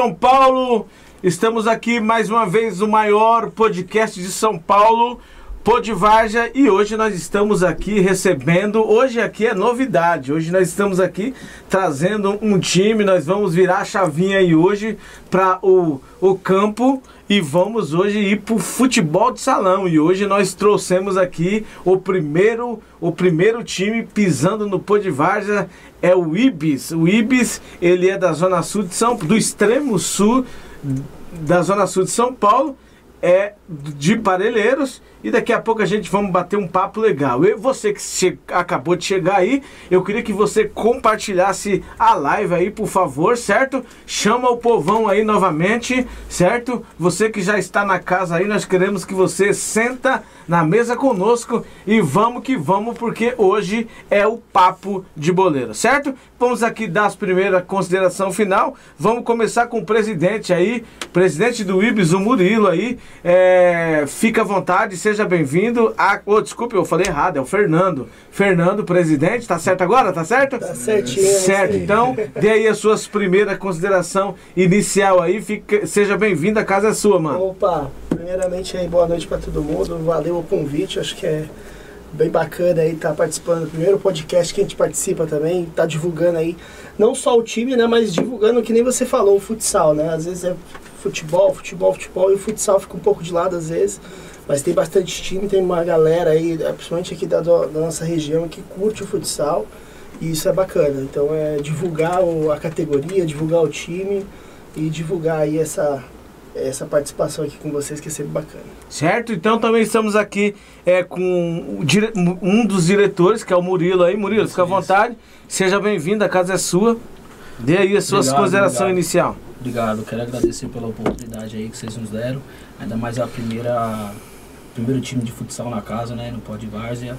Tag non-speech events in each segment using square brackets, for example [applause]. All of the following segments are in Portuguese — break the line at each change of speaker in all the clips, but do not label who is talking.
São Paulo. Estamos aqui mais uma vez no maior podcast de São Paulo, Podvarja, e hoje nós estamos aqui recebendo, hoje aqui é novidade, hoje nós estamos aqui trazendo um time, nós vamos virar a chavinha aí hoje para o, o campo e vamos hoje ir pro futebol de salão. E hoje nós trouxemos aqui o primeiro, o primeiro time pisando no pô de Várzea é o Ibis. O Ibis, ele é da zona sul de São do extremo sul da zona sul de São Paulo, é de Parelheiros e daqui a pouco a gente vamos bater um papo legal. E você que che- acabou de chegar aí, eu queria que você compartilhasse a live aí, por favor, certo? Chama o povão aí novamente, certo? Você que já está na casa aí, nós queremos que você senta na mesa conosco e vamos que vamos, porque hoje é o papo de boleiro, certo? Vamos aqui dar as primeiras consideração final. Vamos começar com o presidente aí, presidente do Ibis, o Murilo aí. É, fica à vontade, seja bem-vindo. A... Ô, desculpe, eu falei errado, é o Fernando. Fernando, presidente, tá certo agora? Tá certo? Tá
certinho, é isso
Certo,
aí.
então, dê aí a sua primeira consideração inicial aí. Fica... Seja bem-vindo, a casa é sua, mano.
Opa, primeiramente aí boa noite pra todo mundo, valeu o convite, acho que é bem bacana aí estar participando do primeiro podcast que a gente participa também, tá divulgando aí não só o time, né, mas divulgando que nem você falou, o futsal, né? Às vezes é futebol, futebol, futebol e o futsal fica um pouco de lado às vezes, mas tem bastante time, tem uma galera aí, é, principalmente aqui da, do- da nossa região que curte o futsal. E isso é bacana, então é divulgar o- a categoria, divulgar o time e divulgar aí essa, essa participação aqui com vocês que é sempre bacana.
Certo? Então também estamos aqui é, com o dire- um dos diretores, que é o Murilo aí. Murilo, fica à vontade. Seja bem-vindo, a casa é sua. Dê aí a sua
Obrigado,
consideração
obrigado.
inicial.
Obrigado, quero agradecer pela oportunidade aí que vocês nos deram. Ainda mais a primeira primeiro time de futsal na casa, né? No Pod Várzea.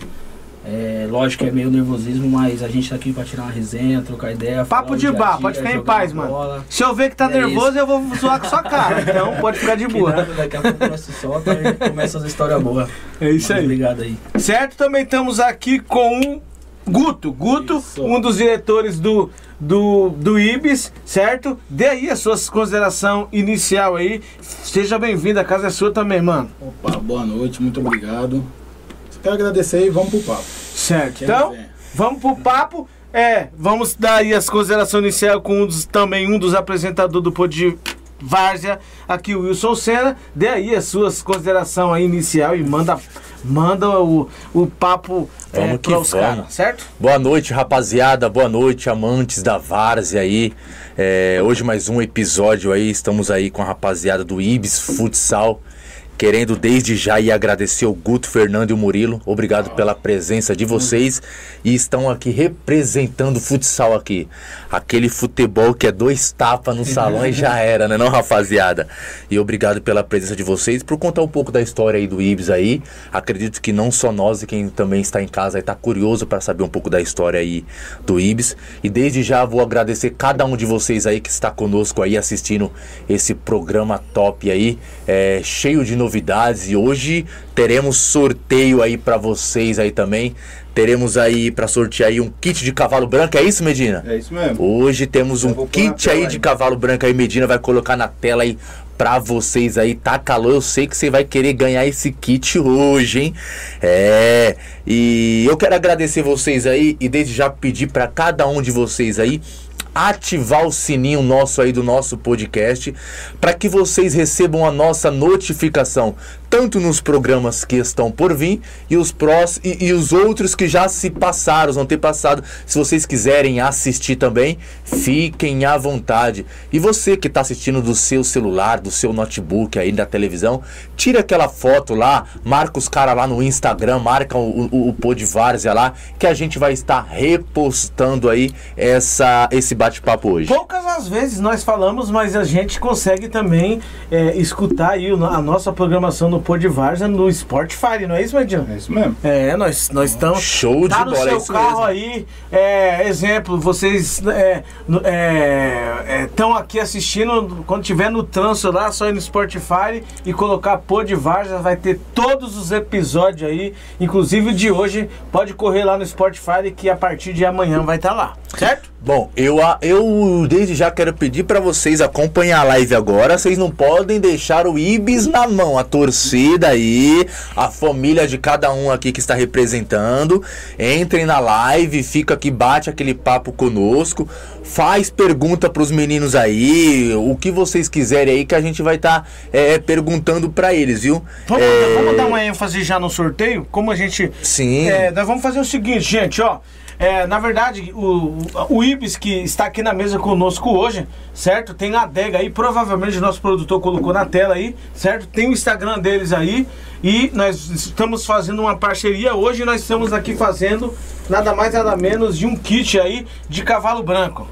É, lógico que é meio nervosismo, mas a gente tá aqui pra tirar uma resenha, trocar ideia.
Papo
falar do
de
dia a
bar,
dia,
pode ficar em
jogar uma
paz, mano.
bola.
Se eu ver que tá
É
nervoso,
isso.
eu vou zoar com sua cara. Então pode ficar de
Que [laughs]
boa.
nada, daqui a pouco nós se solta e começa as histórias boas.
É isso
Mas
aí.
Obrigado aí.
Certo? Também estamos aqui com o Guto. Guto,
Isso.
um dos diretores do, do, do IBIS, certo? Dê aí a sua consideração inicial aí. Seja bem-vindo, a casa é sua também, mano.
Opa, boa noite, muito obrigado. Só Quero agradecer e vamos pro papo.
Certo.
Quem
Então,
quiser.
vamos pro papo. É, vamos dar aí as considerações iniciais com um dos, também um dos apresentadores do Pod de Várzea, aqui o Wilson Senna. Dê aí as suas considerações aí inicial e manda, manda o, o papo é,
Vamos que
para os
vamos.
caras, certo?
Boa noite, rapaziada. Boa noite, amantes da Várzea aí. É, hoje mais um episódio aí. Estamos aí com a rapaziada do Ibis Futsal. Querendo desde já e agradecer o Guto, Fernando e o Murilo. Obrigado pela presença de vocês. E estão aqui representando o futsal aqui. Aquele futebol que é dois tapas no salão e já era, né não, rapaziada? E obrigado pela presença de vocês. Por contar um pouco da história aí do Ibis aí. Acredito que não só nós e quem também está em casa aí tá curioso para saber um pouco da história aí do Ibis. E desde já vou agradecer cada um de vocês aí que está conosco aí assistindo esse programa top aí, é, cheio de novidades. E hoje teremos sorteio aí para vocês aí também. Teremos aí para sortear aí um kit de cavalo branco, é isso, Medina?
É isso mesmo.
Hoje temos
Eu
um
vou pôr na
kit
tela
aí
aí.
de cavalo branco aí, Medina vai colocar na tela aí pra vocês aí. Tá calor, eu sei que você vai querer ganhar esse kit hoje, hein? É. E eu quero agradecer vocês aí e desde já pedir pra cada um de vocês aí ativar o sininho nosso aí do nosso podcast para que vocês recebam a nossa notificação tanto nos programas que estão por vir e os prós e, e os outros que já se passaram, os antepassados. Se vocês quiserem assistir também, fiquem à vontade. E você que está assistindo do seu celular, do seu notebook aí da televisão, tira aquela foto lá, marca os caras lá no Instagram, marca o, o, o Pod Várzea lá, que a gente vai estar repostando aí essa, esse bate-papo hoje.
Poucas as vezes nós falamos, mas a gente consegue também é, escutar aí o- a nossa programação no Pô de Varza no Spotify, não é isso, Medina?
É isso mesmo.
É, nós nós estamos.
Show de
tá
bola, é
no
isso
seu carro
mesmo.
aí, é, exemplo, vocês estão é, no- é, é, tão aqui assistindo, quando tiver no trânsito lá, só ir no Spotify e colocar Pô de Vargas, vai ter todos os episódios aí, inclusive o de hoje, pode correr tá lá no Spotify que a partir de amanhã vai estar lá, certo?
Bom, eu, a- eu desde já quero pedir pra vocês acompanhar a live agora. Vocês não podem deixar o Ibis na mão. A torcida aí, a família de cada um aqui que está representando. Entrem na live, fica aqui, bate aquele papo conosco. Faz pergunta pros meninos aí, o que vocês quiserem aí que a gente vai estar perguntando pra eles, viu?
Vamos,
É,
vamos dar uma ênfase já no sorteio? Como a gente.
Sim.
É, nós vamos fazer o seguinte, gente, ó. É, na verdade, o, o Ibis que está aqui na mesa conosco hoje, certo? Tem a adega aí, provavelmente o nosso produtor colocou na tela aí, certo? Tem o Instagram deles aí e nós estamos fazendo uma parceria. Hoje nós estamos aqui fazendo nada mais nada menos de um kit aí de cavalo branco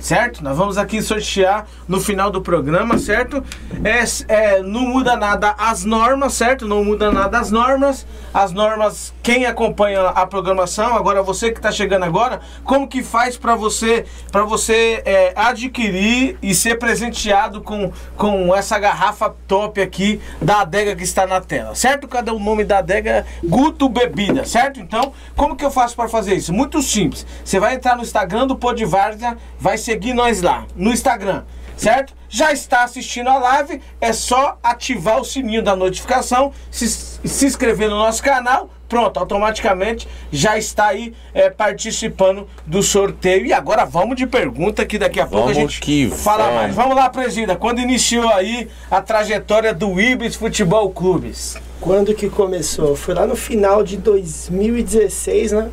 certo? Nós vamos aqui sortear no final do programa, certo? É, s- é, não muda nada as normas, certo? Não muda nada as normas. As normas, quem acompanha a programação, agora você que está chegando agora, como que faz para você para você é, adquirir e ser presenteado com, com essa garrafa top aqui da adega que está na tela, certo? Cada o nome da adega é Guto Bebida, certo? Então, como que eu faço para fazer isso? Muito simples. Você vai entrar no Instagram do Pod Várzea, vai seguir nós lá no Instagram, certo? Já está assistindo a live, é só ativar o sininho da notificação, se, se inscrever no nosso canal, pronto, automaticamente já está aí é, participando do sorteio. E agora vamos de pergunta que daqui a pouco a
Vamos
gente
que
fala
vamos.
mais. Vamos lá, presida, quando iniciou aí a trajetória do Ibis Futebol Clubes?
Quando que começou? Foi lá no final de 2016, né?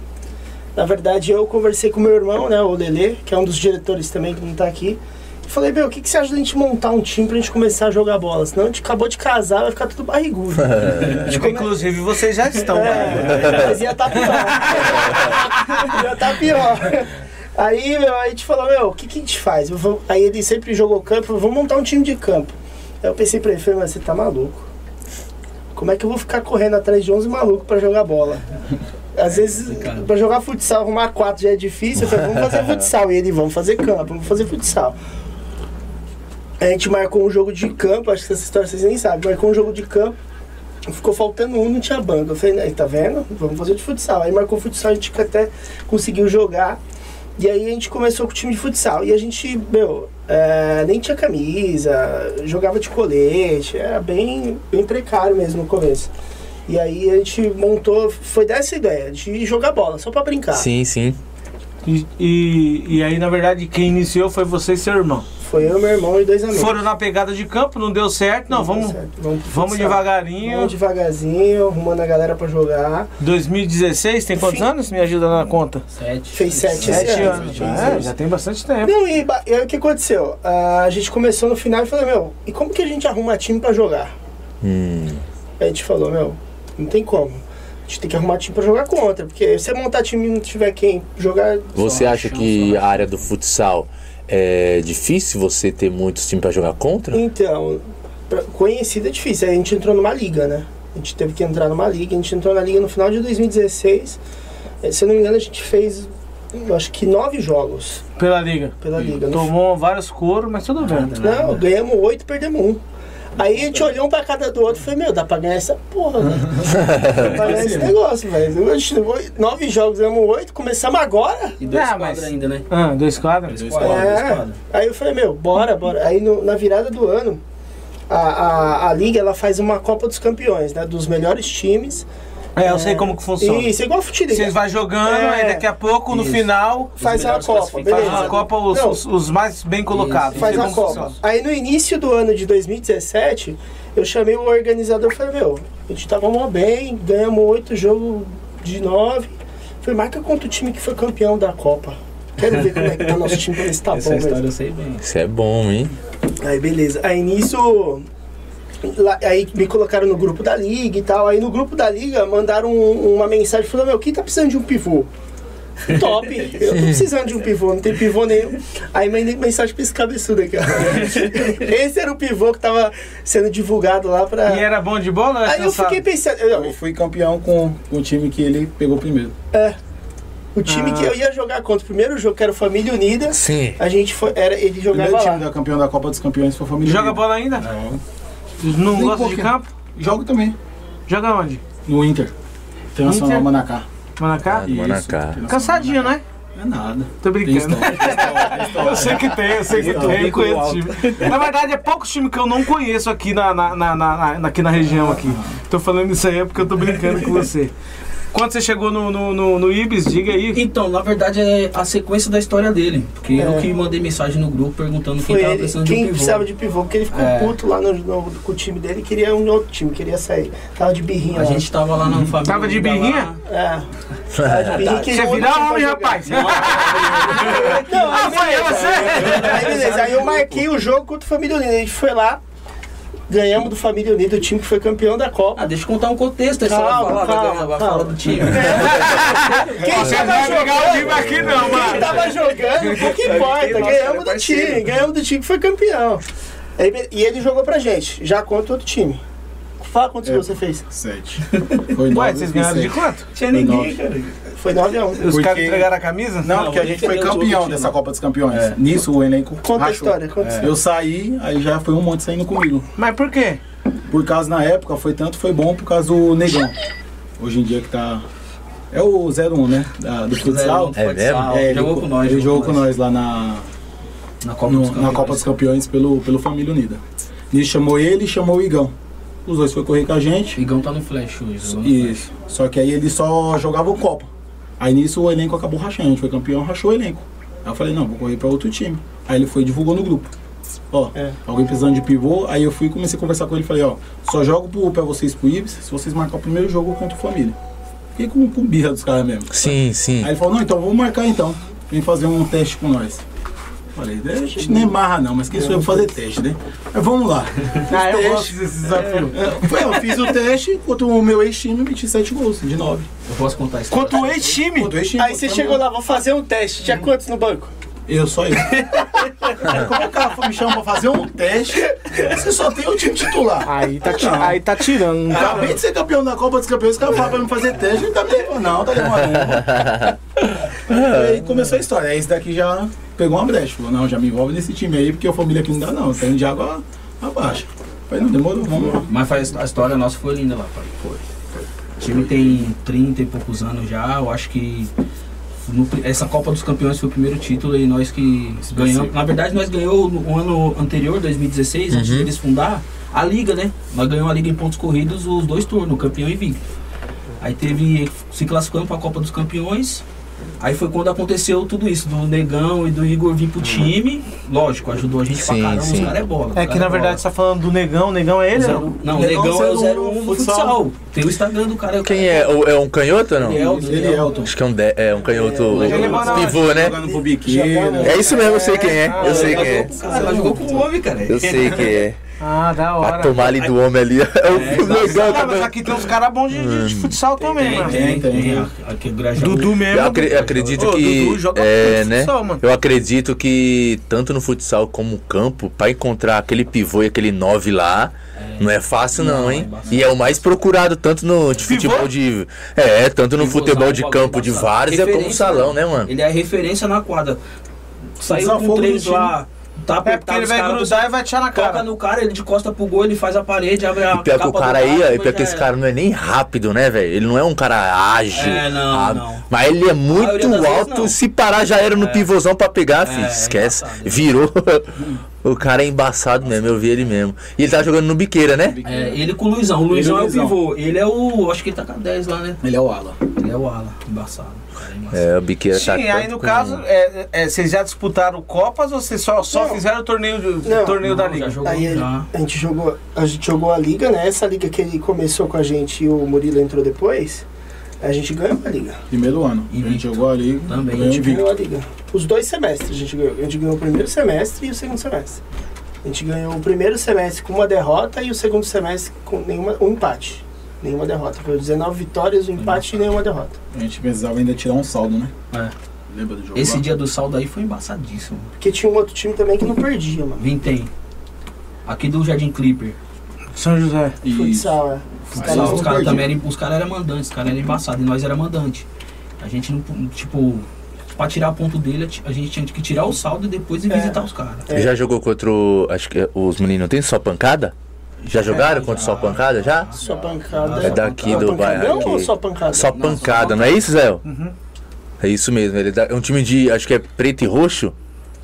Na verdade, eu conversei com meu irmão, né, o Lelê, que é um dos diretores também que não tá aqui. E falei, meu, o que, que você acha da gente montar um time pra gente começar a jogar bola? Senão a gente acabou de casar, vai ficar tudo barrigudo. A gente come-
Inclusive, vocês já estão. né?
[laughs] É, mas ia tá pior. [laughs] ia tá pior. Aí, meu, aí a gente falou, meu, o que, que a gente faz? Eu vou- Aí ele sempre jogou campo, falou, vamos montar um time de campo. Aí eu pensei pra ele, falei, mas você tá maluco. Como é que eu vou ficar correndo atrás de 11 malucos pra jogar bola? Às vezes, pra jogar futsal, arrumar quatro já é difícil. Eu falei, vamos fazer futsal. E ele, vamos fazer campo, vamos fazer futsal. A gente marcou um jogo de campo, acho que essa história vocês nem sabem, marcou um jogo de campo. Ficou faltando um, não tinha banco. Eu falei, né, tá vendo? Vamos fazer de futsal. Aí marcou futsal, a gente até conseguiu jogar. E aí a gente começou com o time de futsal. E a gente, meu, é, nem tinha camisa, jogava de colete, era bem, bem precário mesmo no começo. E aí a gente montou, foi dessa ideia, de jogar bola, só pra brincar.
Sim, sim.
E, e, e aí, na verdade, quem iniciou foi você e seu irmão.
Foi eu, meu irmão e dois amigos.
Foram na pegada de campo, não deu certo. Não,
Tá
vamos,
certo, vamos, pro
vamos
futsal.
devagarinho.
Vamos devagarzinho, arrumando a galera pra jogar.
2016, tem quantos
Fim.
anos? Me ajuda na conta.
Sete.
Fez sete
Sete.
esse
Sete
ano.
anos.
anos.
É, já tem bastante tempo.
Não, e, ba- e aí o que aconteceu? Ah, a gente começou no final e falou, meu, e como que a gente arruma time pra jogar?
Hum.
Aí a gente falou, meu, não tem como. A gente tem que arrumar time pra jogar contra, porque se você montar time e não tiver quem jogar,
Você
Só
acha
chão,
que
só
a área do futsal é difícil você ter muitos times pra jogar contra?
Então, pra- conhecido é difícil. Aí a gente entrou numa liga, né? A gente teve que entrar numa liga. A gente entrou na liga no final de 2016. Eh, Se eu não me engano, a gente fez, eu acho que nove jogos
Pela liga.
pela liga. No
Tomou vários coros, mas tudo bem.
Nada, nada.
Não, ganhamos oito, perdemos um. Aí a gente olhou um pra cada do outro e falou, meu, dá pra ganhar essa
[laughs]
porra, velho. Dá pra ganhar esse negócio, velho. Oxe, Nove jogos, ganhamos oito, começamos agora.
E dois
Ah,
quadros
mas-
ainda, né?
Ah, dois quadros?
Dois
Dois
quadros, dois
É.
quadros.
Aí eu falei, meu, bora, bora. Aí no- na virada do ano, a, a, a Liga ela faz uma Copa dos Campeões, né? Dos melhores times.
É, eu sei como que funciona.
Isso, é igual a Futiliga.
Vocês vão jogando,
É.
aí daqui a pouco, no
Isso.
final,
Faz a
melhores
Copa,
classificados.
faz
beleza.
Ah, a Copa os,
Não,
os- os mais bem colocados.
faz
Não
a
sei como
Copa.
funciona.
Aí no início do ano de 2017, eu chamei o organizador e falei, meu, a gente tava mó bem, ganhamos oito jogos de nove. Falei, marca contra o time que foi campeão da Copa. Quero ver como é que tá nosso time, pra ver se tá
Essa
bom
história
mesmo.
eu sei bem.
Isso é bom, hein?
Aí beleza. Aí nisso. lá- aí me colocaram no grupo da liga e tal. Aí no grupo da liga mandaram um- uma mensagem falando, meu, quem tá precisando de um pivô?
[laughs]
Top! Eu tô precisando de um pivô, não tem pivô nenhum. Aí mandei mensagem pra esse
[laughs]
cabeçudo aqui, ó. Esse era o pivô que tava sendo divulgado lá pra.
E era bom de bola? ou era
Aí eu
cansado?
fiquei pensando, eu-
Eu fui campeão com o time que ele pegou primeiro.
o
Ah.
time que eu ia jogar contra o primeiro jogo, que era o Família Unida,
Sim.
a gente foi. Era, ele
O
jogava
primeiro time
lá.
da campeão da Copa dos Campeões foi a família.
Joga
dele.
bola ainda?
Não.
Não
Nem um
gosta de
pouquinho.
campo?
Jogo também.
Joga onde?
No Inter. Internacional
Inter?
Manacá.
Manacá?
Ah, do
É,
Manacá.
Isso, Internacional
Cansadinho, né?
Manacá. É nada.
Tô
Tem
brincando.
história, tem história,
[laughs]
tem história.
Eu sei que tem, eu sei que
Então,
tem,
bico
conheço
alto.
time. Na verdade, é poucos times que eu não conheço aqui na, na, na, na- na- aqui na região. aqui. Tô falando isso aí é porque eu tô brincando com você. Quando você chegou no, no, no- no Ibis, diga aí.
Então, na verdade é a sequência da história dele. Porque
É.
eu que mandei mensagem no grupo perguntando quem
Foi
tava
ele
precisando de
quem
um pivô.
precisava de pivô, porque ele ficou
É.
puto lá no, no- com o time dele e queria um outro time, queria sair. Tava de birrinha
A
lá.
gente tava lá
Uhum.
na família.
Tava de
lá.
birrinha?
[laughs]
É. Tava de birrinha, queria um
Você
outro
virar
time pra
homem,
jogar.
rapaz.
Não,
Ah,
aí
foi
beleza.
é
você?
Aí beleza, aí eu marquei o jogo contra o Família Unida. A gente foi lá, ganhamos do Família Unida, o time que foi campeão da Copa.
Ah, deixa eu contar um contexto, aí você vai
Calma,
falar, da-
calma,
vai
calma.
falar do time.
Quem
Você não vai pegar o time aqui não,
Quem
mano.
tava jogando, pouco importa. Ganhamos do time, ganhamos do time que foi campeão. Aí be- E ele jogou pra gente, já contra outro time. Fala quantos gols você fez.
Sete. Foi
Ué,
nove,
vocês
eu fiz
ganharam de
sete.
quanto?
[laughs] Tinha
ninguém, Foi nove.
cara. Foi 9x1.
Os
Porque-
caras entregaram a camisa?
Não,
Não,
porque a gente foi
defendeu os
campeão
outros,
dessa
não.
Copa dos Campeões.
É.
Nisso o elenco.
Conta a
rachou.
história, conta a
É.
história.
Eu saí, aí já foi um monte saindo comigo.
Mas por quê?
Por causa na época foi tanto, foi bom por causa do negão. Hoje em dia que tá. É o 01, né? Da- do futsal.
É mesmo?
É, ele
jogou
co-
com nós.
Ele jogou com nós lá na,
Na Copa
no-
dos
na Copa dos Campeões pelo, pelo Família Unida. Nisso chamou ele e chamou o Igão. Os dois foram correr com a gente.
Igão tá no Flash hoje. jogou no Flash.
Isso. Só que aí ele só jogava o Copa. Aí nisso o elenco acabou rachando. A gente foi campeão, rachou o elenco. Aí eu falei, não, vou correr pra outro time. Aí ele foi e divulgou no grupo. Ó,
É.
alguém precisando de pivô. Aí eu fui e comecei a conversar com ele. Falei, ó, só jogo pro, pra vocês pro Ibis se vocês marcar o primeiro jogo contra o Família. Fiquei com, com birra dos caras mesmo.
Sim, sim.
Aí ele falou, não, então vamos marcar então. Vem fazer um teste com nós. Falei, "É, a gente nem marra não, mas quem sou eu pra fazer teste, né? Mas vamos lá.
Ah, eu gosto desse desafio.
É, foi, eu fiz o teste contra o meu ex-time, meti 7 gols, de 9.
Eu posso contar a história.
Quanto o é ex-time.
Contra o é ex-time,
Aí você
contra
chegou
o meu-
lá, vou fazer um teste. Tinha quantos no banco?
Eu, só eu. [laughs] Como o cara foi me chama pra fazer um teste, você só tem o time titular.
Aí tá, ti-
Não.
aí tá tirando. não tá?
Acabei de ser campeão da Copa dos Campeões, o cara fala pra me fazer teste, ele tá me levando. Não, tá levando. [laughs] aí começou a história. Aí esse daqui já pegou uma brecha. Falou, não, já me envolve nesse time aí, porque a família aqui não dá não. Saindo de água abaixo. Falei, não, demorou, vamos lá.
Mas faz- a história nossa foi linda lá, pai. Foi. O time tem 30 e poucos anos já, eu acho que no pri- essa Copa dos Campeões foi o primeiro título e nós que ganhamos. Na verdade, nós ganhamos no um ano anterior, 2016,
Uhum.
antes deles fundar, a Liga, né? Nós ganhamos a Liga em pontos corridos os dois turnos, campeão e invicto. Aí teve. se classificando para a Copa dos Campeões. Aí foi quando aconteceu tudo isso, do Negão e do Igor vir pro time. Lógico, ajudou a gente
Uhum. Sim,
pra caramba,
sim.
os caras é bola. os
É que
cara
na
bola.
verdade você tá falando do negão, o negão é ele?
Zero- Não, o
Negão
Negão é
zero
o 01
um
do
futsal.
futsal. Tem o Instagram do cara.
Quem é? O- é um canhoto ou não?
Ele é o
Ele é Elton.
Acho que é um, de- é um canhoto
Ele é bom, né?
pivô, né?
Jogando pro biqueiro.
É isso mesmo, eu sei quem é. Eu sei quem é.
Cara, ela jogou com o homem, cara.
Eu sei quem é.
Ah, da
A
hora.
tomar ali do homem ali. É [laughs] o negão
Ah, mas
também. Hum.
aqui tem uns caras bons de, de- de futsal também, mano.
Tem,
Tem,
tem.
tem.
Aqui é Grajaú.
Dudu mesmo. É,
Eu acre- eu acredito
Ô,
que.
Dudu joga
É,
muito
né?
futsal, mano.
Eu acredito que tanto no futsal como no campo, pra encontrar aquele pivô e aquele 9 lá, não é fácil não,
Não, é
hein?
bastante.
e é o mais procurado tanto no de
Pivô?
futebol de. É, tanto no
Pivôzão,
futebol de
bagulho
campo de
embaçado.
várzea como
Referência,
salão, né, mano?
Ele é a referência na quadra. Saiu
Desafogo
com três
do time.
lá.
É
Tá
porque
apertado,
ele
os
vai
caras-
grudar e vai tirar na
Toca
cara.
no cara, ele de costa pro gol, ele faz a parede, abre a
E pior que o
capa do
cara aí,
depois
e pior que
já
esse
é.
cara não é nem rápido, né, velho? Ele não é um cara ágil.
É, não,
hábil.
não.
Mas ele é muito
maioria das vezes,
alto.
não.
se parar, já era no pivôzão pra pegar, filho.
é
Esquece.
embaçado.
Virou. [laughs] o cara é embaçado mesmo, eu vi ele mesmo. E ele tá jogando no biqueira, né?
É, ele com o Luizão. O Luizão é o
Luizão.
pivô. Ele é o. Acho que ele tá com a 10 lá, né?
Ele é o Ala.
Ele é o ala. Embaçado. O cara é embaçado.
É, o biqueira tá.
Sim, aí
tanto
no
com-
caso, é, é, vocês já disputaram Copas ou vocês só, só
Não.
fizeram o torneio, de-
Não.
torneio da
Não, já
Liga?
jogou
Aí ele-
já.
a gente jogou, a gente jogou a liga, né? Essa liga que ele começou com a gente e o Murilo entrou depois, a gente ganhou a liga.
Primeiro ano. A gente
Invicto.
jogou ali.
Também.
ganhou
A gente
invicto.
ganhou a liga. Os dois semestres a gente ganhou. A gente ganhou o primeiro semestre e o segundo semestre. A gente ganhou o primeiro semestre com uma derrota e o segundo semestre com nenhuma, um empate. Nenhuma derrota. Foi 19 vitórias, um empate e nenhuma derrota.
A gente precisava ainda tirar um saldo, né?
É.
Lembra do jogo?
Esse
lá?
dia do saldo aí foi embaçadíssimo.
Porque tinha um outro time também que não perdia, mano.
Vintém. Aqui do Jardim Clipper.
São José.
E-
Futsal, é.
Aí
Os
Cara,
nós
caras
não
cara
perdemos.
também eram, os cara era mandante, os caras eram embaçados e nós era mandante. A gente não, tipo, pra tirar ponto dele, a gente tinha que tirar o saldo e depois ir
É.
visitar os caras.
É.
Já jogou contra o. Acho que é, os meninos tem só pancada? Já jogaram
já,
contra só pancada? Já?
Só
Ah,
pancada.
É daqui
Só
do
pancadão
bairro.
ou
aqui.
só pancada?
Só
Não, só
pancada,
pancada.
não é isso, Zé? É isso mesmo. Ele dá- é um time de. Acho que é preto e roxo.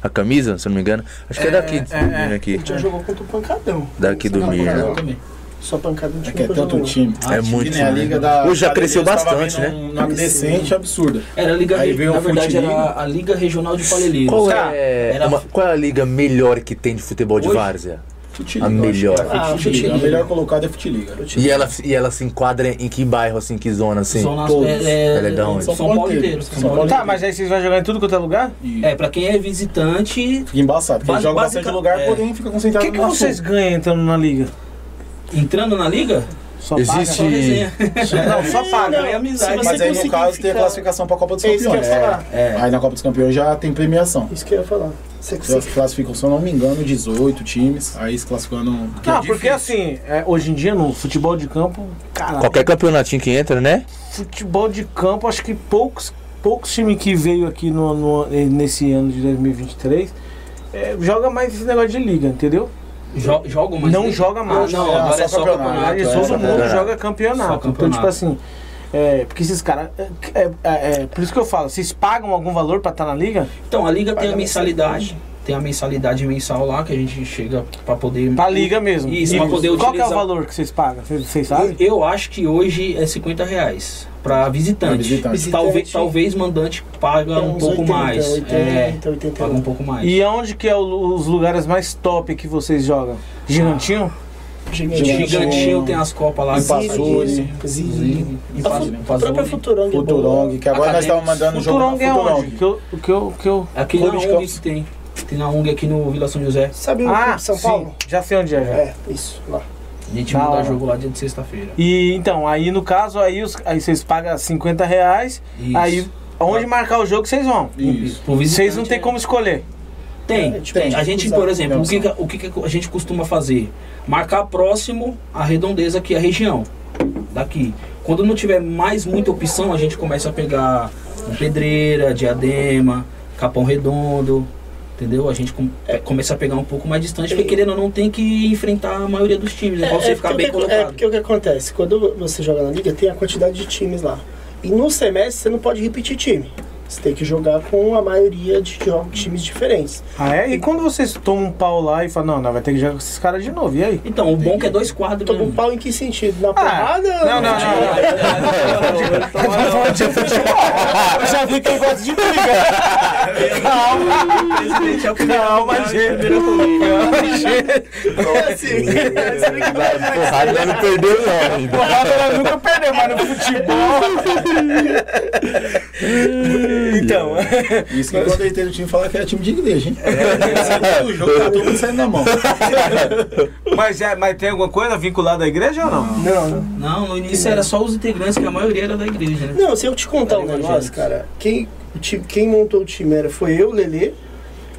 A camisa, se eu não me engano. Acho que é, daqui.
é, é.
daqui.
A gente já jogou contra o Pancadão.
Daqui do
Só
Mirna.
pancadão.
também.
Só pancadão de
É que é tanto time. Um
É muito
Né, a
time,
liga
né?
da,
Hoje já
da
cresceu
Liga estava
bastante,
vindo
né?
Uma crescente absurda.
Era a Liga,
Aí veio
na
o
verdade, era
Futiliga.
a Liga Regional de Paleleiros.
Qual
Tá.
é,
Era-
uma- qual é a liga melhor que tem de futebol de
Hoje?
várzea?
Futiliga,
A
eu acho
melhor.
que é a
Ah,
Futiliga.
Futiliga.
A melhor colocada é Futiliga.
E ela, e ela se enquadra em que bairro, assim, que zona, assim?
São nas,
todos.
é, é,
Ela é da onde?
São Paulo inteiro. São Paulo
Tá,
inteiro.
mas aí vocês vão jogar em tudo quanto é lugar?
E
É, pra quem é visitante,
Fica embaçado, porque
Basi-
joga
basica-
bastante lugar,
é.
porém fica
O
Tá,
concentrado
que, que
no nosso.
vocês ganham entrando na liga?
entrando na Liga,
Só
Existe-
só resenha.
Não, só paga.
É amizade.
Mas aí, no caso, tem a classificação pra Copa dos
É isso que eu
Campeões.
ia falar.
É.
Aí na Copa dos Campeões já tem premiação.
Isso que eu ia falar. Você que
Se
você.
classificam, se eu não me engano, 18 times. Aí se classificando. que é
Não, porque
difícil.
assim, é, hoje em dia no futebol de campo, cara,
Qualquer campeonatinho que entra, né?
futebol de campo, acho que poucos, poucos times que veio aqui no, no- nesse ano de 2023 é, joga mais esse negócio de liga, entendeu?
Jo- jogam mais.
Não
liga?
joga mais.
Ah, não,
É,
agora é
só
só
campeonato,
Na
campeonato.
verdade,
é.
todo
só
mundo
campeonato.
joga campeonato.
Só
Então,
campeonato.
tipo assim, é, porque esses caras. É, é- é- por isso que eu falo, vocês pagam algum valor pra estar na liga?
Então, a liga tem
Paga
a mensalidade. Tem a mensalidade mensal lá que a gente chega pra poder.
Pra liga mesmo.
Isso,
E
pra poder
Qual que é o
utilizar.
valor que vocês pagam? Vocês, vocês sabem?
Eu acho que hoje é 50 reais pra visitante.
Pra visitante.
Talvez,
Visitante.
talvez mandante paga um
Uns
pouco
80,
mais.
80,
é,
80.
paga um pouco mais.
E onde que é o- os lugares mais top que vocês jogam? Gigantinho?
Gigantinho.
um
Gigantinho tem as copas lá.
Em
que um faz
Passou,
isso.
né?
Zini.
Em
A
Passo-
fu-
Passo-
própria
um
Futurong. é boa.
Futurong, que agora nós estamos
Acadêmicos.
mandando o jogo
Futurong
pra
é onde?
Futurong.
Que eu, que eu, que eu...
Aqui na
Clube de
ONG que tem. Tem na ONG aqui no Vila São José.
Sabe o
Ah,
clube de São Paulo?
Sim, já sei onde é. já.
É, isso, lá.
A gente
Da
manda
hora.
jogo lá dia de sexta-feira.
E então, aí no caso, aí, os, aí vocês pagam 50 reais,
Isso.
aí onde marcar o jogo vocês vão.
Isso.
Pro visitante,
Vocês não tem
é-
como escolher.
Tem,
É, tipo,
tem. A gente,
cruzar,
por exemplo,
não,
o que, que- o que, que a gente costuma fazer? Marcar próximo à redondeza aqui, a região daqui. Quando não tiver mais muita opção, a gente começa a pegar um Pedreira, Diadema, Capão Redondo, entendeu? A gente com- é, começa a pegar um pouco mais distante, porque querendo ou não tem que enfrentar a maioria dos times, é, pra você ficar
porque
bem
o que- É. é,
colocado.
porque o que acontece? Quando você joga na liga, tem a quantidade de times lá. E no semestre você não pode repetir time. Você tem que jogar com a maioria de jo- times diferentes.
Ah, é? E quando vocês tomam um pau lá e falam, não, nós vai ter que jogar com esses caras de novo, e aí?
Então, o bom que é dois quadros.
Toma
né?
um pau em que sentido? Na porrada?
Hum. Ah, não, não, não.
Já vi que eu gosto de briga.
Calma, gente. Calma, gente.
É
[laughs]
assim.
[laughs] Porrada não perdeu, não. ainda.
Ela nunca perdeu, mas no
[laughs]
futebol. Então,
Isso que quando eu entrei no time falar que era time de igreja, hein? É, o jogo tá todo mundo saindo na mão.
mas, é, mas tem alguma coisa vinculada à igreja ou não?
Não, não.
Não, no início era só os integrantes, que a maioria era da igreja, né?
Não, se eu te contar um negócio, cara, quem, o time- quem montou o time era, foi eu, o Lelê,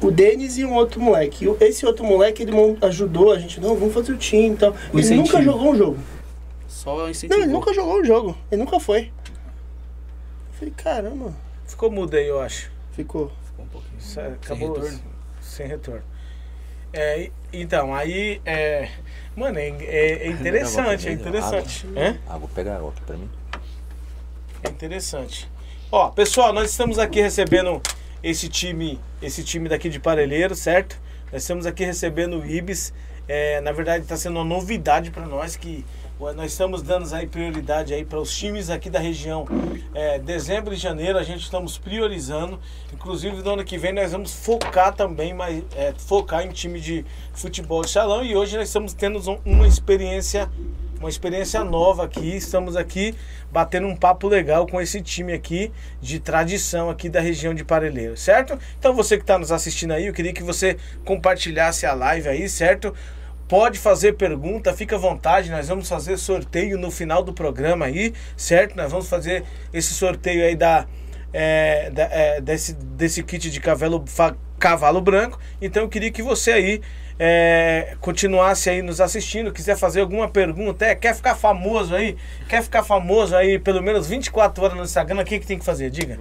o Denis e um outro moleque. E o- esse outro moleque, ele mon- ajudou a gente, não, vamos fazer o time e tal.
O
Ele nunca
incentivo.
jogou um jogo.
Só
Não,
incentivo.
ele nunca jogou um jogo. Ele nunca foi. Eu falei, caramba,
Ficou mudo aí, eu acho.
ficou.
Isso, acabou sem
retorno?
retorno. Sem retorno. É, e- então, aí. É, mano, é, é- é interessante, é interessante. Hã?
Água, pega água aqui pra mim.
É interessante. Ó, pessoal, nós estamos aqui recebendo esse time, esse time daqui de Parelheiro, certo? Nós estamos aqui recebendo o Ibis. É, na verdade, está sendo uma novidade para nós que ué, nós estamos dando aí prioridade aí para os times aqui da região. É, dezembro e janeiro a gente estamos priorizando. Inclusive no ano que vem nós vamos focar também, mas é, focar em time de futebol de salão. E hoje nós estamos tendo um- uma experiência uma experiência nova aqui. Estamos aqui batendo um papo legal com esse time aqui de tradição aqui da região de Parelheiro, certo? Então você que está nos assistindo aí, eu queria que você compartilhasse a live aí, certo? Pode fazer pergunta, fica à vontade. Nós vamos fazer sorteio no final do programa aí, certo? Nós vamos fazer esse sorteio aí da, é, da- é, desse, desse kit de cavalo, fa- cavalo branco. Então eu queria que você aí é, continuasse aí nos assistindo, quiser fazer alguma pergunta, é, quer ficar famoso aí, quer ficar famoso aí pelo menos 24 horas no Instagram, o que, que tem que fazer? Diga.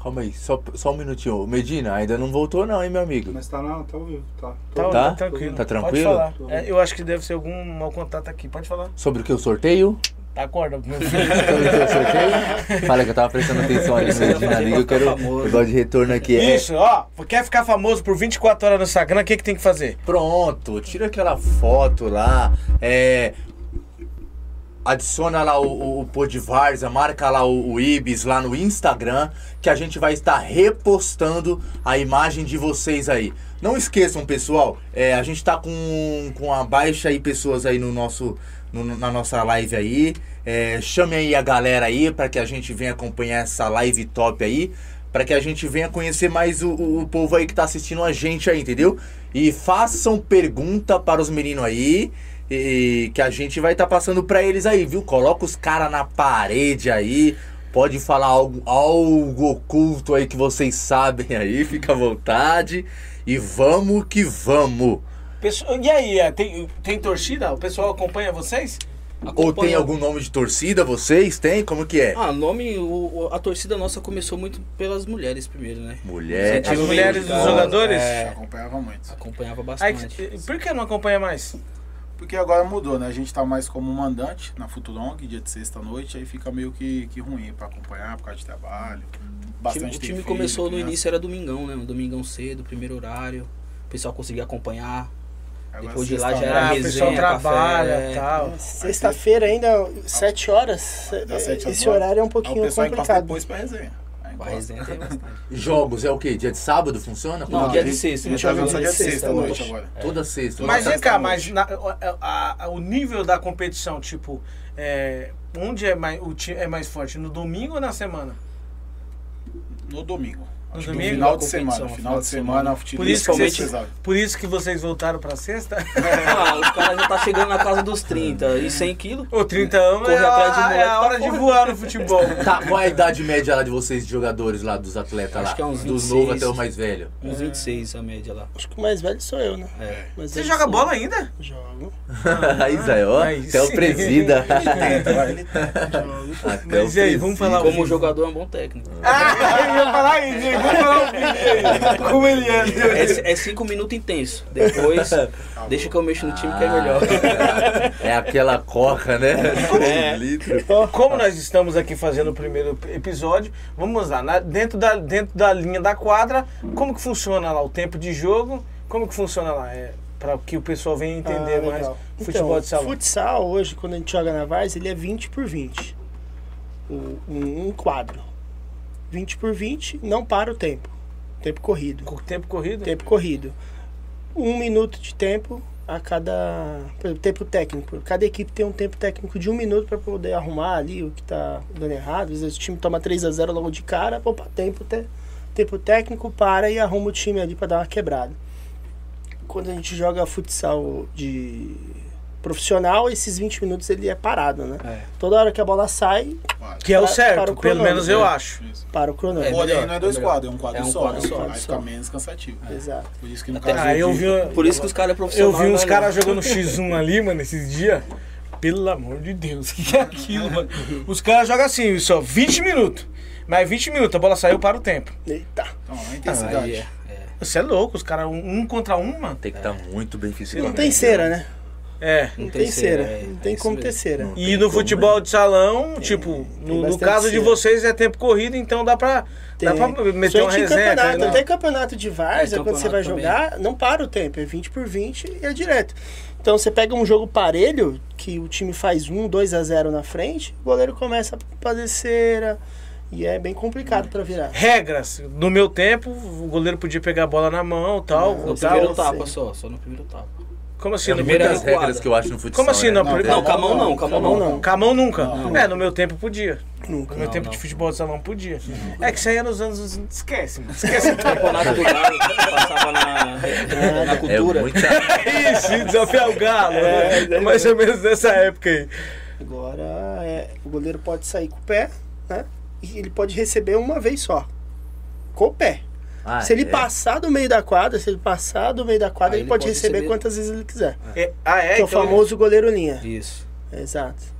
Calma aí, só, só um minutinho. Ô, Medina, ainda não voltou, não, hein, meu amigo?
Mas tá na, tá ao vivo, tá.
Tá,
Tá?
tá tranquilo.
Tá
Pode
tranquilo?
falar. É, eu acho que deve ser algum mau contato aqui. Pode falar.
Sobre o que o sorteio?
Tá, Acorda, meu filho. [laughs]
Fala que eu tava prestando atenção ali no Medina eu quero. Eu gosto de retorno aqui. É,
Isso, ó. Quer ficar famoso por 24 horas no Instagram, o que, que tem que fazer?
Pronto, tira aquela foto lá, é, adiciona lá o, o, o Pô de Varza, marca lá o, o Ibis lá no Instagram, que a gente vai estar repostando a imagem de vocês aí. Não esqueçam, pessoal, é, a gente tá com, com a baixa aí pessoas aí no nosso, no- na nossa live aí. É, chame aí a galera aí para que a gente venha acompanhar essa live top aí. Para que a gente venha conhecer mais o, o- o povo aí que tá assistindo a gente aí, entendeu? E façam pergunta para os meninos aí. E que a gente vai estar passando pra eles aí, viu? Coloca os caras na parede aí. Pode falar algo, algo oculto aí que vocês sabem aí, [laughs] fica à vontade. E vamos que vamos.
Pessoal, e aí, é, tem, tem torcida? O pessoal acompanha vocês?
Ou tem
Acompanha-
algum nome de torcida, vocês? Tem? Como que é?
Ah, nome, o- o- a torcida nossa começou muito pelas mulheres primeiro, né?
Mulher.
As mulheres dos jogadores?
É, acompanhava muito.
Acompanhava
Aí,
bastante.
por que não acompanha mais?
Porque agora mudou, né? A gente tá mais como mandante na Futurong, dia de sexta-noite, aí fica meio que, que ruim pra acompanhar por causa de trabalho.
O time,
Bastante
o
tem
time
filho,
começou no
criança.
início, era domingão, né? Um domingão cedo, primeiro horário. O pessoal conseguia acompanhar.
Agora
Depois de lá já
sexta-noite,
era
Ah, o
resenha,
pessoal trabalha
café, é.
e tal.
Sexta-feira ainda, 7 horas.
das sete às
Esse
nove.
horário é um
Aí o
pouquinho
pessoal encosta
complicado.
depois pra resenha. Aí
Vai
encosta.
resenha tem bastante.
Jogos é o quê? Dia de sábado funciona?
Não,
Como
a
que é?
dia de
gente-
sexta,
A gente
né?
tá vendo só dia de sexta à noite
sexta-noite.
agora.
Toda sexta.
Mas
Nossa,
vem cá, mas na- a- a- o nível da competição, tipo, é, onde é mais, o time é mais forte? No domingo ou na semana?
No domingo. Acho que
domingo,
no final
a
de
competição,
semana. Final de semana, futebol.
Por isso que
é
vocês-
pesado.
Por isso que vocês voltaram pra sexta? [laughs]
Ah, o cara já tá chegando na casa dos 30 e 100 quilos.
Ou 30 anos
Corre
é,
atrás de
a,
moleque,
é a
tá
hora de
correndo.
voar no
[laughs]
futebol.
Tá, qual é a idade média lá de vocês, de jogadores lá, dos atletas lá?
Acho que é uns
Dos
26.
novos até o mais velho.
Uns 26 a média lá.
Acho que o mais velho sou eu, né?
É.
Mais
Você
velho
joga
sou
bola ainda?
eu. Jogo.
[laughs] Aí, Zé, ó,
é
Aí
até o
sim.
[laughs]
presida.
Então, tá,
jogo.
até
Mas e aí, vamos falar
Como
o
jogador é um bom técnico.
[laughs] Ah, eu ia falar isso, hein? Vamos falar o
[laughs]
vídeo aí. Como ele é.
É, é cinco minutos intenso. Depois, deixa que eu mexo no time que é melhor.
É aquela coca, né? É. litro.
Como nós estamos aqui fazendo o primeiro episódio, vamos lá, na- dentro, da, dentro da linha da quadra, como que funciona lá o tempo de jogo? Como que funciona lá? É, para que o pessoal venha entender
Ah,
mais
legal.
o futebol
então,
de salão.
futsal hoje, quando a gente joga na Vars, ele é 20 por 20. O- Um, um quadro. 20 por 20, não para o tempo. Tempo corrido.
Com o tempo corrido?
Tempo corrido. Um minuto de tempo a cada. por exemplo, Tempo técnico. Cada equipe tem um tempo técnico de um minuto para poder arrumar ali o que tá dando errado. Às vezes o time toma 3 a 0 logo de cara, poupa tempo, te- tempo técnico, para e arruma o time ali para dar uma quebrada. Quando a gente joga futsal de profissional, esses 20 minutos ele é parado, né?
É.
Toda hora que a bola sai,
Que é o
Para- para
certo,
o
pelo
cronômetro,
menos eu
né?
acho.
para o cronômetro.
É
Porém,
melhor,
não é
é
dois
melhor.
quadros, é um quadro
É um
só.
quadro só,
Aí
só.
fica menos cansativo.
É.
Exato.
Por isso que no caso.
Ah, eu
de-
vi,
Por isso que os caras é
eu
profissional.
vi uns
né,
caras
mano?
jogando
[laughs]
X1 ali, mano, esses dias. Pelo amor de Deus, [laughs] o que é aquilo, mano? Os caras jogam assim, só 20 minutos. Mas 20 minutos, a bola saiu para o tempo.
Eita.
Então, a
Aí
intensidade.
é.
Você é louco, os caras um, um contra um, mano.
Tem que estar muito bem fisicamente.
Não tem cera, né?
É.
Não tem cera.
é,
Não
é
tem
isso
como ter
mesmo.
cera.
Não
E
tem
no
como,
futebol
né?
de salão, tipo, no, no
bastante
caso de
cera.
vocês é tempo corrido, então dá pra, dá pra meter
Só
uma
em
resenha.
campeonato,
cara, né?
até campeonato de várzea,
É,
quando você vai
campeonato
jogar, não para o tempo, é 20 por 20 e é direto. Então você pega um jogo parelho, que o time faz 1, 2 a 0 na frente, o goleiro começa a fazer cera e é bem complicado pra virar.
Regras. No meu tempo, o goleiro podia pegar a bola na mão tal.
Não,
No
tal.
primeiro tá.
eu
tapa
sei.
só, só no primeiro [laughs] tapa.
Como
É
assim? No
primeiro
primeiro...
Muitas
quadra.
regras que eu acho no futsal.
Como assim?
né?
Não,
Não,
primeiro-
Não, com a mão não, com a mão
Não,
não.
não.
Com a mão nunca. É, no meu tempo podia.
Nunca.
No meu
Não,
tempo
não.
de futebol de salão podia. É que isso aí é nos anos. Esquece, mano. Esquece.
Campeonato do Galo, passava na, na
É
cultura.
[laughs]
muita...
Isso, desafiar o galo. né?
é,
Mais ou menos nessa época aí.
Agora é, o goleiro pode sair com o pé, né? E ele pode receber uma vez só. Com o pé.
Ah,
se ele
é.
passar do meio da quadra, se ele passar do meio da quadra,
Aí
ele, pode, receber, quantas vezes ele quiser.
É, ah, é?
que é o
Então-
famoso goleiro linha.
Isso.
Exato.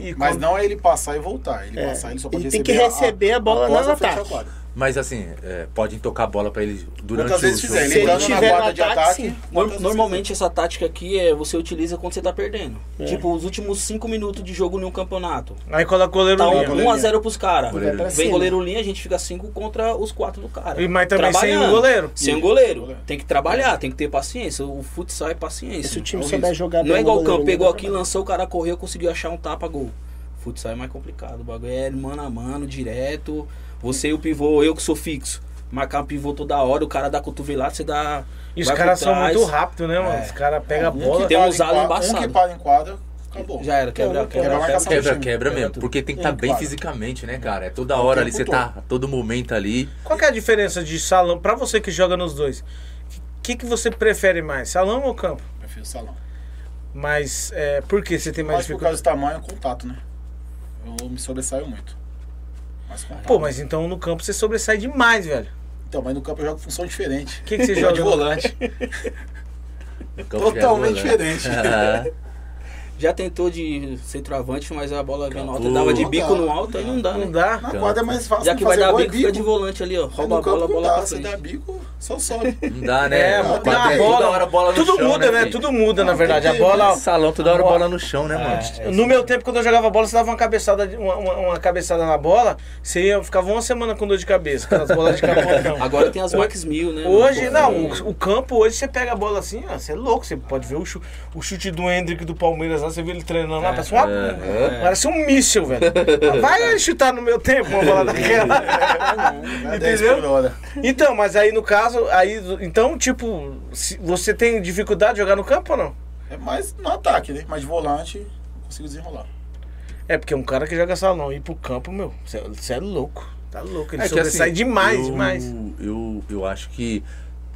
E
Mas
quando-
não é ele passar e voltar. Ele
É,
passar, ele só pode
ele tem que
a-
receber a bola
após
no
eu fechar
ataque.
a quadra.
Mas assim, é, podem tocar a bola pra ele durante
Quantas vezes
o jogo.
fizer,
Se ele
né?
lembrando na
tiver
guarda
no
de
ataque,
ataque.
sim.
quantas
Nor-
vezes
normalmente essa tática aqui é você utiliza quando você tá perdendo. Tipo, os últimos 5 minutos de jogo em um campeonato.
Aí coloca o goleiro
Tá
linha.
1 um, um a 0 pros caras.
Goleiro
linha.
Vem goleiro linha, a gente fica 5 contra os 4 do cara.
E- mas também sem
Trabalhando.
o goleiro.
Sem o goleiro. Tem que trabalhar, tem que ter paciência. O futsal é
Se
paciência.
o time souber jogar
Não é
bem,
igual o
goleiro
campo,
não
pegou
dá pra
aqui, lançou, o cara correu, conseguiu achar um tapa, gol. Futsal é mais complicado, o bagulho é mano a mano, direto. Você e o pivô, eu que sou fixo. Marcar um pivô toda hora, o cara dá cotovelada, você dá.
E os
vai por
caras são
trás.
muito rápidos, né, mano?
É.
Os caras pegam a
Um que
bola.
tem
para
um
em
usado
quadra- Um
embaçado.
que para em quadra, acabou.
Já é. era,
É
Quebra,
quebra, quebra,
quebra a
quebra,
marcação.
Quebra,
time.
quebra
Quebra
mesmo.
tudo.
Porque tem que estar
Tem,
bem
claro.
fisicamente, né, cara? É toda
o
hora ali,
tempo
você tá a todo momento ali.
Qual que é a diferença de salão? Pra você que joga nos dois, o que, que você prefere mais, salão ou campo?
Meu filho, salão.
Mas é, por que você tem mais
Mas por causa
dificuldade?
do tamanho, contato, né? Eu me sobressaio muito. Mas contato.
Pô, mas então no campo você sobressai demais, velho.
Então, mas no campo eu jogo função diferente.
O que, que você
Eu jogo
joga?
de
[laughs]
volante.
no campo de
Totalmente
bola, né? [laughs]
diferente.
Já tentou de centroavante, mas a bola vinha no alto,
Acabou.
dava de
Não
bico
dá.
no alto, aí não dá,
Não
né?
dá.
Na quadra é mais fácil
Já
de
que vai
fazer
dar
gol e
bico, fica
bico.
de volante ali, ó.
Mas
Rouba a
no campo
bola, a
não
bola
dá,
pra
você
frente.
dá bico, só
[laughs]
sobe.
Não dá, né?
É, mano,
mano,
tem uma
quadra-
bola.
toda hora a bola no
Tudo
chão,
muda, né?
filho?
Tudo muda, na verdade. A
que-
bola. É,
Salão, toda hora a bola no chão, né, mano?
No meu tempo, quando eu jogava bola, você dava uma cabeçada, de- uma, uma- uma cabeçada na bola, você ia, ficava uma semana com dor de cabeça, aquelas bolas de capotão.
Agora tem as Max Mil, né?
Hoje,
Pô,
não, o, o campo hoje você pega a bola assim, ó, você é louco, você pode ver o, chu- o chute do Hendrick do Palmeiras lá, você vê ele treinando lá, parece, uma, parece um míssil, velho. Vai ele chutar no meu tempo uma bola daquela.
Não é 10 por hora.
Então, mas aí no caso, aí, então, tipo, se- você tem dificuldade de jogar no campo ou não?
É mais no ataque, né? Mas de volante, eu consigo desenrolar.
É, porque um cara que joga salão e ir pro campo, meu, você é louco. Tá louco, ele
É que,
sobressai
assim,
demais,
eu,
demais.
Eu, eu acho que,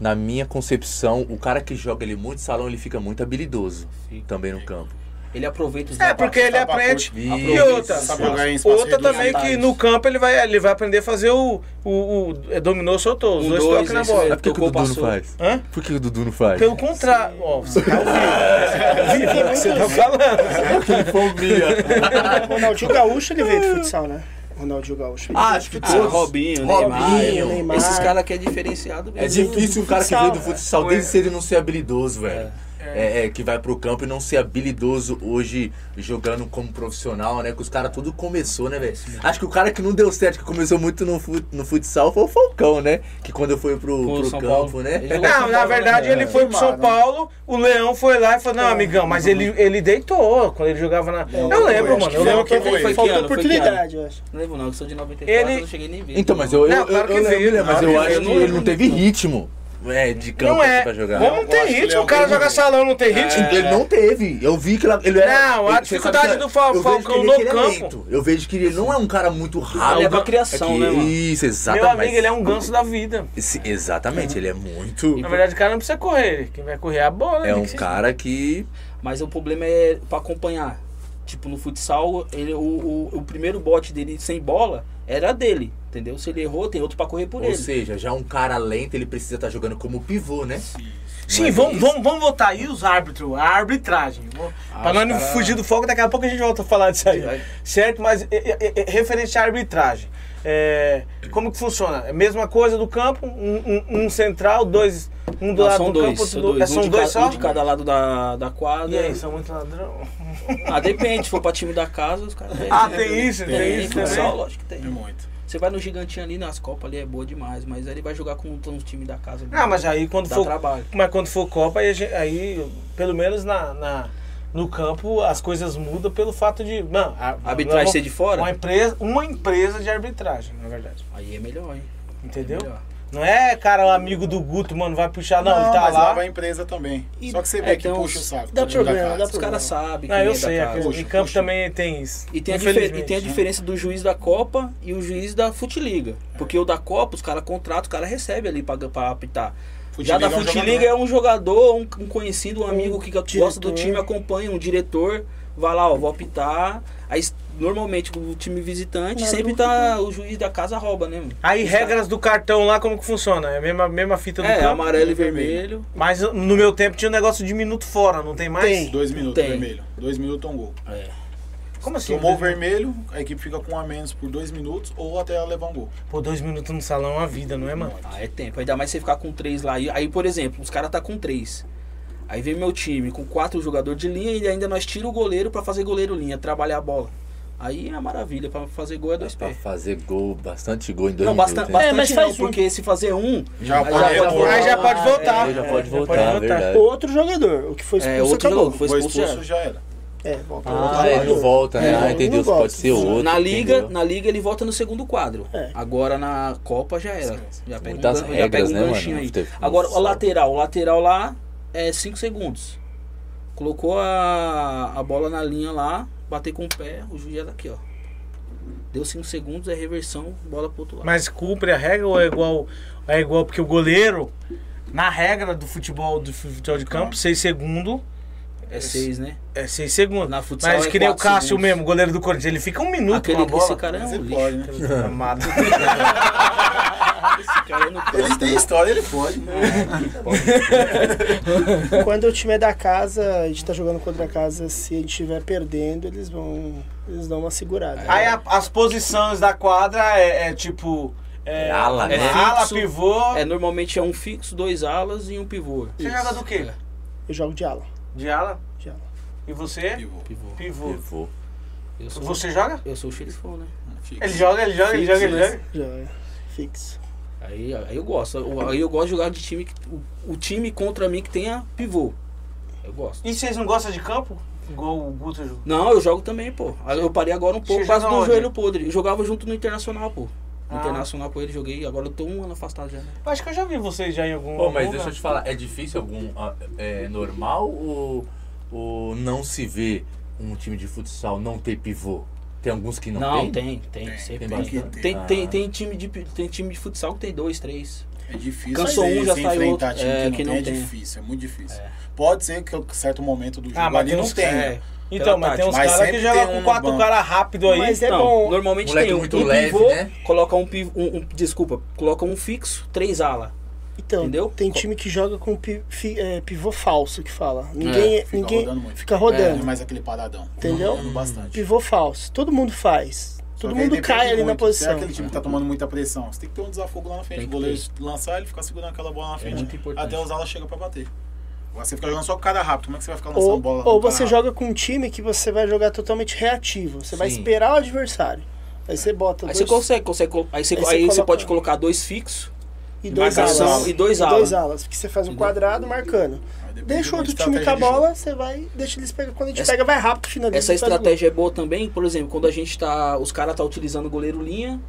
na minha concepção, o cara que joga ele muito salão, ele fica muito habilidoso também no campo.
Ele aproveita os
É, porque ele
Sapato,
aprende.
curto.
E outra,
Sabe jogar em espaço
outra
reduzido.
também que no campo ele vai, ele vai aprender a fazer o, o, o- é, dominou, soltou, os
Um,
dois,
dois,
toques na
isso
bola.
mesmo.
Mas por que, que o
Tocou,
Dudu não
passou.
faz?
Hã?
Por que que o Dudu não faz? [laughs]
Pelo contrário, ó, você tá ouvindo. Viva o que você tá falando.
[laughs]
O Ronaldinho Gaúcho, ele veio do futsal, né? O Ronaldinho Gaúcho. ele veio do
que
Ah, Robinho, Neymar.
Robinho.
Neymar.
Esses caras que é diferenciado
É
mesmo.
difícil o cara que
futsal,
veio do futsal
Foi.
desde cedo não ser habilidoso, velho. É, é, que vai pro campo e não ser habilidoso hoje jogando como profissional, né? Que os caras tudo começou, né, velho? Acho que o cara que não deu certo, que começou muito no, fu- no futsal, foi o Falcão, né? Que quando eu fui pro,
Pô,
pro
São
campo,
Paulo. Ele
né?
jogou São
Não, na
Paulo,
verdade
né?
ele foi pro São Paulo, o Leão foi lá e falou, não, amigão, mas ele, ele deitou quando ele jogava na... Eu
é.
lembro, mano, eu lembro que
que
Faltou-
foi.
Foi que
Faltou
ano? Foi que
oportunidade, eu acho.
Não lembro não, que sou de 94,
Ele-
eu não cheguei nem a ver.
Então, mas eu, eu,
Não, claro
eu- eu
que
lembro,
veio,
mas
claro
eu
que
acho
veio.
que ele não teve ritmo é, de campo
Não
assim
é.
pra jogar.
Como não
Eu
tem
acho que
ritmo?
ele é
O cara
alguém
joga
que-
salão, não tem ritmo?
Ele não teve. Eu vi que ela- ele era.
É. Não, a
ele- você
dificuldade
sabe que
do Fal-
eu vejo
Falcão
que ele-
no
que ele é
campo.
lento. Eu vejo que ele não é um cara muito rápido.
leva a criação, né, mano?
Isso,
Meu
exatamente.
amigo, ele é um ganso da vida.
Esse- exatamente, ele é muito.
Na verdade, o cara não precisa correr. Quem vai correr é a bola.
É
tem
um
que se-
cara que.
Mas o problema é pra acompanhar. Tipo, no futsal, ele, o, o, o primeiro bote dele sem bola era dele, entendeu? Se ele errou, tem outro pra correr por
Ou
ele.
seja, já um cara lento, ele precisa estar jogando como pivô, né?
Sim,
é
vamos, vamos, vamos voltar aí os árbitros, a arbitragem. Vamos-
Ah,
pra nós não fugir do foco, daqui a pouco a gente volta a falar disso aí. Certo? Mas é, é, é, referente à arbitragem, é, como que funciona? É a mesma coisa do campo, um, um- um central, dois, um do
Não,
lado
são
do
dois,
campo, outro
são
do-
dois.
é, são
um, de
dois
cada,
só?
um de cada lado é. da, da
E
quadra.
aí, são muito ladrão.
[laughs] Ah, depende, se for pra time da casa, os caras...
Ah, tem isso, tem isso
futsal,
também?
lógico que tem.
É muito.
Você vai no gigantinho ali, nas copas ali, é boa demais, mas aí ele vai jogar contra os times da casa.
Ah, mas aí quando
Dá
for.
trabalho.
Mas quando for Copa, aí, a gen- aí, pelo menos na, na- no campo, as coisas mudam pelo fato de. Não, a,
Arbitragem
não,
ser de fora?
Uma empresa, uma empresa de arbitragem, na verdade.
Aí é melhor, hein?
Entendeu?
Melhor.
Não é, cara, o amigo do Guto, mano, vai puxar, não, ele tá
mas
lá.
vai a empresa também.
E-
Só que você
é,
vê que
tem uns-
puxa o saco.
dá
do time da
problema,
casa.
dá
Os caras sabem.
Não,
quem
Ah, eu
é da
sei,
casa.
aquele- em campo também tem isso.
E tem, a difer-
Infelizmente. né?
e tem a diferença do juiz da Copa e o juiz da Futiliga. Porque o da Copa, os caras contratam, o cara recebe ali pra, pra apitar. Já
Futiliga
da
é um
Futiliga é um jogador, um, um conhecido, um amigo que gosta do
diretor.
time, acompanha, um diretor, vai lá, ó, vou apitar. Aí, s- normalmente, o time visitante sempre tá. O juiz da casa rouba, né? mano?
Aí
Os caras-
regras do cartão lá, como que funciona? É a mesma, mesma fita do
É,
campo.
amarelo e vermelho.
Mas no meu tempo tinha um negócio de minuto fora, não tem mais?
Tem.
Dois minutos,
Tem.
vermelho. Dois minutos, um gol.
Como assim?
Tomou o vermelho, a equipe fica com um a menos por dois minutos ou até ela levar um gol.
Pô, dois minutos no salão é uma vida, não é, mano?
Ah, é tempo. Ainda mais você ficar com três lá. E Aí, por exemplo, os caras tá com três. Aí vem meu time com quatro jogadores de linha e ainda nós tira o goleiro pra fazer goleiro linha, trabalhar a bola. Aí é uma maravilha, pra fazer gol é dois
Pra
pés.
fazer gol, bastante gol em dois
Não, basta,
minutos.
bastante
Tá É, mas
não,
faz um.
porque se fazer um,
Já
aí
pode voltar.
Aí já pode voltar.
É, já
É,
pode voltar, verdade.
Outro jogador, o que foi expulso
É, outro
acabou.
jogador que foi
Foi
expulso.
expulso,
já.
já era.
É, volta
Ah,
outro
ele não
jogador.
volta, né?
É,
ah, entendeu?
não volta.
Pode ser outro.
Na liga,
entendeu?
na liga ele volta no segundo quadro.
É.
Agora na Copa já era. Já pega
Muitas
um, gan- já pega
regras,
um
né, mano?
ganchinho aí.
Teve-
Agora o
Nossa.
lateral, o lateral lá é 5 segundos. Colocou a, a bola na linha lá, bater com o pé, o juiz já tá aqui, ó. Deu 5 segundos, é reversão, bola pro outro lado.
Mas cumpre a regra ou é igual. É igual porque o goleiro, na regra do futebol, do futebol de campo, seis segundos.
é 6, né?
É seis segundos.
Na futsal
Mas
é
que nem o
quatro
Cássio
segundos.
mesmo, goleiro do Corinthians, ele fica um minuto
Aquele,
com a bola.
esse cara é um lixo.
Pode, né?
Amado.
Esse cara é no campo.
Ele tem história, ele pode. Né?
Quando o time é da casa, a gente tá jogando contra a casa, se a gente estiver perdendo, eles vão. Eles dão uma segurada.
É.
Aí a- as posições da quadra é, é tipo. É,
É ala,
é
né?
ala,
Fixo.
pivô.
[laughs] É, normalmente é um fixo, dois alas e um pivô. É,
Você joga do quê?
Eu jogo de ala.
De ala?
De ala.
E você?
Pivô.
Pivô.
Pivô.
Eu vou.
Eu sou,
Você joga?
eu sou o xerifão, né?
Fica.
Ele joga, ele joga, ele
Fixo,
joga, ele
né?
joga.
Já é fixo.
Aí, aí eu gosto. Eu- Aí eu gosto de jogar de time que. O, o time contra mim que tenha pivô. Eu gosto.
E vocês não gostam de campo? Igual o Guto jogou.
Não, eu jogo também, pô. Aí Eu parei agora um pouco,
Você
por causa
joga
do
onde?
joelho podre. Eu jogava junto no Internacional, pô. No
Ah.
Internacional com ele joguei, agora eu tô um ano afastado já, né?
Eu Acho que eu já vi vocês já em algum.
Pô, mas
algum
deixa eu te falar, é difícil algum. ah, É normal ou, ou não se vê um time de futsal não ter pivô? Tem alguns que não, tem?
tem, tem, sempre
tem
tem.
bastante.
Tem, tem,
Ah.
tem time de, tem time de futsal que tem dois, três.
É difícil.
Cansou
você-
um, já
você
sai
enfrentar
outro.
time
É,
que não, tem, é difícil, é muito difícil. Pode ser que em certo momento do jogo
Ah, mas
ali
tem
não
uns-
tenha.
É.
Então, mas tem uns
Mas
caras que
sempre
jogam
tem um
com
no
quatro
banco.
caras rápido aí.
Mas é
Não,
bom.
Normalmente
Moleque
tem um,
muito
um
leve,
pivô,
né?
coloca um pivô, um, um- desculpa, coloca um fixo, três ala.
Então,
Entendeu?
tem time que joga com pi- fi- é, pivô falso que
É,
fala. Ninguém.
É, fica
ninguém
rodando muito.
Fica rodando.
Não é mais aquele paradão.
Entendeu?
Rodando bastante.
Pivô falso. Todo mundo faz.
Só
Todo
que aí
mundo
depende
cai ali
muito. Se
na
é
posição.
aquele time que tá tomando muita pressão, você tem que ter um desafogo lá na frente.
Tem
O
que
goleiro lançar, ele fica segurando aquela bola na frente.
muito importante.
até os alas chega pra bater. Agora você fica jogando só com o cara rápido. Como é que você vai ficar lançando
Ou,
bola?
ou
no cara
você
rápido?
joga com um time que você vai jogar totalmente reativo. Você vai
Sim.
esperar o adversário. Aí você bota
Aí
Então dois
você consegue, consegue colo- aí você,
Aí
aí
você
você
coloca-
pode colocar dois fixos.
e dois
marcação
alas.
e dois alas. né?
Porque você faz um quadrado marcando.
Aí depende
Deixa o
muito
outro
da
time com a
estratégia de jogo.
bola, você vai, deixa eles pegar. Quando a gente
Essa-
pega, vai rápido, finaliza.
Essa
e
tá
faz o gol.
estratégia é boa também, por exemplo, quando a gente tá. Os caras tá utilizando o goleiro linha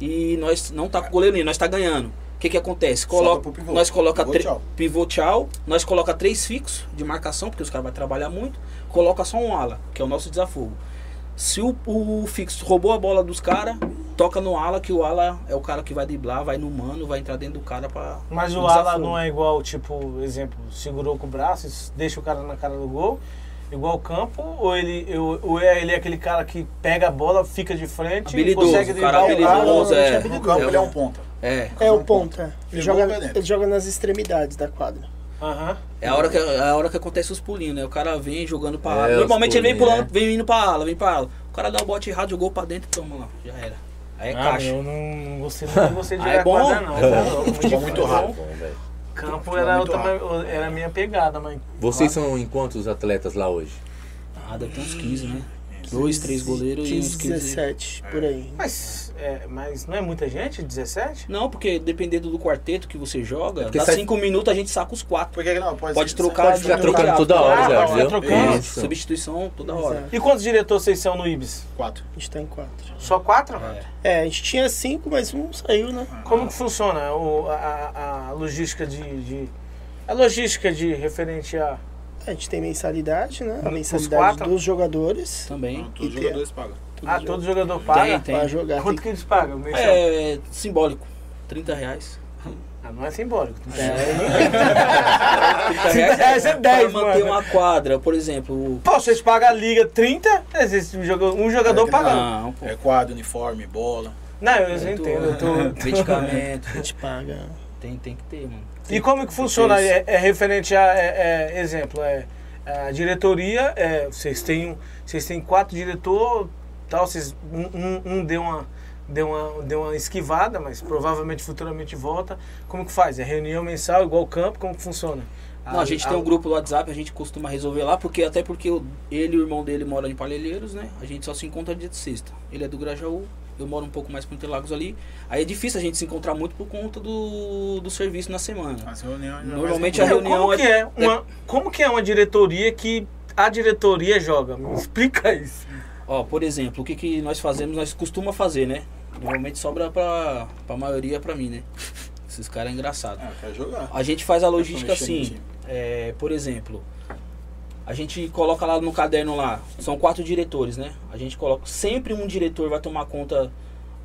e nós não tá com o goleiro linha, nós tá ganhando. O que que acontece?
Solta
Coloca,
pro pivô.
nós coloca
Pivô,
tre-
tchau.
pivô tchau, nós coloca três fixos de marcação, porque os caras vão trabalhar muito, coloca só um ala, que é o nosso desafogo. Se o, o fixo roubou a bola dos caras, toca no ala, que o ala é o cara que vai driblar, vai no mano, vai entrar dentro do cara pra.
Mas o
no
ala
desafogo.
não é igual, tipo, exemplo, segurou com o braço, e deixa o cara na cara do gol, igual o campo, ou ele, ou, ou é, ele é aquele cara que pega a bola, fica de frente,
Habilidoso,
consegue
o cara
driblar
Ah,
o cara.
habilidoso,
normalmente é
é.
No campo ele é um ponto.
É.
É o ponta.
Pegou,
Ele joga,
vai dentro.
ele joga nas extremidades da quadra.
Aham.
É a hora que, é a hora que acontece os pulinhos, né? O cara vem jogando pra
É,
ala.
os
Normalmente ele vem
pulinhos,
pulando, vem indo pra ala, vem pra ala. O cara dá o bote errado, jogou pra dentro, toma lá. Já era. Aí é
Ah,
caixa.
Eu não, não gostei, não gostei de
Ah, é
jogar
bom?
quadra, não.
É
Tá
[laughs]
louco,
Futebol muito
difícil.
rápido.
Bom, velho.
Campo era, outra, era a minha pegada, mas.
Vocês são em quantos atletas lá hoje?
Ah, deve ter uns 15, né? Dois, três goleiros e um uns 15.
17, por aí.
Mas, é, mas não é muita gente? 17?
Não, porque dependendo do quarteto que você joga,
porque
dá
sai-
cinco minutos a gente saca os quatro.
Porque não, pode,
Pode
ser-
trocar,
Pode ficar
jogador
trocando
rápido.
Tá toda hora,
Ah,
já
pode ficar
viu?
trocando.
Isso.
Substituição toda hora.
Exato.
E quantos diretores vocês são no Ibis?
Quatro.
A gente tá em 4.
Só quatro?
É, a gente tinha 5, mas um saiu, né?
Como que funciona o- a, a- a logística de, de- A logística de referente a.
A gente tem mensalidade, né? A mensalidade
quatro?
dos jogadores.
Também.
Então, Todos os
E
jogadores pagam.
Ah, todo jogador
Tem,
paga?
tem.
Pra jogar.
Quanto que eles pagam? Mensal?
É, é simbólico. 30 reais.
Ah, não é simbólico. Não sei.
É. 30 reais,
reais é
pra
dez,
manter
mano.
uma quadra, por exemplo.
Pô, vocês pagam a liga 30, às vezes um jogador, um jogador
É,
paga. Não,
Não, É, pô.
É quadro, uniforme, bola.
eu já entendo. eu tô- [laughs]
[laughs] Medicamento.
A gente paga.
Tem, tem que ter, mano.
E como que funciona? É, é referente a. é- é, exemplo, é. A diretoria, é, vocês têm vocês têm quatro diretor, tal, vocês um, um- um deu uma deu uma deu uma esquivada, mas provavelmente futuramente volta. Como que faz? É reunião mensal igual o campo? Como que funciona?
Não, a gente tem um grupo do WhatsApp, a gente costuma resolver lá, porque até porque o- ele e o irmão dele moram em Palheiros, né? A gente só se encontra dia de sexta. Ele é do Grajaú, eu moro um pouco mais pro Interlagos ali. Aí é difícil a gente se encontrar muito por conta do, do serviço na semana.
As reuniões.
Normalmente a
Como,
reunião
como
é.
que é uma como que é uma diretoria que a diretoria joga? Me explica isso.
Ó, por exemplo, o que, que nós fazemos, nós costuma fazer, né? Normalmente sobra pra, pra maioria pra mim, né? Esses caras é engraçado.
Ah, quer jogar.
A gente faz a logística
mexendo no
assim.
time.
é, por exemplo, a gente coloca lá no caderno lá, são quatro diretores, né? A gente coloca sempre um diretor vai tomar conta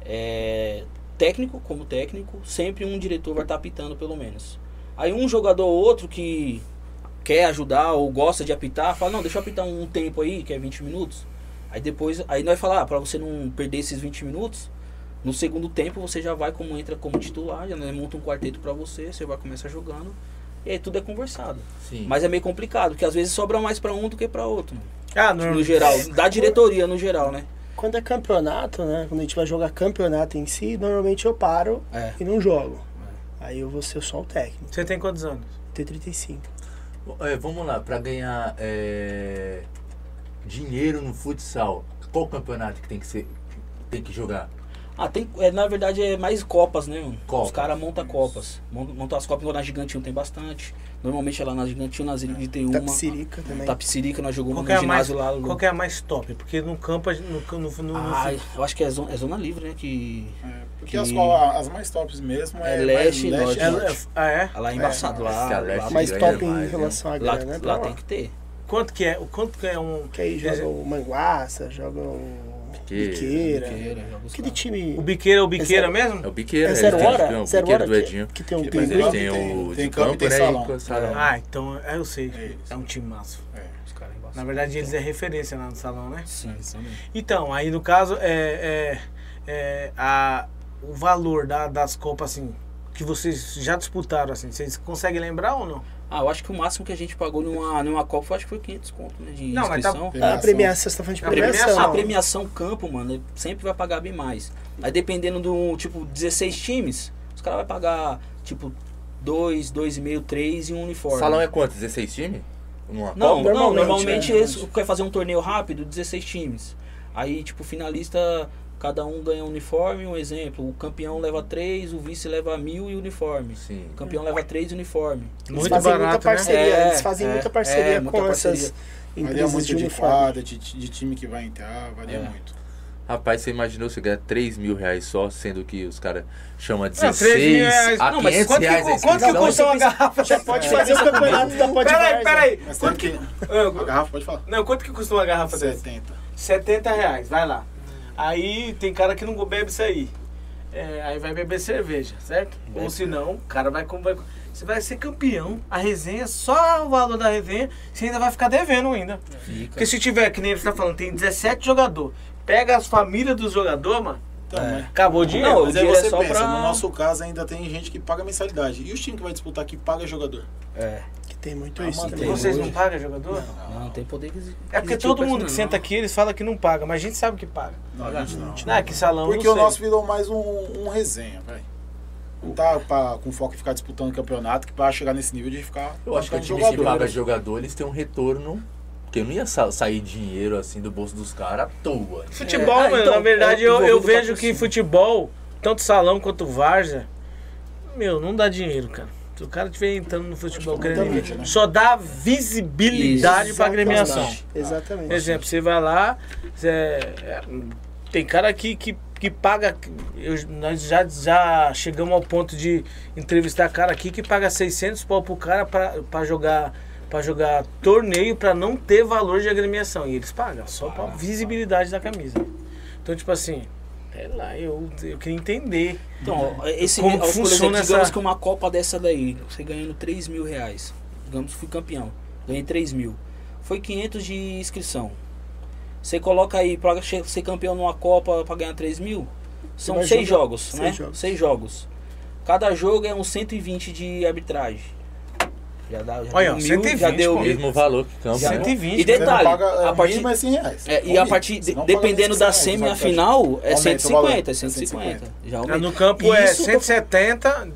é, técnico, como técnico, sempre um diretor vai estar apitando pelo menos. Aí um jogador ou outro que quer ajudar ou gosta de apitar, fala, não, deixa eu apitar um tempo aí, que é 20 minutos. Aí depois, aí nós falar, ah, para você não perder esses 20 minutos, no segundo tempo você já vai como entra como titular, já né, monta um quarteto pra você, você vai começar jogando. E aí tudo é conversado.
Sim.
Mas é meio complicado, porque às vezes sobra mais pra um do que pra outro, mano.
Ah,
no geral,
É.
da diretoria no geral, né?
Quando é campeonato, né? Quando a gente vai jogar campeonato em si, normalmente eu paro
É.
e não jogo. Aí eu vou ser só o técnico.
Você tem quantos anos?
T35.
É, vamos lá, pra ganhar é, dinheiro no futsal, qual campeonato que tem que ser, que tem que jogar?
Ah, tem, é, na verdade é mais copas, né? mano?
Copas.
Os caras montam copas. Mon- Montam as copas, igual na Gigantinho tem bastante. Normalmente é lá na Gigantinho, na Zilli tem uma. tá
Tapsirica Tá também.
Tapsirica, nós jogamos
Qual
no
que é a mais,
ginásio lá. Lu.
qual que é a mais top? Porque no campo, a gente- no, no, no, no,
Ah, eu acho que é zona, é zona livre, né? Que.
É, porque
Que-
as, qual- as mais tops mesmo é,
É
mais
leste e norte.
é,
norte.
é- ah, é?
Lá é embaçado, lá.
Esse Aleste
lá-
Mas
ganha
top em
mais, né?
relação à
lá,
grana, né?
lá
Pra
tem que ter.
Quanto que é? O quanto que é um.
Que aí joga o Manguaça, joga o
Piqueira.
Piqueira.
Queira, joga os
Aquele
caras.
time.
O biqueira é o biqueira
Esse é-
mesmo?
É o biqueiro,
é
eles
zero
um
têm
hora?
campo, o
zero
biqueiro
hora
do Edinho.
que, que tem um
Mas
Mas
tem
eles
campo
têm
tem-
o
tem
de
campo e
campo,
tem
né?
salão.
e com o salão.
Ah, então é, eu sei.
Isso.
É um time massa.
Os caras é embaçado.
Na verdade,
Então.
eles é referência lá no salão, né?
Sim, isso mesmo.
Então, aí no caso, é, é, é, a, o valor da- das Copas, assim, que vocês já disputaram, assim, vocês conseguem lembrar ou não?
Ah, eu acho que o máximo que a gente pagou numa, numa Copa, eu acho que foi 500 conto, né? De
Não, mas tá-
inscrição.
A premiação, você tá falando de
A premiação.
premiação.
A premiação campo, mano, sempre vai pagar bem mais. Aí dependendo do, tipo, 16 times, os caras vão pagar, tipo, 2, 2,5, 3 e um uniforme.
Salão é quanto? 16 times?
Não,
Uma Copa?
normalmente,
Normalmente,
não, normalmente
é.
eles quer fazer um torneio rápido, 16 times. Aí, tipo, finalista, cada um ganha um uniforme, um exemplo. O campeão leva 3, o vice leva mil e uniforme.
Sim.
O campeão leva 3 uniforme.
Eles fazem
né?
muita parceria.
É,
eles fazem
é,
muita parceria
é, muita
com essas
parceria.
é
Varia
empresas de
muito de
uniforme.
quadra, de, de time que vai entrar, varia
É.
muito.
Rapaz, você imaginou se ganhar 3 mil reais só, sendo que os caras chamam
mil
16
reais.
a
Ah,
Não, mas
500
quanto que-
é
reais é a
quanto que
inscrição?
custa um uma garrafa?
Já pode fazer o campeonato da Podvar.
Peraí, peraí.
Mas
Quanto que.
tem A
Ah,
garrafa, pode falar.
Não, quanto que custa uma garrafa dessa?
70.
70 reais, vai lá. Aí tem cara que não bebe isso aí. É, aí vai beber cerveja, certo? Ou se não, o cara vai, com- vai. Você vai ser campeão. A resenha, só o valor da resenha, você ainda vai ficar devendo ainda. Porque se tiver, que nem ele tá falando, tem 17 jogador. Pega as famílias dos jogadores, mano.
Então, mas-
Acabou o dinheiro.
Não,
Mas
o
aí
dinheiro
você
é só
pensa,
pra-
no nosso caso ainda tem gente que paga mensalidade. E os times que vai disputar que paga é jogador?
Que tem muito isso.
mano,
também.
Vocês não pagam jogador?
Não, tipo tem poder que
É porque todo mundo que senta aqui, eles falam que não paga, mas a gente sabe que paga.
Não, a gente não.
Ah, que salão.
Porque
não
o
sei.
nosso virou mais um, um resenha, velho. Não tá pra, com foco em ficar disputando campeonato, que pra chegar nesse nível de ficar.
Eu acho que o
marcando
time que paga jogador, eles têm um retorno. Porque não ia sa- sair dinheiro assim do bolso dos caras à toa. né?
Futebol,
É, ah,
mano,
então,
na verdade
é o
eu, eu
envolvido
vejo que
patrocínio.
futebol, tanto salão quanto várzea, meu, não dá dinheiro, cara. Se o cara estiver entrando no futebol querendo
Exatamente,
investir,
né?
só dá visibilidade pra gremiação.
Exatamente.
Por exemplo, você vai lá, você- é, tem cara que, que, que paga. eu- nós já, já chegamos ao ponto de entrevistar cara aqui que paga 600 pau pro cara pra, pra jogar. Pra jogar torneio pra não ter valor de agremiação. E eles pagam, só
Ah,
pra
tá.
visibilidade da camisa. Então, tipo assim, sei lá, eu, eu queria entender.
Então, ó, esse,
Como
ó, por exemplo,
funciona
digamos
essa-
que uma Copa dessa daí, você ganhando 3 mil reais. Digamos que fui campeão, ganhei 3 mil. Foi 500 de inscrição. Você coloca aí, pra che- ser campeão numa Copa pra ganhar 3 mil, são
vai
6
jogar
jogos,
seis
né?
jogos.
6 jogos. Cada jogo é uns 120 de arbitragem. Já dá, já
Olha,
deu mil,
120,
já deu
pô.
O
mil.
mesmo valor que campo.
Já-
né?
120,
E
você
Você não
detalhe,
paga
a partir,
mínimo é 100 reais.
é, e
Ou
a
mil.
partir,
Você
de-
não paga
dependendo
100
da
reais,
semi a
exatamente.
final, é
Aumenta o
150, é
valor.
150. Já
Ah,
aumenta.
No campo
E
é
isso eu tô-
170,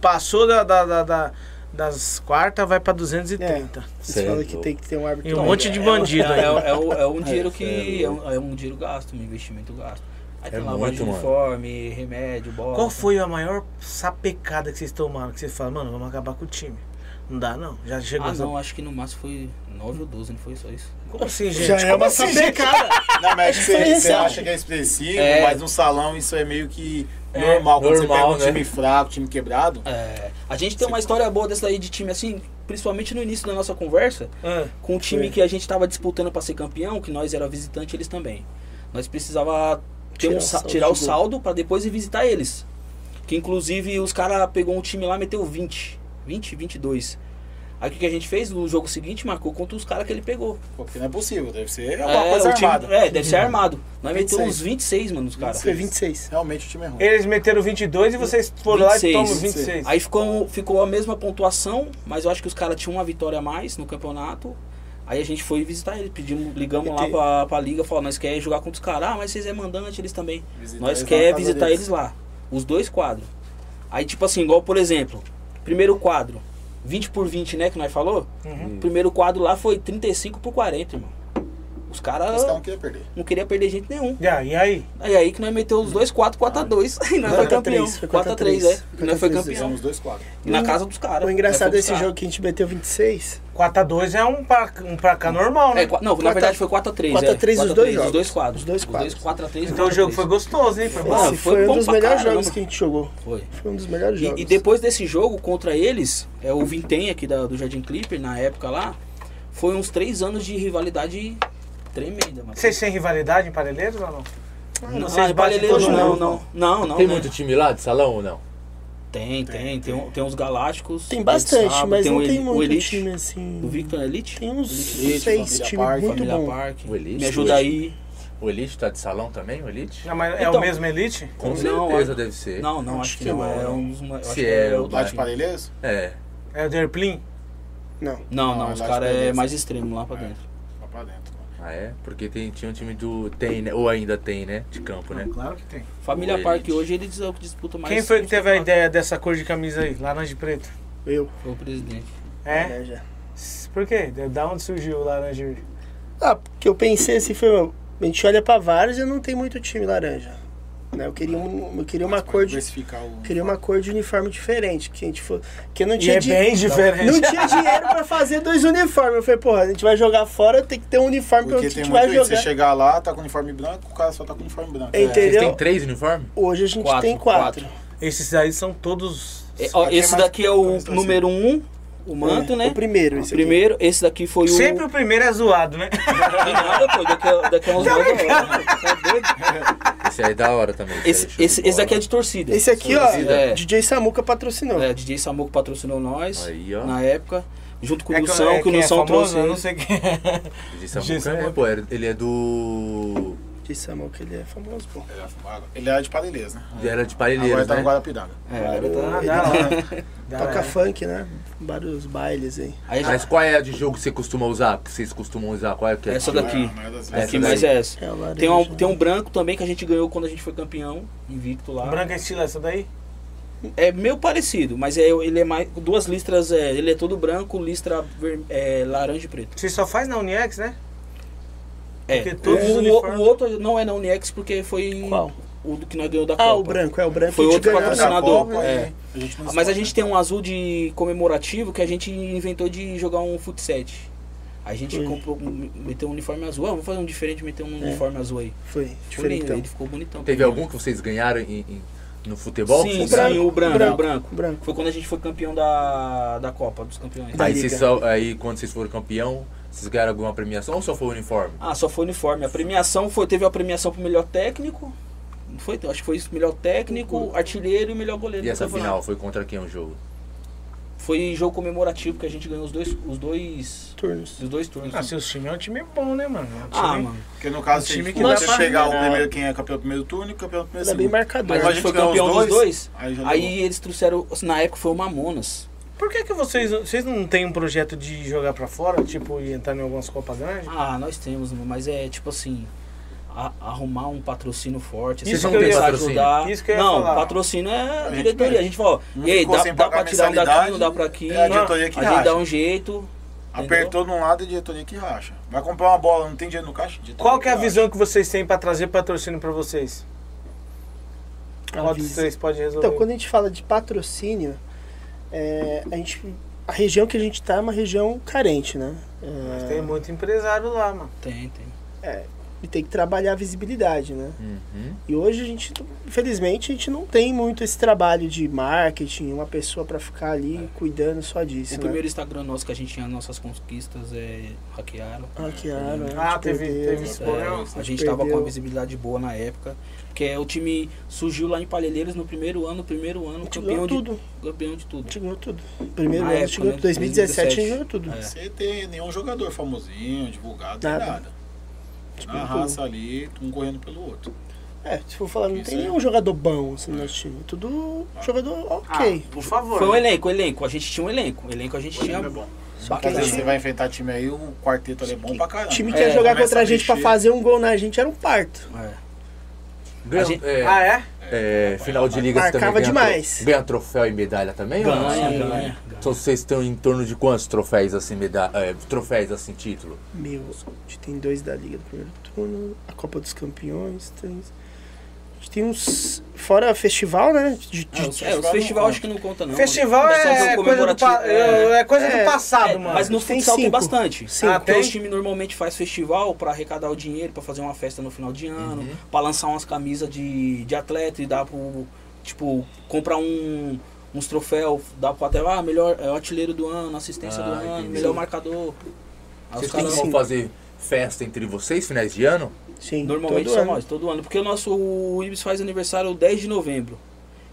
passou da, da- da- da- das quartas, vai pra 230.
Você
Cê
fala
é
que
louco.
tem que ter um árbitro.
E um monte de bandido
É,
aí.
é, é o- é um dinheiro que. É um, é um dinheiro gasto, um investimento gasto. Aí tem
É
lavagem de
muito, mano.
uniforme, remédio, bola.
Qual foi a maior sapecada que vocês tomaram? Que vocês falaram, mano, vamos acabar com o time. Não dá, não. Já chegou
Ah,
essa-
não, acho que no máximo foi 9 ou 12, não foi só isso.
Como assim, gente?
Já é uma
Como assim,
sapecada.
Não,
[laughs]
mas é que
Isso
você,
é
você
recente.
acha que é expressivo,
É.
mas no salão isso é meio que normal. Quando
normal,
você pega um
né?
time fraco, time quebrado,
É, a gente tem uma história boa dessa aí de time assim, principalmente no início da nossa conversa,
Ah,
com o time que a gente tava disputando pra ser campeão, que nós era visitante e eles também. Nós precisava ter
Tirar
um
o
sa-
saldo
tirar o
de gol.
saldo pra depois ir visitar eles. Que inclusive os caras pegou um time lá, meteu 20, 20, 22. Aí o que que a gente fez? No jogo seguinte, marcou contra os caras que ele pegou.
porque não é possível, deve ser alguma coisa
o time-
armada.
é, deve
Uhum.
ser armado. Nós meteu
26.
uns 26, mano, os caras.
Foi 26.
Realmente o time é ruim.
Eles meteram 22 e vocês foram lá e
26,
tomam 26.
Aí ficou, ficou a mesma pontuação, mas eu acho que os caras tinham uma vitória a mais no campeonato. Aí a gente foi visitar eles, pedimos, ligamos lá pra, pra liga, falou, nós quer jogar contra os caras, ah, mas vocês é mandante, eles também.
Visitar
nós
eles
quer
na casa
visitar
deles.
eles lá. Os dois quadros. Aí tipo assim, igual por exemplo, primeiro quadro, 20 por 20, né, que nós falou? Primeiro quadro lá foi 35 por 40, irmão. Os
Os
caras
caras não queriam perder.
não queria perder gente nenhum.
E aí? Ah, E aí?
Aí aí que nós meteu os dois [laughs] 4, 4 a 2 e nós foi
Ah. Quatro a
campeão.
três, foi
4
quatro
a
a
3
três.
é. E nós foi
Quatro a três, é.
campeão.
Fizemos dois quadros.
Na casa dos caras.
O engraçado
Nós
desse
fomos
jogo que a gente meteu 26.
4x2 é um pra, um pra cá normal,
buscar.
né?
É, qua- não, na
Quatro a-
verdade foi 4x3.
quatro a três os dois
Os dois
jogos.
quadros.
Os dois quadros.
4x3.
Então o jogo foi gostoso, hein? Foi bom.
Mano,
Esse
foi
foi,
bom
um dos
pra
melhores
caramba.
jogos que a gente jogou.
Foi.
Foi um dos melhores
E-
jogos.
E, depois desse jogo contra eles, é o Vintem aqui da- do Jardim Clipper, na época lá, foi uns 3 anos de rivalidade tremenda, mano.
Vocês têm rivalidade em Parelheiros ou não?
não,
vocês
é Baleleiros,
batem todo
não,
mundo.
não. Não, não.
Tem
né?
muito time lá de salão ou não?
Tem, tem. Tem, um- tem uns Galácticos.
Tem bastante,
Sábado,
mas não
o
tem
Eli- o
muito
Elite.
time assim.
O Victor é Elite?
Tem uns
Elite,
seis
Família
times
Park,
muito
Família
bons.
Park.
O Elite,
Me ajuda
o
aí.
O Elite tá de salão também, o Elite?
Não, mas é o
Então-
mesmo Elite?
Com
Não,
certeza
acho-
deve ser.
Não, não, acho, que, não. É um dos maiores.
Se
acho que
é o
outro
Lá
Vai.
de Parelheiros?
É.
É o Derplin?
Não.
Não, não,
Não,
os
lá de
caras é
Beleza.
mais extremo lá pra
É.
dentro.
Lá pra dentro.
Ah, é? Porque tem, tinha um time do. Tem, né? Ou ainda tem, né? De campo, né?
Claro que tem.
Família
O
Park
Elite.
hoje eles é o que disputa mais.
Quem foi que teve a ideia dessa cor de camisa aí? Laranja e preto?
Eu.
Foi o presidente.
É?
né, já.
Por quê? Da onde surgiu o laranja? e-
Ah, porque eu pensei assim, foi, meu, a gente olha pra vários e não tem muito time laranja. Né? Eu queria, um, eu queria uma cor de.
Diversificar o.
eu Queria uma cor de uniforme diferente, que a gente for, que não
E
tinha
é
di-
bem diferente.
não tinha dinheiro pra fazer dois uniformes. Eu falei, porra, a gente vai jogar fora, tem que ter um uniforme
Porque
que a
tem
gente
muito
vai
isso.
jogar.
Você chegar lá, tá com uniforme branco, o cara só tá com uniforme branco.
É,
Vocês
Entendeu?
têm três uniformes?
Hoje a gente
Quatro,
tem quatro.
Esses aí são todos.
É, ó,
Aqui é
esse
mais-
daqui é o
Eles dois,
número um, o manto,
É,
né?
O primeiro, esse aqui.
Primeiro, esse daqui foi o.
Sempre o primeiro é zoado, né?
Tem nada, pô, daqui a, daqui a uns dois horas. mano. Tá doido?
Esse aí é da
[laughs]
hora também.
Esse,
aí, show
esse,
de
esse daqui é
bola.
de torcida.
Esse aqui, ó,
É.
DJ Samuca patrocinou.
É, DJ Samuco patrocinou nós
Aí, ó.
na época, junto com o
É
Nilson, que o
quem é famoso,
Nilson trouxe.
eu não sei quem é.
[laughs]
De Samuca
Jason
é,
Moore.
pô, era- ele é do.
DJ Samuca, ele é famoso, pô.
Ele era fumado. Ele era de Parelheiros, né?
Ele era de
Agora
Parelheiros,
tá no
né?
Guarapiranga.
É, agora tá-
Ah,
Ele
dá lá. Dá
toca
lá.
funk, né? Vários bailes aí.
Aí já-
Mas qual é a de jogo que você costuma usar? Que vocês costumam usar? Qual é que é?
Essa
Tipo,
daqui.
A
É,
maioria das vezes.
aqui
Essa
mais
daí.
é essa.
É, o laranja.
Tem um, tem um branco também que a gente ganhou quando a gente foi campeão, invicto lá.
Branca estilo essa daí?
É meio parecido, mas é, ele é mais. Duas listras, é, ele é todo branco, listra ver- é, laranja e preto.
Você só faz na Uniex, né?
É.
Porque todos os
o, o-
uniformes-
o outro não é na Uniex porque foi
Qual?
o do que nós ganhou da Copa.
Ah, o branco, é o branco.
um- Foi
a gente
outro
ganhou.
Outra
patrocinador,
Copa,
é.
e a gente não
Mas a
escolhe.
gente tem um azul de comemorativo que a gente inventou de jogar um futset. A gente
Hum.
comprou, um- meteu um uniforme azul. Ah, vou fazer um diferente, meter um uniforme azul aí.
Foi,
Foi lindo,
diferentão.
ele ficou bonitão.
É. Teve algum que vocês ganharam em- em- no futebol?
Sim,
Vocês
sim,
ganharam?
o branco,
branco.
o branco.
Branco.
Foi quando a gente foi campeão da, da Copa dos Campeões.
Da
Aí,
liga.
vocês só- aí quando vocês foram campeão, vocês ganharam alguma premiação ou só foi o uniforme?
Ah, só foi uniforme. A premiação foi, teve a premiação pro melhor técnico. Não foi? Acho que foi isso, melhor técnico, artilheiro e melhor goleiro. do
Uhum. E essa
campeonato.
final foi contra quem o jogo?
Foi jogo comemorativo que a gente ganhou os dois, os dois,
Turnos.
os dois turnos.
Ah, seus times é um time bom, né, mano? É um
Ah,
time-
mano.
Porque no caso,
Um time
se
que
que você
dá pra
pegar o
ganhar.
primeiro, quem é campeão do primeiro turno e campeão do primeiro
Era é bem
segundo.
marcador.
Mas a gente foi
ganhou os
campeão dos dois.
Aí já
Aí eles trouxeram, na época foi o Mamonas.
Por que, que vocês, vocês não têm um projeto de jogar pra fora, tipo, e entrar em algumas Copas Grandes?
Ah, nós temos, mano, mas é tipo assim. a- arrumar um patrocínio forte.
Isso
Vocês vão
que eu ia-
pensar em
patrocínio.
ajudar.
Isso que eu ia
não,
falar.
patrocínio é a diretoria. A gente fala, ó,
Não
e aí,
ficou
dá,
sem
dá
pagar
pra tirar um daqui,
mensalidade,
não dá pra aqui.
É a diretoria que
a gente
racha.
dá um jeito.
Apertou de um lado, a diretoria que racha. Vai comprar uma bola, não tem dinheiro no caixa? Diretoria
Qual que é a
racha.
visão que vocês têm pra trazer patrocínio pra vocês? Qual dos
Avisa.
três pode resolver?
Então, quando a gente fala de patrocínio, é, a, gente, a região que a gente está é uma região carente, né? É,
Tem muito empresário lá, mano.
Tem, tem.
e tem que trabalhar a visibilidade, né? E hoje a gente, infelizmente, a gente não tem muito esse trabalho de marketing, uma pessoa para ficar ali cuidando só disso.
O
né?
primeiro Instagram nosso que a gente tinha nossas conquistas é hackearam.
Hackearam, né?
Ah,
Te
teve-
perderam.
teve esse
É,
problema.
a gente
Perdeu.
tava com uma visibilidade boa na época. Porque é, o time surgiu lá em Palheireiros no primeiro ano, primeiro ano,
A gente
campeão
ganhou
de,
tudo.
campeão de tudo.
A gente ganhou tudo. Primeiro
Na
ano, a gente
época,
ganhou
né?
2017 a gente ganhou
2017.
tudo.
Você
É.
tem nenhum jogador famosinho, divulgado, nada.
Nada.
nada.
Tipo,
Na raça ali, um correndo pelo outro.
É, se for falar, não
Isso
tem
é.
nenhum jogador bom assim, no nosso time. Tudo jogador
Ah,
ok.
por favor.
Foi um elenco, um elenco. A gente tinha um elenco. Um elenco a gente tinha.
É bom. Às
Bacana.
vezes você vai enfrentar time aí, o quarteto ali é bom pra caramba.
O time que
quer
ia jogar contra a gente pra fazer um gol na gente era um parto.
É.
Ganha-
A gente-
é,
Ah, é?
é, final de liga você também
Marcava
ganha,
demais.
tro- ganha troféu e medalha também? ou não?
Ganha,
Sim.
ganha.
Então vocês estão em torno de quantos troféus assim, meda é, troféus assim, título?
Meu, a gente tem dois da Liga do Primeiro Turno, a Copa dos Campeões, tem. A gente tem uns. Fora festival, né? De,
É,
de-
os,
festival
é, os
não
festival
conta.
acho que não conta, não.
Festival
Ainda são
é
jogo
coisa, do, pa-
um comemorativo, é.
é coisa
É,
do passado,
É,
mano.
Mas no
Tem
futsal tem
cinco.
bastante.
Cinco.
Ah,
Porque
tem?
os times normalmente faz festival pra arrecadar o dinheiro, pra fazer uma festa no final de ano, pra lançar umas camisas de, de atleta e dar pro. Tipo, comprar um, uns troféus, dá pro até, ah, melhor é, artilheiro do ano, assistência
Ah,
do ano,
entendi.
melhor marcador. Aí os
Vocês
caras-
costumam fazer festa entre vocês, finais de ano?
sim,
Normalmente
todo
são
ano.
nós, todo ano. Porque o nosso o Ibis faz aniversário 10 de novembro.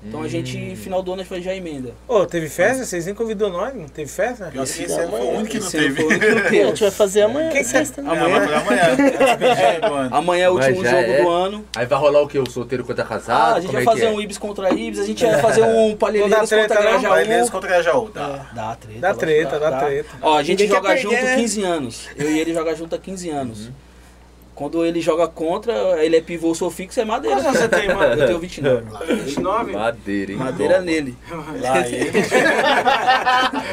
Então a gente, final do ano, a gente já emenda.
Ô, teve festa? Vocês nem convidou nós, não teve festa?
Pior que esse é
Amanhã,
o único que não
Esse ano
teve.
foi o único que não
Pô,
[laughs]
É, a
teve.
gente vai fazer amanhã.
Quem que você-
sexta, né?
é
Amanhã. Amanhã. amanhã.
Amanhã é o
Mas
último
já
jogo
é.
do ano.
Aí vai rolar o quê? O solteiro contra
Ah,
casado?
a gente
Como
vai
é
fazer
que é?
um Ibis contra Ibis, a gente vai fazer um Palheiras
Não dá
contra
treta, não?
Palmeiras
Grajaú.
contra Grajaú, tá?
Dá treta.
Dá
lógico,
treta, dá treta.
Ó, a gente
Ninguém quer
joga
perder,
junto
né?
15 anos. Eu e ele joga junto há 15
Uhum.
anos. Quando ele joga contra, ele é pivô, eu sou fixo, é madeira.
Quantos anos você tem, mano?
Eu tenho 29.
29?
Madeira, hein?
Madeira
Bom.
nele.
Lá ele.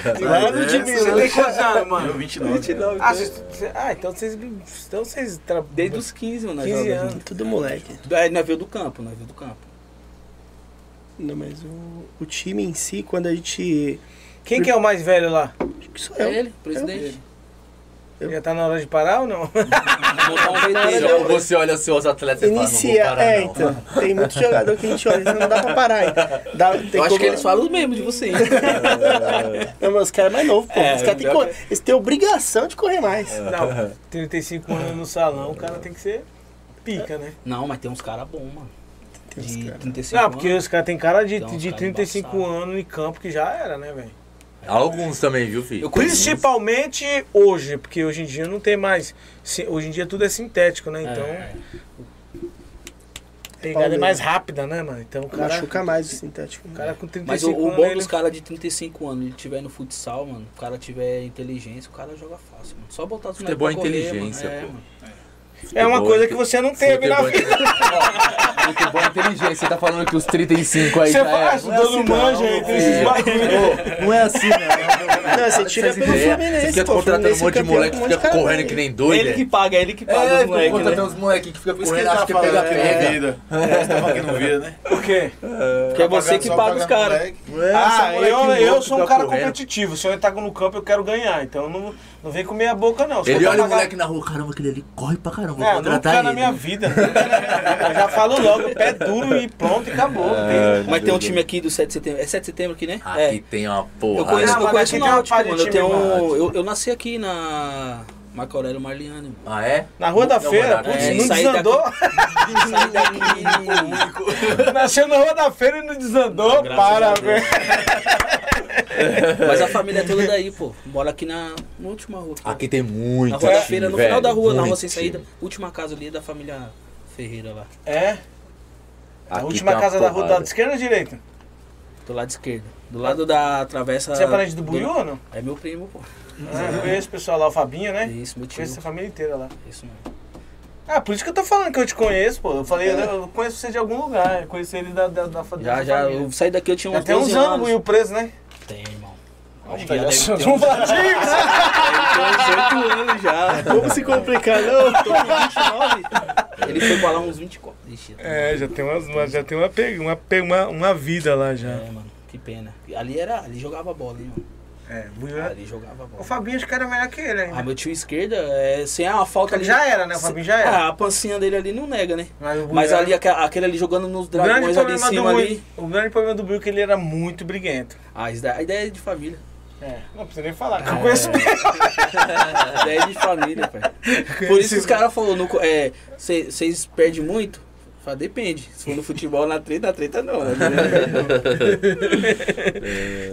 É.
É,
Mano de mim, você tem quantos anos,
Eu
mano?
29.
Ah, vocês- cê- ah, então vocês. Então vocês. Tra...
Desde os 15, mano. nós
15
joga
anos.
junto.
Tudo moleque.
É, navio do campo, navio do campo.
Não, mas o, o time em si, quando a gente.
Quem que é o mais velho lá?
Acho que sou
É
eu.
ele, presidente.
Já tá na hora de parar ou
[laughs]
não?
Montar um VT.
Então você olha os seus atletas e fala, não vou
Inicia,
parar,
é,
não.
então. Tem muito jogador que a gente olha, não dá pra parar aí. Dá, tem
Eu acho
como-
que eles falam os mesmos de
[laughs]
você. hein?
Não, mas os caras é mais novo, pô.
É,
os caras têm
pior
cor- eles têm obrigação de correr mais.
Não, 35 anos no salão, o cara tem que ser pica, né?
Não, mas tem uns caras bons, mano.
uns
de
cara-
35
Não, porque
anos.
os caras têm cara de,
Então, os
de
cara
35
embaçado.
anos em campo que já era, né, velho?
Alguns também, viu, filho?
Eu conheço
Principalmente hoje, porque hoje em dia não tem mais. si- Hoje em dia tudo é sintético, né? Então.
É.
A pegada é mais rápida, né, mano? Então o cara.
Machuca mais o sintético.
O cara com 35
Mas o, o
anos. né?
bom
ele-
dos caras de 35 anos, ele tiver no futsal, mano, o cara tiver inteligência, o cara joga fácil, mano. Só botar os moleques
Futebol
pra
é
correr,
inteligência,
mano. É,
pô.
mano.
É uma coisa que você não teve na vida.
Futebol é inteligência. Você tá falando que os 35 aí
Você né?
já
fala,
é.
estudando manja aí, tem esses
[laughs]
bagulho.
Ô, Não é assim, [laughs] não.
Não, você tira
Essas
pelo
ideias.
Fluminense,
Você fica
pô,
contratando um
Fluminense
monte de
campeão
moleque
com
que
um monte de
fica
cara
correndo
aí.
que nem doido.
Ele
é.
que paga, ele que paga
É,
os moleques, né?
contratando uns moleque que fica
Por isso que
correndo,
ele
acho
tá
que pega,
falando que não
né?
pega.
vira. Ele tá falando que não vira,
É
né?
Por quê?
Porque é você que paga os caras.
É,
Ah, eu, eu sou
tá
um cara
competitivo.
competitivo. Se eu entrar no campo, eu quero ganhar. Então não, não vem com meia boca, não. Se
Ele
eu
olha o
pagar-
moleque na rua, caramba, aquele ali corre pra caramba, vou
É, nunca
contratar
na
ele.
minha vida. Eu já falo logo, pé duro e pronto, e acabou.
É.
não tem-
Mas tem um time aqui do 7 de setembro. É 7 de setembro aqui, né?
Aqui
é.
tem uma
Eu
Ah, porra.
conheço,
Ah,
eu
mas
conheço
aqui
o
um
tem uma
Náutico,
parte
mano. Eu,
de
tenho, um-
time
Náutico.
eu, eu nasci aqui na Marco Aurélio Marliane, [laughs] mano.
Ah, é?
Na Rua da
Não,
Feira,
mano,
putz,
é,
não
saí
desandou. [laughs]
Saí daqui.
Nasceu na Rua da Feira e não desandou. Para, velho.
Mas a família é toda daí, pô. Mora aqui na, na última rua. aqui.
Aqui tem muito
Na rua da
time,
feira, no
velho,
final da rua, na
muito
rua sem
time.
saída. Última casa ali é da família Ferreira lá.
É,
Aqui
a última
tem uma
casa da Rua da
porrada.
esquerda ou direita?
Do lado esquerdo. Do lado da travessa.
Você
Ah,
é parente do Buiú ou não?
É meu primo, pô.
Uhum.
É, eu conheço o pessoal lá, o Fabinho, né?
Isso, meu tio.
Conheço a família inteira lá.
Isso mesmo.
Ah, por isso que eu tô falando que eu te conheço, pô. Eu falei, né, eu conheço você de algum lugar. Eu conheci ele da, da, da, fa-
É. Já,
da
já.
família.
Eu saí daqui, eu tinha
Já
uns
tem uns
12
anos o
anos.
Will preso, né?
Tem, irmão. Acho que já deve ter uns
Um vazio!
8 [laughs] anos já.
Vamos se complicar,
[laughs]
não?
Ele foi pra lá uns 24. Ixi,
[laughs] É, já tem, umas, já tem uma, pe- uma, pe- uma, uma vida lá já.
É, mano, que pena. E Ali era, ali jogava bola, hein, mano.
É, Buiú é...
Ali jogava
O
bola.
Fabinho acho que era melhor que ele
Ah,
ainda.
meu tio esquerda, é, sem a falta ali.
Já era, né? O Fabinho já era.
Ah, a pancinha dele ali não nega, né?
Mas, o Buiú
Mas
era-
ali, aque- aquele ali jogando nos
O grande,
dragões ali
problema
em
do,
cima ali.
o grande problema do Bill é que ele era muito briguento.
Ah, isso daí- a ideia é de família.
É, não precisa nem falar, que eu conheço bem.
A ideia é de família, pai. Por isso que os caras falaram, vocês perdem muito? Fala, depende. Se for no futebol, na treta, na treta não. né?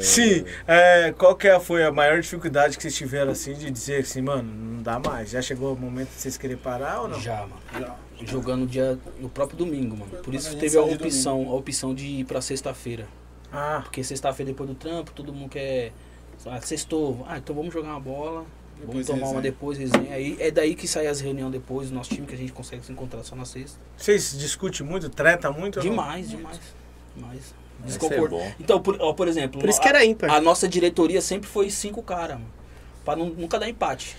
Sim, é, qual que é- foi a maior dificuldade que vocês tiveram, assim, de dizer assim, mano, não dá mais? Já chegou o momento de vocês querem parar ou não?
[laughs] Já, mano. Jogando dia, no próprio domingo, mano. Por
Quando
isso
a gente
teve a
sai de
opção, a opção de ir pra sexta-feira.
Ah,
Porque sexta-feira depois do trampo, todo mundo quer. Ah, sextou, ah, então vamos jogar uma bola, vamos
Depois
tomar uma
resenha.
depois, resenha. Aí é daí que sai as reuniões depois do nosso time, que a gente consegue se encontrar só na sexta.
vocês discutem muito, treta muito?
Então,
ou não?
Demais, demais, demais.
Isso é
Desconforto.
bom.
Então, por, ó, por é exemplo,
Por isso que era ímpar.
Ah,
a, a nossa diretoria sempre foi cinco caras, mano. Pra nu- nunca dar empate.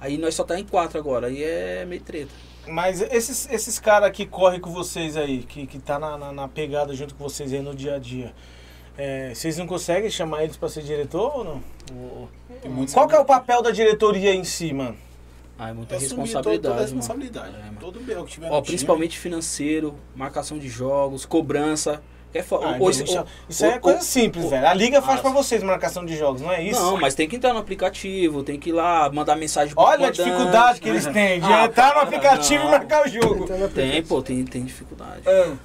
Aí nós só tá em quatro agora, aí é meio treta.
Mas esses, esses caras que correm com vocês aí, que, que tá na, na, na pegada junto com vocês aí no dia a dia, é, vocês não conseguem chamar eles pra ser diretor ou não?
Tem muitos
Qual que é o papel da diretoria em si, mano?
Ah, é muita
assumir tá toda-
responsabilidade,
toda a
mano.
responsabilidade.
É, mano.
Todo bem, o que tiver
Ó,
né?
no time.
principalmente financeiro, marcação de jogos, cobrança. É fo-
Ah,
hoje-
isso,
o-
isso aí é
o-
coisa
o-
simples,
o-
velho. A liga faz
Ah,
pra vocês marcação de jogos, não é isso?
Não, mas tem que entrar no aplicativo, tem que ir lá mandar mensagem pro
Olha a
comandante.
dificuldade que eles têm de
Ah,
entrar no aplicativo
não.
e marcar o jogo.
Tem, pô, tem, tem dificuldade.
Ah,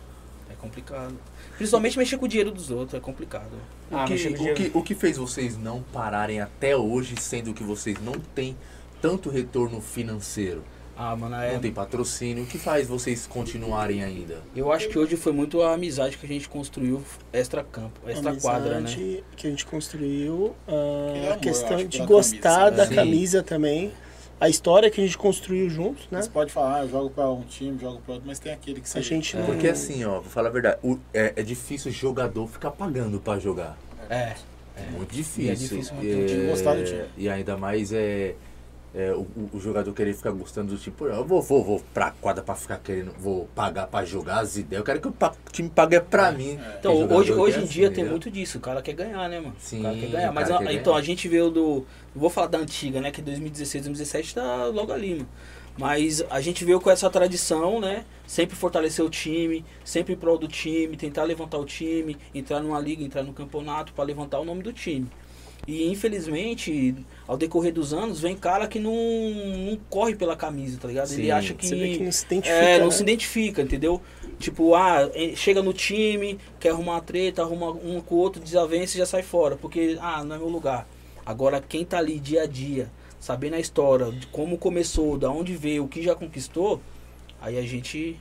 É complicado. Principalmente mexer com o dinheiro dos outros, é complicado.
Ah,
O que,
mas chega
o,
dinheiro.
que, o que fez vocês não pararem até hoje, sendo que vocês não têm tanto retorno financeiro?
Ah, mano,
Não
é,
tem patrocínio. O que faz vocês continuarem ainda?
eu acho que hoje foi muito a amizade que a gente construiu extra-campo, extra-quadra, né?
Amizade que a gente construiu, ah,
Que
a
amor, eu
questão
acho,
de
pela
gostar
camisa,
da
né? Sim.
camisa também, a história que a gente construiu juntos, né?
Você pode falar, ah, eu jogo pra um time, jogo pra outro, mas tem aquele que
A
sai.
gente
É.
não...
Porque assim, ó, vou falar a verdade, o- é, é difícil jogador ficar pagando pra jogar.
É,
É muito
E é
difícil.
difícil manter
E,
o
time, gostar do time.
e ainda mais é, é, o, o- o jogador querer ficar gostando do tipo, eu vou, vou, vou pra quadra pra ficar querendo, vou pagar pra jogar as ideias. Eu quero que o pa- time pague é pra mim. Tem
Então,
jogador
hoje,
que é
hoje em
assim,
dia tem
entendeu?
muito disso. O cara quer ganhar, né, mano? o cara
Sim,
quer ganhar. Mas
o cara
a-
quer
então
ganhar.
a gente veio do. Não vou falar da antiga, né? Que 2016, 2017 tá logo ali, mano. Mas a gente veio com essa tradição, né? Sempre fortalecer o time, sempre em prol do time, tentar levantar o time, entrar numa liga, entrar no campeonato pra levantar o nome do time. E infelizmente, ao decorrer dos anos, vem cara que não, não corre pela camisa, tá ligado?
Sim,
Ele acha que.
Você vê que não se identifica,
É, não
né?
se identifica, entendeu? Tipo, ah, eh, chega no time, quer arrumar uma treta, arruma um com o outro, desavença e já sai fora, porque, ah, não é meu lugar. Agora, quem tá ali dia a dia, sabendo a história, de como começou, da onde veio, o que já conquistou, aí a gente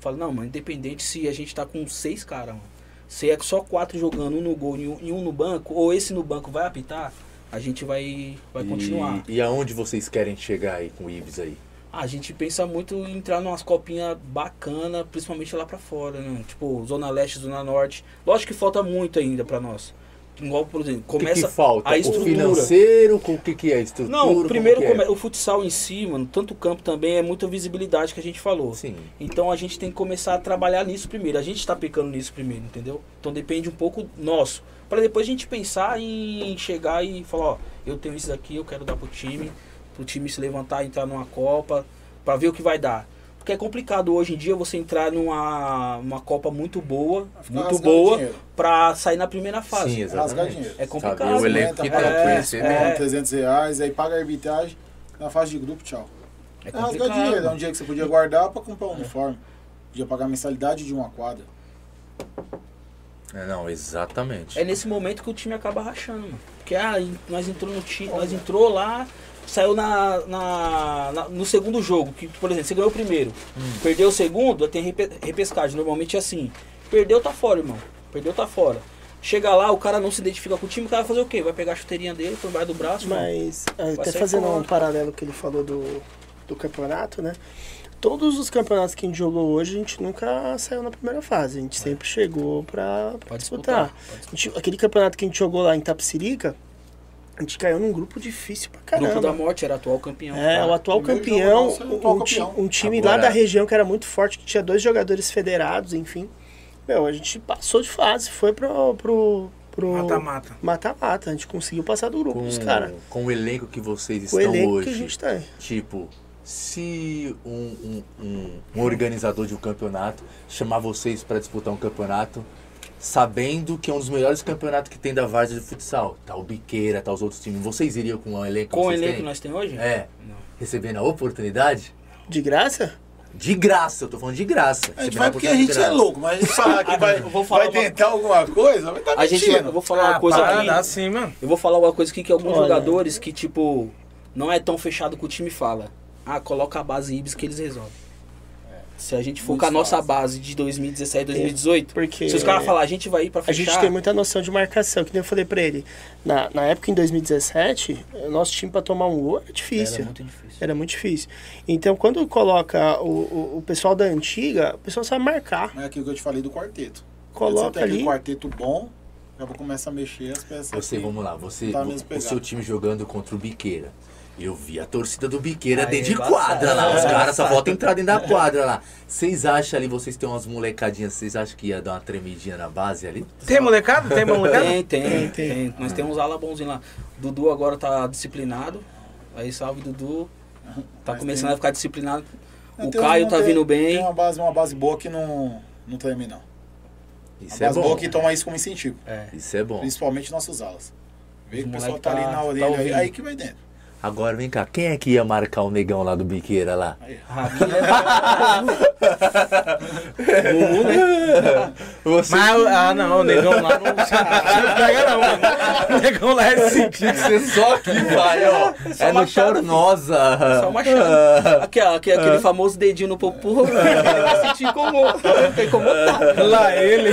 fala, não, mano, independente se a gente tá com seis caras, mano. Se é só quatro jogando, um no gol e um, e um no banco, ou esse no banco vai apitar, a gente vai, vai
E-
continuar.
E, aonde vocês querem chegar aí com o Ibis aí?
A gente pensa muito em entrar numas copinhas bacana, principalmente lá pra fora, né? Tipo, Zona Leste, Zona Norte. Lógico que falta muito ainda pra nós. Igual, por exemplo,
O que,
começa
que falta?
a
O
estrutura.
financeiro? Com o que, que é a estrutura?
Não,
Como
primeiro
que é?
come- o futsal em si, mano, tanto o campo também é muita visibilidade que a gente falou.
Sim.
Então a gente tem que começar a trabalhar nisso primeiro. A gente tá pecando nisso primeiro, entendeu? Então depende um pouco nosso. Pra depois a gente pensar em chegar e falar, ó, eu tenho isso daqui, eu quero dar pro time, pro time se levantar, entrar numa Copa, pra ver o que vai dar. Porque é complicado hoje em dia você entrar numa uma Copa muito boa,
Ficar
muito
rasgando
boa,
dinheiro.
pra sair na primeira fase.
Sim,
Rasgar
exatamente.
dinheiro.
É complicado,
Saber o
né?
elenco que
Tá
tá,
bom.
conhecer
É,
bem.
Ganha 300 reais, aí paga a arbitragem, na fase de grupo, tchau.
É
É rasgar
complicado.
dinheiro, é um dia que você podia guardar pra comprar um uniforme. Podia pagar a mensalidade de uma quadra.
É, não, exatamente.
É nesse momento que o time acaba rachando, mano. Porque ah, en- nós entrou no time, nós entrou lá, saiu na, na- na- no segundo jogo, que por exemplo, você ganhou o primeiro,
Hum.
perdeu o segundo, aí tem repe- repescagem, normalmente é assim. Perdeu tá fora, irmão. Perdeu tá fora.
Chega lá, o cara não se identifica com o time, o cara vai fazer o quê? Vai pegar a chuteirinha dele por baixo do braço? mano.
Mas, ah, até
sair
fazendo um
fora.
paralelo que ele falou do, do campeonato, né? Todos os campeonatos que a gente jogou hoje, a gente nunca saiu na primeira fase. A gente sempre chegou pra, pra
Pode
disputar.
disputar, pode
A gente- aquele campeonato que a gente jogou lá em Tapsirica, a gente caiu num grupo difícil pra
Grupo da
caramba.
morte era atual campeão.
É, o atual
Primeiro
campeão,
jogo nosso,
um,
atual
ti-
campeão.
um time lá da
Agora-
região que era muito forte, que tinha dois jogadores federados, enfim. Meu, a gente passou de fase, foi pro... pro, pro
Mata-mata.
Mata-mata, a gente conseguiu passar do grupo
Com,
dos caras.
com o elenco que vocês
O
estão
elenco
hoje.
que a gente tá. tem.
Tipo, se um, um- um- um organizador de um campeonato chamar vocês pra disputar um campeonato, sabendo que é um dos melhores campeonatos que tem da Várzea de futsal, tá o Biqueira, tá os outros times, vocês iriam com o elenco
Com o
que vocês
elenco que
têm?
nós temos hoje?
É, recebendo a oportunidade?
De graça?
De graça, eu tô falando de graça.
A gente
recebendo
vai porque a gente é
oportunidade de
louco, mas a gente
[laughs]
falar que vai,
Ah, Eu vou falar
vai
uma-
tentar alguma coisa, vai
tá
estar
A gente, eu
mentindo.
vou falar uma coisa aqui.
sim, Ah, assim, mano.
Eu vou falar uma coisa aqui que alguns
Olha.
jogadores que, tipo, não é tão fechado que o time fala. Ah, coloca a base Ibis que eles resolvem. Se a gente for
Muito
com a nossa
fácil.
base de 2017, 2018,
É, Porque-
se os caras falar a gente vai ir pra
A
fechar,
gente tem muita noção de marcação, que nem eu falei pra ele. Na, na época, em 2017, o nosso time pra tomar um gol era difícil.
era muito difícil.
Era muito difícil. Então, quando coloca o, o, o pessoal da antiga, o pessoal sabe marcar.
É aquilo que eu te falei do quarteto.
Coloca
tem aquele
ali.
quarteto bom, já vou começar a mexer as peças.
Você,
aqui.
Então, assim, vamos lá, você,
Tá
o-
mesmo
o
pegado.
seu time jogando contra o Biqueira. Eu vi a torcida do Biqueira
Aí
dentro
é
de quadra lá. Os
embaçado.
caras só voltam entrar dentro da quadra lá. Vocês acham ali, vocês têm umas molecadinhas, vocês acham que ia dar uma tremidinha na base ali?
Tem molecada? Tem molecada?
Tem, tem, tem, Nós temos um ala bonzinho lá. Dudu agora tá disciplinado. Aí salve Dudu. Tá
Mas
começando
tem-
a ficar disciplinado.
Não,
O
um
tem uns-
Caio
não
tá
tem-
vindo
Tem
bem.
uma base, uma base boa que não, não treme, não. Uma
Isso é
base
bom.
boa que tá. toma isso como incentivo.
Isso é bom.
Principalmente nossos alas. Vê
Os
que o pessoal
moleque
tá ali
tá-
na
tá
orelha, aí,
ouvindo.
aí que vai dentro.
Agora vem cá, quem é que ia marcar o negão lá do Biqueira lá?
[laughs]
Você
Mas, ah, não, o negão lá não se não pega, não, mano. O negão lá é sentido.
tinha que ser só aqui, vai, ó. É no
machado,
Chornosa.
Só
Ah.
machado. Aqui, ó, aqui, aquele famoso dedinho no popô. [laughs] Ele se incomodou. Tem como
Ah.
tá.
Lá ele.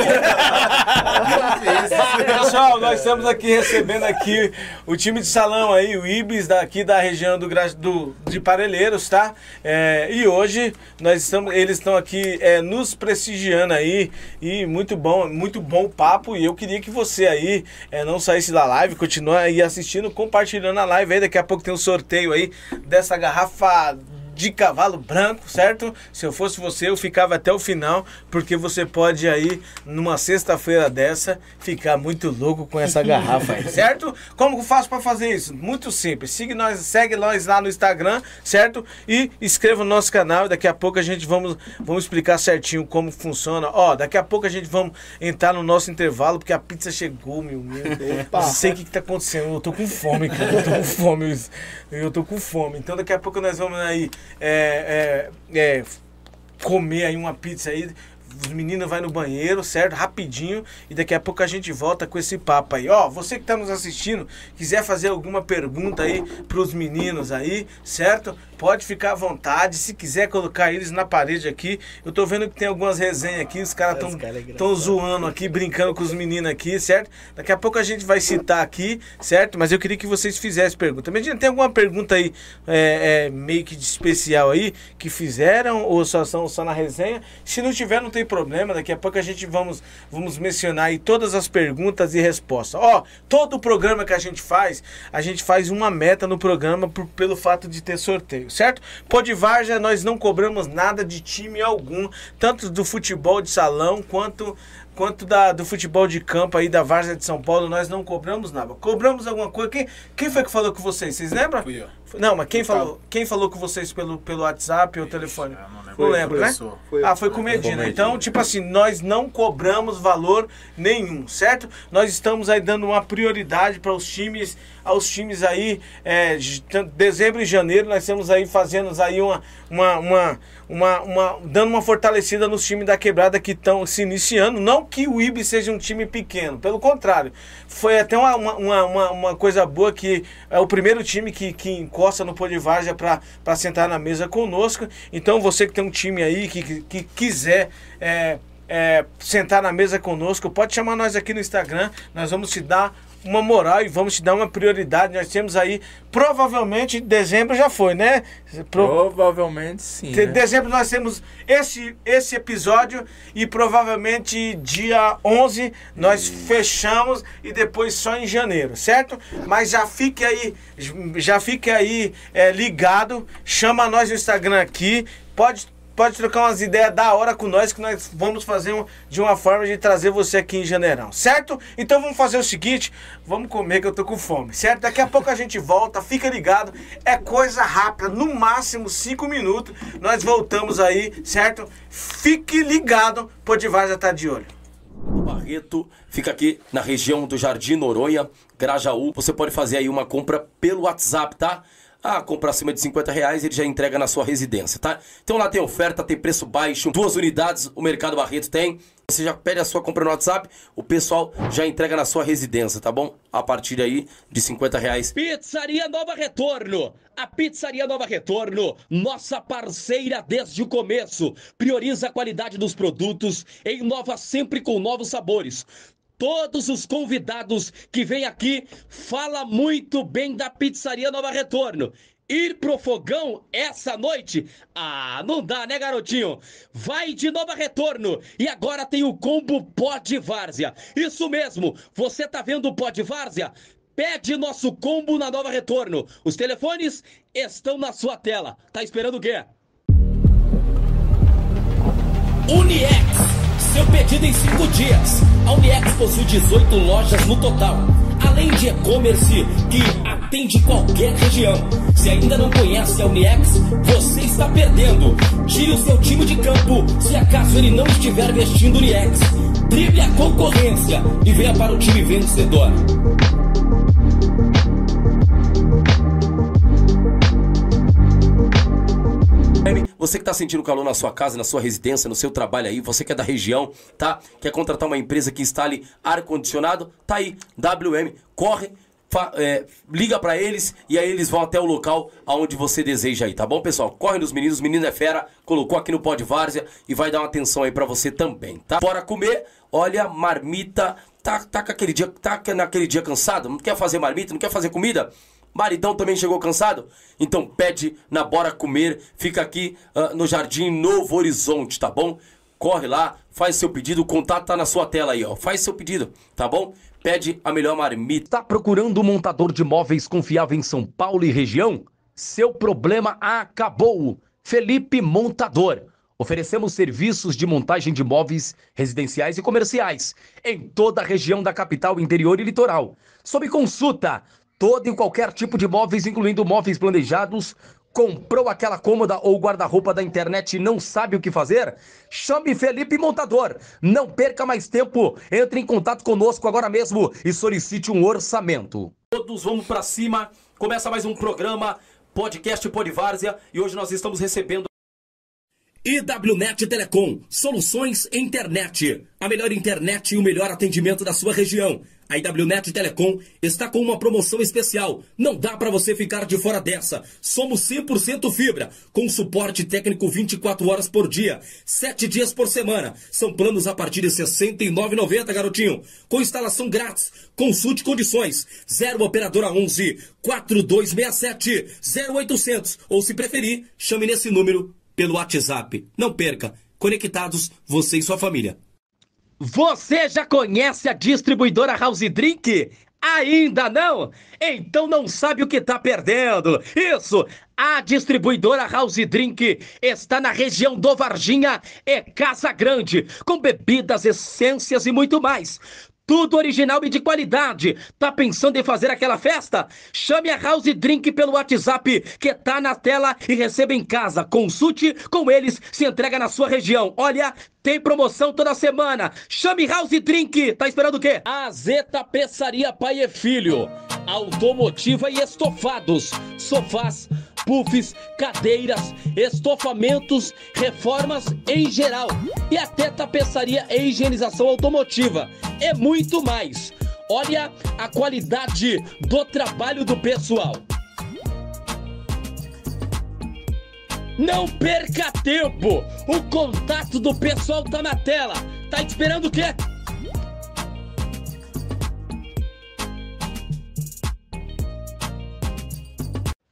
Pessoal, nós estamos aqui recebendo aqui o time de salão aí, o Ibis, daqui da região do, Gra- do de Parelheiros, tá? É, e hoje nós estamos, eles estão aqui é, nos prestigiando aí e muito bom, muito bom o papo. E eu queria que você aí é, não saísse da live, continue aí assistindo, compartilhando a live aí. Daqui a pouco tem um sorteio aí dessa garrafa de cavalo branco, certo? Se eu fosse você, eu ficava até o final, porque você pode aí, numa sexta-feira dessa, ficar muito louco com essa garrafa aí, certo? Como que eu faço para fazer isso? Muito simples. Siga nós, segue nós lá no Instagram, certo? E inscreva no nosso canal e daqui a pouco a gente vamos, vamos explicar certinho como funciona. Ó, daqui a pouco a gente vamos entrar no nosso intervalo, porque a pizza chegou, meu. meu. Não sei o que, que tá acontecendo. Eu tô com fome, cara. Eu tô com fome. Eu tô com fome. Então daqui a pouco nós vamos aí é, é, é, comer aí uma pizza aí. Os meninos vai no banheiro, certo? Rapidinho. E daqui a pouco a gente volta com esse papo aí. Ó, você que tá nos assistindo, quiser fazer alguma pergunta aí pros meninos aí, certo? Pode ficar à vontade. Se quiser colocar eles na parede aqui. Eu tô vendo que tem algumas resenhas aqui. Os caras tão,
cara é engraçado.
tão zoando aqui, brincando com os meninos aqui, certo? Daqui a pouco a gente vai citar aqui, certo? Mas eu queria que vocês fizessem pergunta. Medina, tem alguma pergunta aí, é, é, meio que de especial aí, que fizeram ou só são só na resenha? Se não tiver, não tem problema. Daqui a pouco a gente vamos, vamos mencionar aí todas as perguntas e respostas. Ó, todo o programa que a gente faz, a gente faz uma meta no programa por- pelo fato de ter sorteio, certo? Pode Varja, nós não cobramos nada de time algum, tanto do futebol de salão quanto quanto da, do futebol de campo aí da Várzea de São Paulo, nós não cobramos nada. Cobramos alguma coisa. Quem, quem foi que falou com vocês? Vocês lembram?
Fui eu.
Não, mas quem
Gustavo.
falou, quem falou com vocês pelo, pelo WhatsApp ou telefone?
eu não
Não,
lembro.
lembro,
Foi,
né?
professor.
ah, foi com o Medina. Então, tipo assim, nós não cobramos valor nenhum, certo? Nós estamos aí dando uma prioridade para os times, aos times aí, é, de- tanto dezembro e janeiro, nós estamos aí fazendo aí uma, uma, uma, uma, uma- dando uma fortalecida nos times da quebrada que estão se iniciando. Não que o IB seja um time pequeno, pelo contrário. Foi até uma, uma- uma, uma, uma coisa boa que é o primeiro time que, que encosta no Pô de Várzea para sentar na mesa conosco. Então você que tem um time aí que, que, que quiser é, é, sentar na mesa conosco, pode chamar nós aqui no Instagram, nós vamos te dar uma moral e vamos te dar uma prioridade. Nós temos aí, provavelmente, dezembro já foi, né? Pro-
Provavelmente sim.
de-
né?
Dezembro nós temos esse, esse episódio e provavelmente dia 11 nós fechamos e depois só em janeiro, certo? Mas já fique aí, já fique aí é, ligado, chama nós no Instagram aqui, pode, pode trocar umas ideias da hora com nós que nós vamos fazer um- de uma forma de trazer você aqui em janeirão, certo? Então vamos fazer o seguinte, vamos comer que eu tô com fome, certo? Daqui a pouco a gente volta, fica ligado, é coisa rápida, no máximo 5 minutos, nós voltamos aí, certo? Fique ligado, Podivar já tá de olho.
O Barreto fica aqui na região do Jardim Noronha, Grajaú. Você pode fazer aí uma compra pelo WhatsApp, tá? Ah, compra acima de 50 reais, ele já entrega na sua residência, tá? Então lá tem oferta, tem preço baixo, duas unidades o Mercado Barreto tem. Você já pede a sua compra no WhatsApp, o pessoal já entrega na sua residência, tá bom? A partir aí de 50 reais.
Pizzaria Nova Retorno. A Pizzaria Nova Retorno, nossa parceira desde o começo, prioriza a qualidade dos produtos e inova sempre com novos sabores. Todos os convidados que vêm aqui fala muito bem da Pizzaria Nova Retorno. Ir pro fogão essa noite? Ah, não dá, né, garotinho? Vai de Nova Retorno e agora tem o combo pó de várzea. Isso mesmo, você tá vendo o pó de várzea? Pede nosso combo na Nova Retorno. Os telefones estão na sua tela. Tá esperando o quê? Uniex, seu pedido em 5 dias. A Uniex possui 18 lojas no total, além de e-commerce que atende qualquer região. Se ainda não conhece a Uniex, você está perdendo. Tire o seu time de campo se acaso ele não estiver vestindo Uniex. Drible a concorrência e venha para o time vencedor.
FM, Você que está sentindo calor na sua casa, na sua residência, no seu trabalho aí, você que é da região, tá? Quer contratar uma empresa que instale ar-condicionado? Tá aí, WM, corre, fa- é, liga para eles e aí eles vão até o local aonde você deseja aí, tá bom, pessoal? Corre nos meninos, menino é fera, colocou aqui no pó de várzea e vai dar uma atenção aí para você também, tá? Bora comer, olha, marmita, tá, tá, com aquele dia, tá naquele dia cansado? Não quer fazer marmita, não quer fazer comida? Maridão também chegou cansado? Então pede na Bora Comer, fica aqui ah, no Jardim Novo Horizonte, tá bom? Corre lá, faz seu pedido, o contato tá na sua tela aí, ó. Faz seu pedido, tá bom? Pede a melhor marmita.
Está procurando um montador de móveis confiável em São Paulo e região? Seu problema acabou. Felipe Montador. Oferecemos serviços de montagem de móveis residenciais e comerciais em toda a região da capital, interior e litoral. Sob consulta, todo e qualquer tipo de móveis, incluindo móveis planejados, Comprou aquela cômoda ou guarda-roupa da internet e não sabe o que fazer? Chame Felipe Montador. Não perca mais tempo. Entre em contato conosco agora mesmo e solicite um orçamento.
Todos vamos pra cima. Começa mais um programa, podcast Polivárzia, e hoje nós estamos recebendo
IWNet Telecom, soluções em internet. A melhor internet e o melhor atendimento da sua região. A IWNet Telecom está com uma promoção especial. Não dá para você ficar de fora dessa. Somos 100% fibra, com suporte técnico 24 horas por dia, 7 dias por semana. São planos a partir de R$ 69,90, garotinho. Com instalação grátis. Consulte condições. 0 operadora 11 4267 0800 ou se preferir, chame nesse número pelo WhatsApp. Não perca. Conectados, você e sua família. Você já conhece a distribuidora House Drink? Ainda não? Então não sabe o que está perdendo. Isso! A distribuidora House Drink está na região do Varginha e Casa Grande, com bebidas, essências e muito mais. Tudo original e de qualidade. Tá pensando em fazer aquela festa? Chame a House Drink pelo WhatsApp que tá na tela e receba em casa. Consulte com eles, se entrega na sua região. Olha, tem promoção toda semana. Chame House Drink. Tá esperando o quê? A Zeta Peçaria Pai e Filho. Automotiva e estofados. Sofás, puffs, cadeiras, estofamentos, reformas em geral e até tapeçaria e higienização automotiva e muito mais. Olha a qualidade do trabalho do pessoal. Não perca tempo! O contato do pessoal tá na tela. Tá esperando o quê?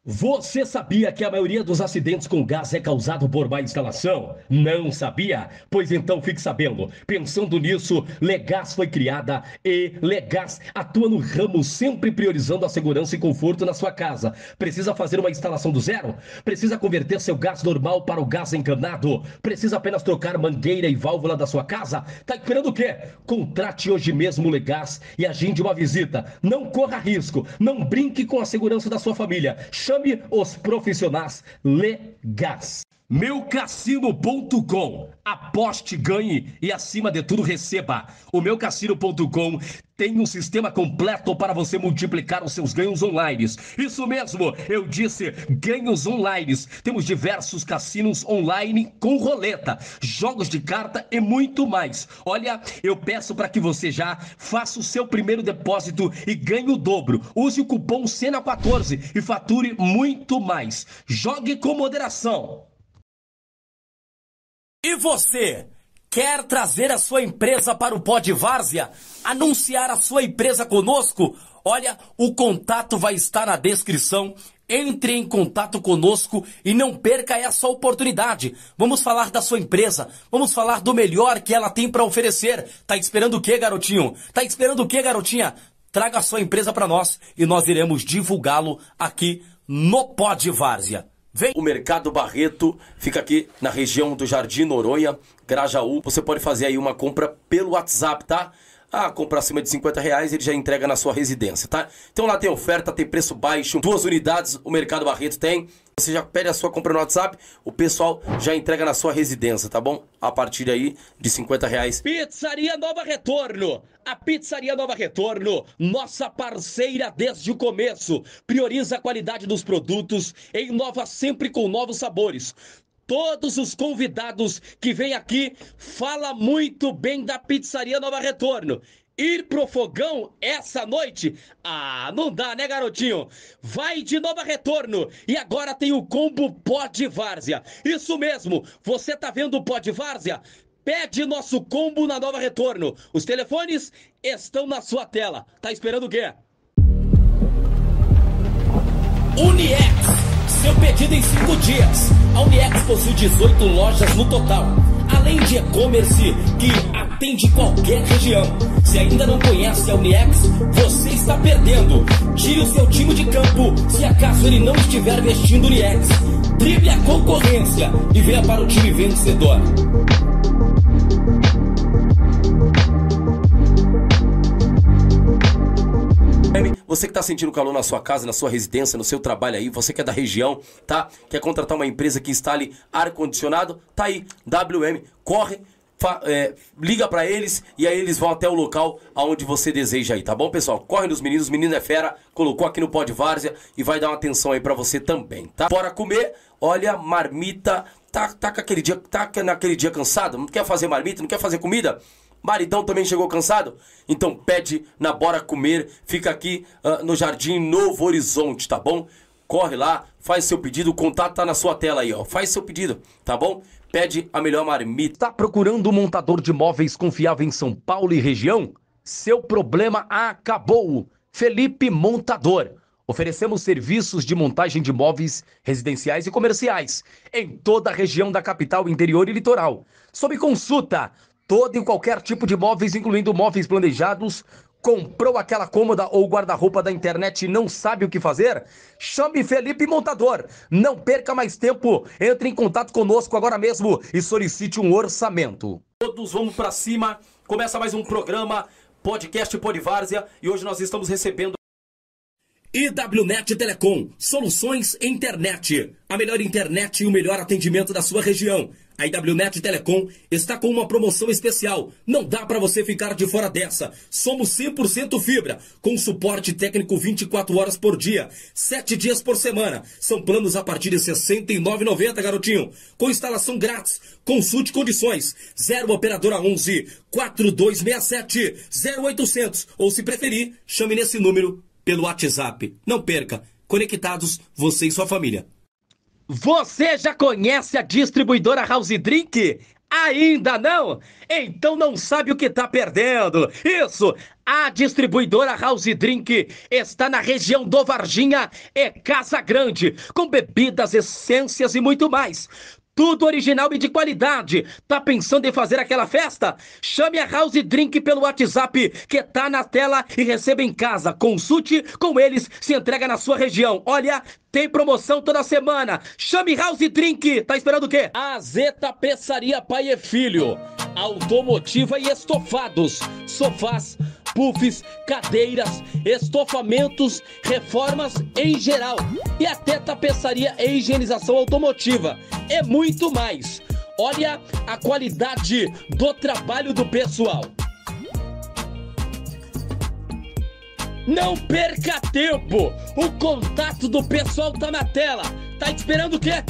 Você sabia que a maioria dos acidentes com gás é causado por má instalação? Não sabia? Pois então fique sabendo. Pensando nisso, Legás foi criada e Legás atua no ramo sempre priorizando a segurança e conforto na sua casa. Precisa fazer uma instalação do zero? Precisa converter seu gás normal para o gás encanado? Precisa apenas trocar mangueira e válvula da sua casa? Tá esperando o quê? Contrate hoje mesmo o Legás e agende uma visita. Não corra risco, não brinque com a segurança da sua família. Chame os profissionais legais. Meucassino.com Aposte, ganhe e acima de tudo receba. O meucassino.com tem um sistema completo para você multiplicar os seus ganhos online. Isso mesmo, eu disse ganhos online. Temos diversos cassinos online com roleta, jogos de carta e muito mais. Olha, eu peço para que você já faça o seu primeiro depósito e ganhe o dobro. Use o cupom CENA14 e fature muito mais. Jogue com moderação. E você? Quer trazer a sua empresa para o Pod Várzea? Anunciar a sua empresa conosco? Olha, o contato vai estar na descrição. Entre em contato conosco e não perca essa oportunidade. Vamos falar da sua empresa, vamos falar do melhor que ela tem para oferecer. Tá esperando o quê, garotinho? Tá esperando o quê, garotinha? Traga a sua empresa para nós e nós iremos divulgá-lo aqui no Pod Várzea. Vem.
O Mercado Barreto fica aqui na região do Jardim Noronha, Grajaú. Você pode fazer aí uma compra pelo WhatsApp, tá? Ah, compra acima de 50 reais, ele já entrega na sua residência, tá? Então lá tem oferta, tem preço baixo, duas unidades o Mercado Barreto tem. Você já pede a sua compra no WhatsApp, o pessoal já entrega na sua residência, tá bom? A partir aí de 50 reais.
Pizzaria Nova Retorno. A Pizzaria Nova Retorno, nossa parceira desde o começo, prioriza a qualidade dos produtos e inova sempre com novos sabores. Todos os convidados que vêm aqui fala muito bem da Pizzaria Nova Retorno. Ir pro fogão essa noite? Ah, não dá, né, garotinho? Vai de Nova Retorno e agora tem o combo Pó de Várzea. Isso mesmo, você tá vendo o Pó de Várzea? Pede nosso combo na Nova Retorno. Os telefones estão na sua tela. Tá esperando o quê?
Uniex, seu pedido em 5 dias. A Uniex possui 18 lojas no total, além de e-commerce que atende qualquer região. Se ainda não conhece a Uniex, você está perdendo. Tire o seu time de campo se acaso ele não estiver vestindo Uniex. Drible a concorrência e venha para o time vencedor.
FM, Você que está sentindo calor na sua casa, na sua residência, no seu trabalho aí, você que é da região, tá? Quer contratar uma empresa que instale ar-condicionado? Tá aí, WM. Corre, fa- é, liga pra eles e aí eles vão até o local aonde você deseja aí, tá bom, pessoal? Corre nos meninos, menino é fera, colocou aqui no pó de várzea e vai dar uma atenção aí pra você também, tá? Bora comer, olha, marmita, tá, tá, com aquele dia, tá naquele dia cansado? Não quer fazer marmita, não quer fazer comida? Maridão também chegou cansado? Então pede na Bora Comer, fica aqui ah, no Jardim Novo Horizonte, tá bom? Corre lá, faz seu pedido, o contato tá na sua tela aí, ó. Faz seu pedido, tá bom? Pede a melhor marmita.
Tá procurando um montador de móveis confiável em São Paulo e região? Seu problema acabou. Felipe Montador. Oferecemos serviços de montagem de móveis residenciais e comerciais em toda a região da capital, interior e litoral. Sob consulta, todo e qualquer tipo de móveis, incluindo móveis planejados, comprou aquela cômoda ou guarda-roupa da internet e não sabe o que fazer? Chame Felipe Montador. Não perca mais tempo. Entre em contato conosco agora mesmo e solicite um orçamento.
Todos vamos pra cima. Começa mais um programa, podcast Polivárzia, e hoje nós estamos recebendo
IWNet Telecom, soluções internet. A melhor internet e o melhor atendimento da sua região. A IWNet Telecom está com uma promoção especial. Não dá para você ficar de fora dessa. Somos 100% fibra, com suporte técnico 24 horas por dia, 7 dias por semana. São planos a partir de R$ 69,90, garotinho. Com instalação grátis. Consulte condições. 0 operadora 11 4267 0800 ou se preferir, chame nesse número pelo WhatsApp. Não perca. Conectados, você e sua família. Você já conhece a distribuidora House Drink? Ainda não? Então não sabe o que está perdendo. Isso! A distribuidora House Drink está na região do Varginha e Casa Grande, com bebidas, essências e muito mais. Tudo original e de qualidade. Tá pensando em fazer aquela festa? Chame a House Drink pelo WhatsApp que tá na tela e receba em casa. Consulte com eles, se entrega na sua região. Olha, tem promoção toda semana. Chame House Drink. Tá esperando o quê? A Zeta Peçaria Pai e Filho. Automotiva e estofados. Sofás, puffs, cadeiras, estofamentos, reformas em geral. E até tapeçaria e higienização automotiva. E muito mais. Olha a qualidade do trabalho do pessoal. Não perca tempo! O contato do pessoal tá na tela! Tá esperando o quê?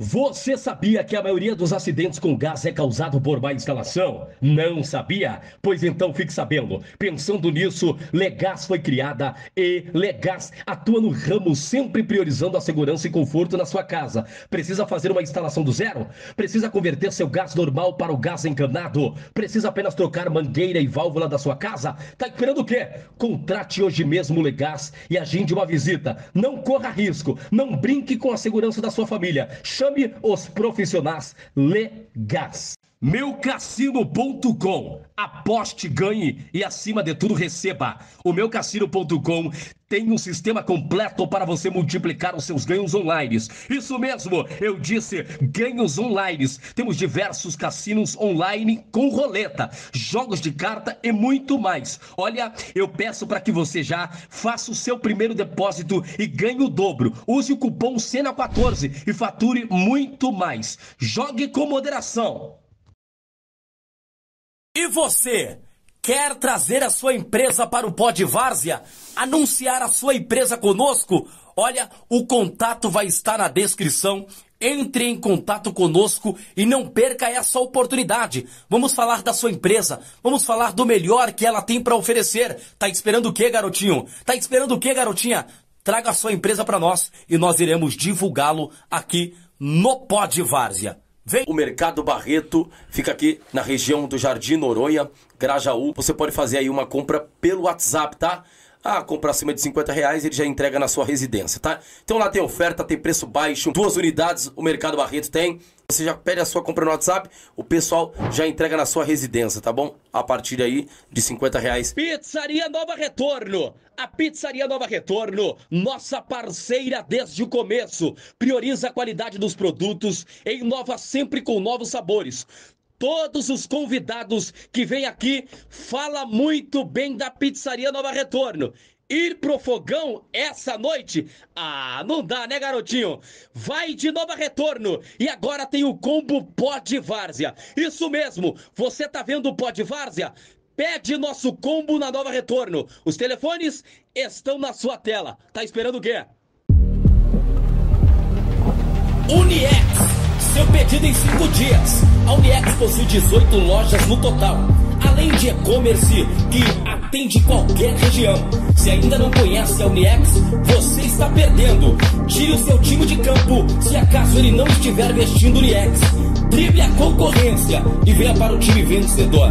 Você sabia que a maioria dos acidentes com gás é causado por má instalação? Não sabia? Pois então fique sabendo. Pensando nisso, Legás foi criada e Legás atua no ramo sempre priorizando a segurança e conforto na sua casa. Precisa fazer uma instalação do zero? Precisa converter seu gás normal para o gás encanado? Precisa apenas trocar mangueira e válvula da sua casa? Tá esperando o quê? Contrate hoje mesmo o Legás e agende uma visita. Não corra risco, não brinque com a segurança da sua família. Chame os profissionais Legás. Meucassino.com Aposte, ganhe e acima de tudo receba. O meucassino.com tem um sistema completo para você multiplicar os seus ganhos online. Isso mesmo, eu disse ganhos online. Temos diversos cassinos online com roleta, jogos de carta e muito mais. Olha, eu peço para que você já faça o seu primeiro depósito e ganhe o dobro. Use o cupom CENA14 e fature muito mais. Jogue com moderação.
E você? Quer trazer a sua empresa para o Pod Várzea? Anunciar a sua empresa conosco? Olha, o contato vai estar na descrição. Entre em contato conosco e não perca essa oportunidade. Vamos falar da sua empresa, vamos falar do melhor que ela tem para oferecer. Tá esperando o quê, garotinho? Tá esperando o quê, garotinha? Traga a sua empresa para nós e nós iremos divulgá-lo aqui no Pod Várzea.
O Mercado Barreto fica aqui na região do Jardim Noronha, Grajaú. Você pode fazer aí uma compra pelo WhatsApp, tá? Ah, compra acima de 50 reais, ele já entrega na sua residência, tá? Então lá tem oferta, tem preço baixo, duas unidades o Mercado Barreto tem. Você já pede a sua compra no WhatsApp, o pessoal já entrega na sua residência, tá bom? A partir aí de 50 reais.
Pizzaria Nova Retorno. A Pizzaria Nova Retorno, nossa parceira desde o começo, prioriza a qualidade dos produtos e inova sempre com novos sabores. Todos os convidados que vêm aqui fala muito bem da Pizzaria Nova Retorno. Ir pro fogão essa noite? Ah, não dá, né, garotinho? Vai de Nova Retorno e agora tem o combo Pó de Várzea. Isso mesmo, você tá vendo o Pó de Várzea? Pede nosso combo na Nova Retorno. Os telefones estão na sua tela. Tá esperando o quê?
Uniex, seu pedido em 5 dias. A Uniex possui 18 lojas no total, além de e-commerce que atende qualquer região. Se ainda não conhece a Uniex, você está perdendo. Tire o seu time de campo se acaso ele não estiver vestindo Uniex. Drible a concorrência e venha para o time vencedor.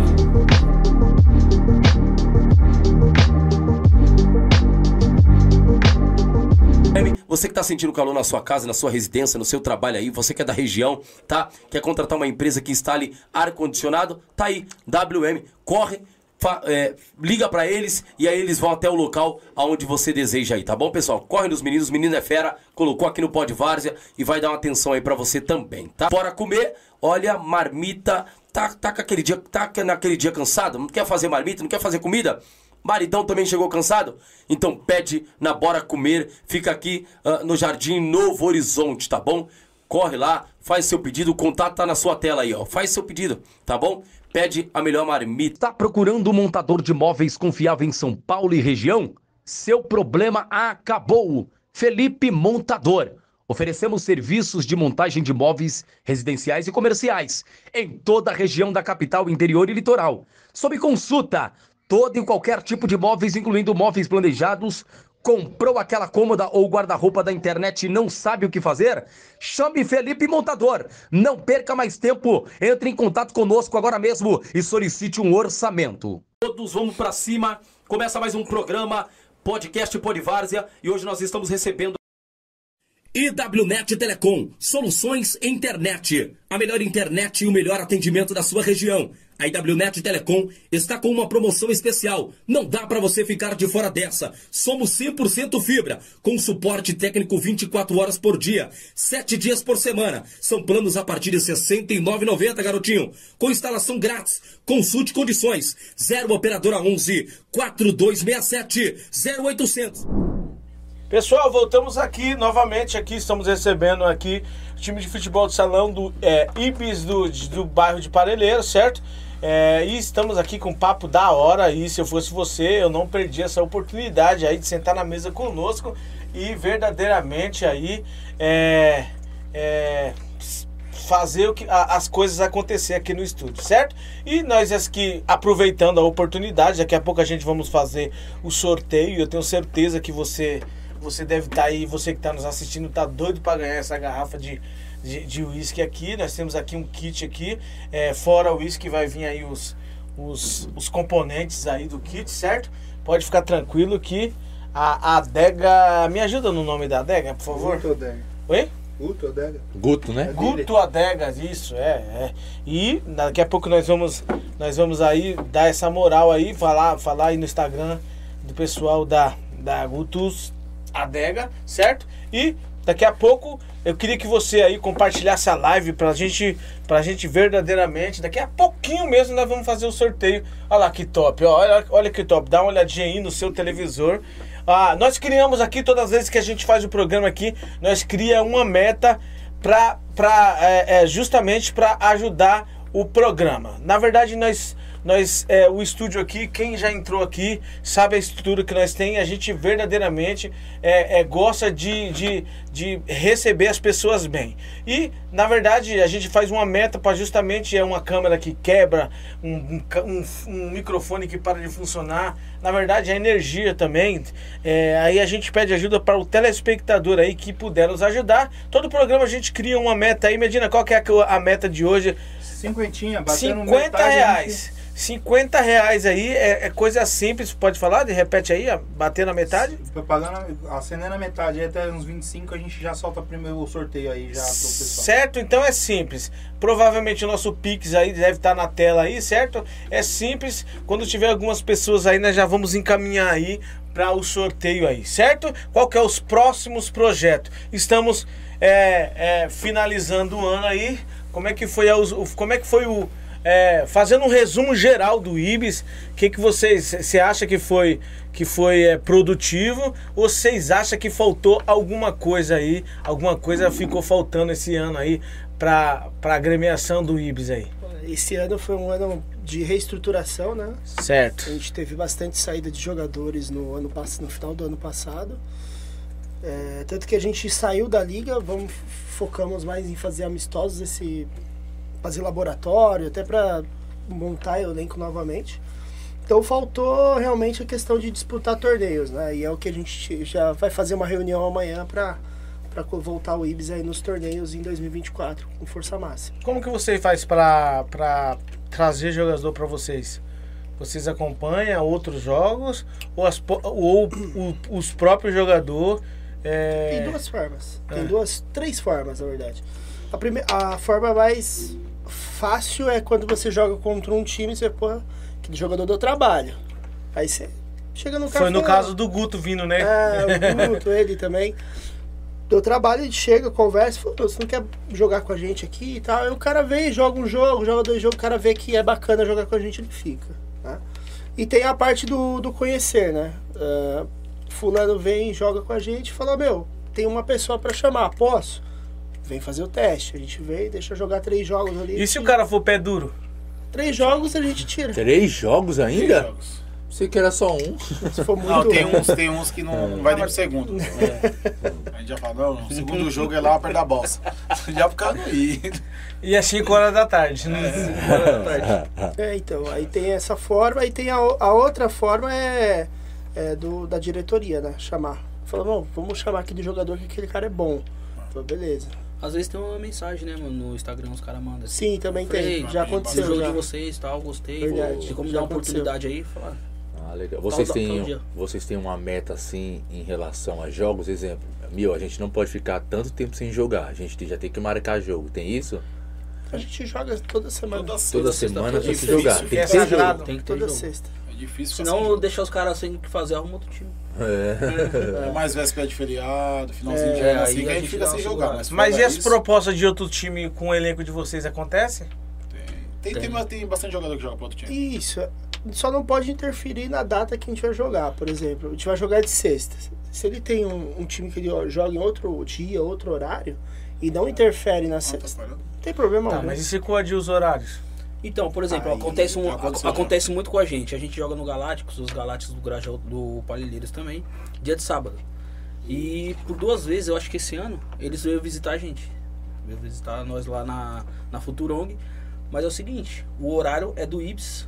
Você que tá sentindo calor na sua casa, na sua residência, no seu trabalho aí, você que é da região, tá? Quer contratar uma empresa que instale ar-condicionado? Tá aí, WM, corre, fa- é, liga pra eles e aí eles vão até o local aonde você deseja aí, tá bom, pessoal? Corre nos meninos, menino é fera, colocou aqui no Pod Várzea e vai dar uma atenção aí pra você também, tá? Bora comer, olha, marmita, tá, tá, com aquele dia, tá naquele dia cansado, não quer fazer marmita, não quer fazer comida? Maridão também chegou cansado? Então pede na Bora Comer, fica aqui ah, no Jardim Novo Horizonte, tá bom? Corre lá, faz seu pedido, o contato tá na sua tela aí, ó. Faz seu pedido, tá bom? Pede a melhor marmita.
Tá procurando um montador de móveis confiável em São Paulo e região? Seu problema acabou. Felipe Montador. Oferecemos serviços de montagem de móveis residenciais e comerciais em toda a região da capital, interior e litoral. Sob consulta, todo e qualquer tipo de móveis, incluindo móveis planejados, Comprou aquela cômoda ou guarda-roupa da internet e não sabe o que fazer? Chame Felipe Montador. Não perca mais tempo. Entre em contato conosco agora mesmo e solicite um orçamento.
Todos vamos pra cima. Começa mais um programa, podcast Podvárzia. E hoje nós estamos recebendo.
IWNet Telecom, soluções em internet. A melhor internet e o melhor atendimento da sua região. A IWNet Telecom está com uma promoção especial. Não dá para você ficar de fora dessa. Somos 100% fibra, com suporte técnico 24 horas por dia, 7 dias por semana. São planos a partir de R$ 69,90, garotinho. Com instalação grátis. Consulte condições. 0 operadora 11 4267 0800.
Pessoal, voltamos aqui novamente. Aqui estamos recebendo aqui o time de futebol de salão do é, Ibis do, de- do bairro de Parelheiro, certo? É, e estamos aqui com um papo da hora. E se eu fosse você, eu não perdi essa oportunidade aí de sentar na mesa conosco e verdadeiramente aí é, é, fazer o que, a- as coisas acontecer aqui no estúdio, certo? E nós aqui aproveitando a oportunidade, daqui a pouco a gente vamos fazer o sorteio. Eu tenho certeza que você você deve estar aí, você que está nos assistindo, tá doido para ganhar essa garrafa de de de uísque aqui. Nós temos aqui um kit aqui, é, fora o uísque vai vir aí os, os os componentes aí do kit, certo? Pode ficar tranquilo que a, a adega, me ajuda no nome da adega, por favor.
Guto Adega.
Oi?
Guto Adega.
Guto, né?
Guto Adegas, isso, é, é. E daqui a pouco nós vamos, nós vamos aí dar essa moral aí, falar, falar aí no Instagram do pessoal da, da Gutus Adega, certo? E daqui a pouco eu queria que você aí compartilhasse a live pra gente, pra gente verdadeiramente, daqui a pouquinho mesmo nós vamos fazer o sorteio. Olha lá que top, ó, olha, olha que top, dá uma olhadinha aí no seu televisor. Ah, nós criamos aqui, todas as vezes que a gente faz o programa aqui, nós cria uma meta pra, pra, é, é, justamente para ajudar o programa. Na verdade, nós, nós é, o estúdio aqui, quem já entrou aqui sabe a estrutura que nós tem. A gente verdadeiramente é, é, gosta de, de, de receber as pessoas bem. E, na verdade, a gente faz uma meta para justamente é uma câmera que quebra, um, um ca- um f- um microfone que para de funcionar. Na verdade, a energia também. É, aí a gente pede ajuda para o telespectador aí que puder nos ajudar. Todo programa a gente cria uma meta aí. Medina, qual que é a- a meta de hoje?
Cinquentinha, batendo
50
metade,
reais. 50 reais aí é, é coisa simples, pode falar? De repete aí, ó, bater na metade?
Foi Tá pagando, acendendo a metade, aí até uns 25 a gente já solta primeiro o sorteio aí já pro pessoal.
Certo? Então é simples. Provavelmente o nosso Pix aí deve estar na tela aí, certo? É simples. Quando tiver algumas pessoas aí, nós já vamos encaminhar aí para o sorteio aí, certo? Qual que é os próximos projetos? Estamos é, é, finalizando o ano aí. Como é que foi, a us- o- como é que foi o... é, fazendo um resumo geral do Ibis, o que, que vocês você acha que foi que foi é, produtivo ou vocês acham que faltou alguma coisa aí, alguma coisa ficou faltando esse ano aí para para agremiação do Ibis aí?
Esse ano foi um ano de reestruturação, né?
Certo.
A gente teve bastante saída de jogadores no ano pass- no final do ano passado. É, tanto que a gente saiu da liga, vamos focamos mais em fazer amistosos, esse fazer laboratório, até para montar elenco novamente. Então faltou realmente a questão de disputar torneios, né? E é o que a gente já vai fazer uma reunião amanhã para para voltar o Ibis aí nos torneios em 2024 com força máxima.
Como que você faz pra pra trazer jogador pra vocês? Vocês acompanham outros jogos ou, as po- ou o- os próprios jogador é...
Tem duas formas. Tem
É.
duas, três formas, na verdade. A, prime... a forma mais fácil é quando você joga contra um time e você pô, que jogador deu trabalho. Aí você chega no
Foi no
café,
caso do Guto vindo, né?
é, o Guto, ele também. Deu trabalho, ele chega, conversa, fala, "Meu, você não quer jogar com a gente aqui e tal. Aí o cara vem, joga um jogo, joga dois jogos, o cara vê que é bacana jogar com a gente, ele fica. né? E tem a parte do, do conhecer, né? Ah, fulano vem, joga com a gente e fala, meu, tem uma pessoa pra chamar, posso? Vem fazer o teste. A gente vem, deixa jogar três jogos ali.
E se o cara for pé duro?
Três jogos a gente tira.
Três jogos ainda? Sei que era só um.
Se for muito... né?
Não, tem uns, tem uns que
É.
não, não vai nem pro segundo. É. A gente já fala, não, o segundo jogo é lá perto da balsa. [laughs] Já por causa do ir.
E às 5 horas da tarde. né? Cinco horas da tarde.
É, então, aí tem essa forma, e tem a, o- a outra forma é, é, do, da diretoria, né? Chamar. Falou, não, vamos chamar aqui do jogador que aquele cara é bom. Falei, beleza.
Às vezes tem uma mensagem, né, mano, no Instagram os caras mandam. assim,
Sim, também
"Falei,
tem. Já aconteceu.
Jogo
já.
de vocês, tal, gostei.
Verdade,
Verdade. Como
já
dar uma
aconteceu.
oportunidade aí, falar.
Ah, legal. Vocês
Tal- tal
têm,
dia.
vocês têm uma meta assim em relação a jogos? Exemplo, meu, a gente não pode ficar tanto tempo sem jogar. A gente já tem que marcar jogo. Tem isso?
A gente joga toda semana.
Toda semana tem
sexta-feira.
que jogar. Tem que ter jogo.
Tem que ter
Toda
jogo.
sexta.
É difícil
Senão eu deixar os caras sem o que fazer, arruma outro time.
É.
É. Mais véspera de feriado, finalzinho
É,
de ano,
aí
assim, que
a
a gente
gente
fica
dá
sem
uma
jogar.
segurada.
Mas,
Mas e
fora
as
isso,
propostas de outro time com o elenco de vocês acontecem?
tem, tem, mas tem bastante jogador que joga pro outro time.
Isso. Só não pode interferir na data que a gente vai jogar, por exemplo. A gente vai jogar de sexta. Se ele tem um, um time que ele joga em outro dia, outro horário, e não interfere na
Tá
sexta, não tem problema
Tá,
algum.
mas e se coadir os horários?
Então, por exemplo,
Aí,
acontece, um,
já
né?
aconteceu,
acontece muito com a gente. A gente joga no Galácticos, os Galácticos do, Grajaú- do Palilheiros também, dia de sábado. E por duas vezes, eu acho que esse ano, eles veio visitar a gente. Veio visitar nós lá na, na Futurong. Mas é o seguinte, o horário é do Ibis,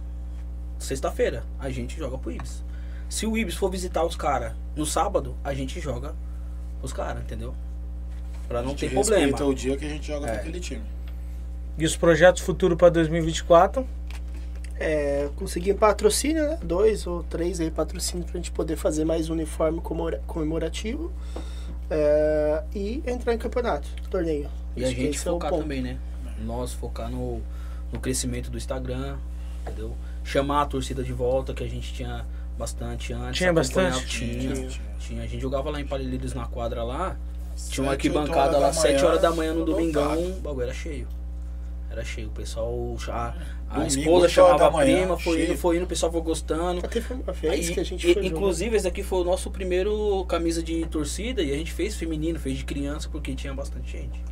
sexta-feira. A gente joga pro Ibis. Se o Ibis for visitar os caras no sábado, a gente joga os caras, entendeu? Pra não
A gente
ter
respeita
problema.
o dia que a gente joga com aquele time.
E os projetos futuros para 2024?
É, conseguir patrocínio, né? Dois ou três aí patrocínio pra gente poder fazer mais um uniforme comemora- comemorativo. é, e entrar em campeonato, torneio.
E a
Acho que
gente
esse é o
focar
ponto.
também, né? Nós focar no, no crescimento do Instagram, entendeu? Chamar a torcida de volta, que a gente tinha bastante antes.
Tinha
acompanhava-
bastante?
Tinha, tinha. A gente jogava lá em Palilheiros na quadra lá. Tinha uma
Sete, oito
arquibancada
horas
lá,
da
7
manhã,
horas da manhã no
lotado.
domingão, o bagulho era cheio. Era cheio, o pessoal. A, a
Domingo, oito
esposa
horas
chamava
da
a
manhã,
prima, foi
cheio.
indo, foi indo, o pessoal foi gostando.
Até um, ah, foi uma vez
Aí,
É que a gente
e-
foi né? jogar.
inclusive, esse aqui foi o nosso primeiro camisa de torcida e a gente fez feminino, fez de criança, porque tinha bastante gente.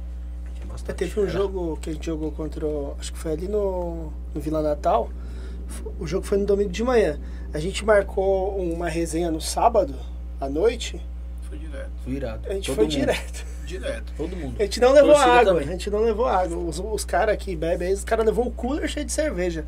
Tinha
É,
bastante
teve um
era-
jogo que a gente jogou contra. o- Acho que foi ali no, no Vila Natal. F- O jogo foi no domingo de manhã. A gente marcou uma resenha no sábado à noite.
Foi direto.
Foi irado.
A gente
Todo
foi
mundo.
direto. É.
Direto.
Todo mundo.
A gente não levou
Torcida
água.
também.
A gente não levou água. Os, os caras que bebem aí, os caras levou um cooler cheio
[laughs]
de cerveja.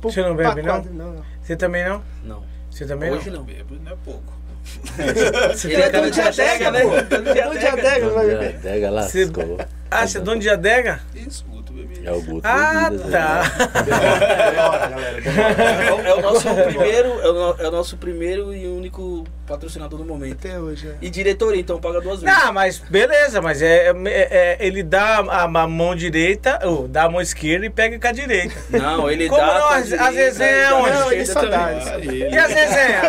Pro-
Você não bebe,
pra
não?
quadra. não? Não,
Você também não?
Não.
Você também
Hoje
não?
não.
Bebo não é pouco.
Você
tá
Ele
tem
é
cara
dono de adega, né?
Dono de adega, não vai
É.
beber.
Adega lá,
Você-
ficou.
Ah, você é dono de adega?
Isso, muito bebê.
É o Guto.
Ah,
Bebidas, né?
tá.
É, o- é o nosso primeiro, é o, no- é o nosso primeiro e único patrocinador do momento.
Até hoje. é.
E diretoria, então paga duas vezes.
Ah, mas beleza, mas é, é- é- ele dá a, a mão direita, ou dá a mão esquerda e pega com a direita.
Não, ele
Como
dá.
não?
com a
Às- às
direita,
vezes é
dá com a
onde?
esquerda
Ele só
também.
dá.
Aí,
E as resenhas?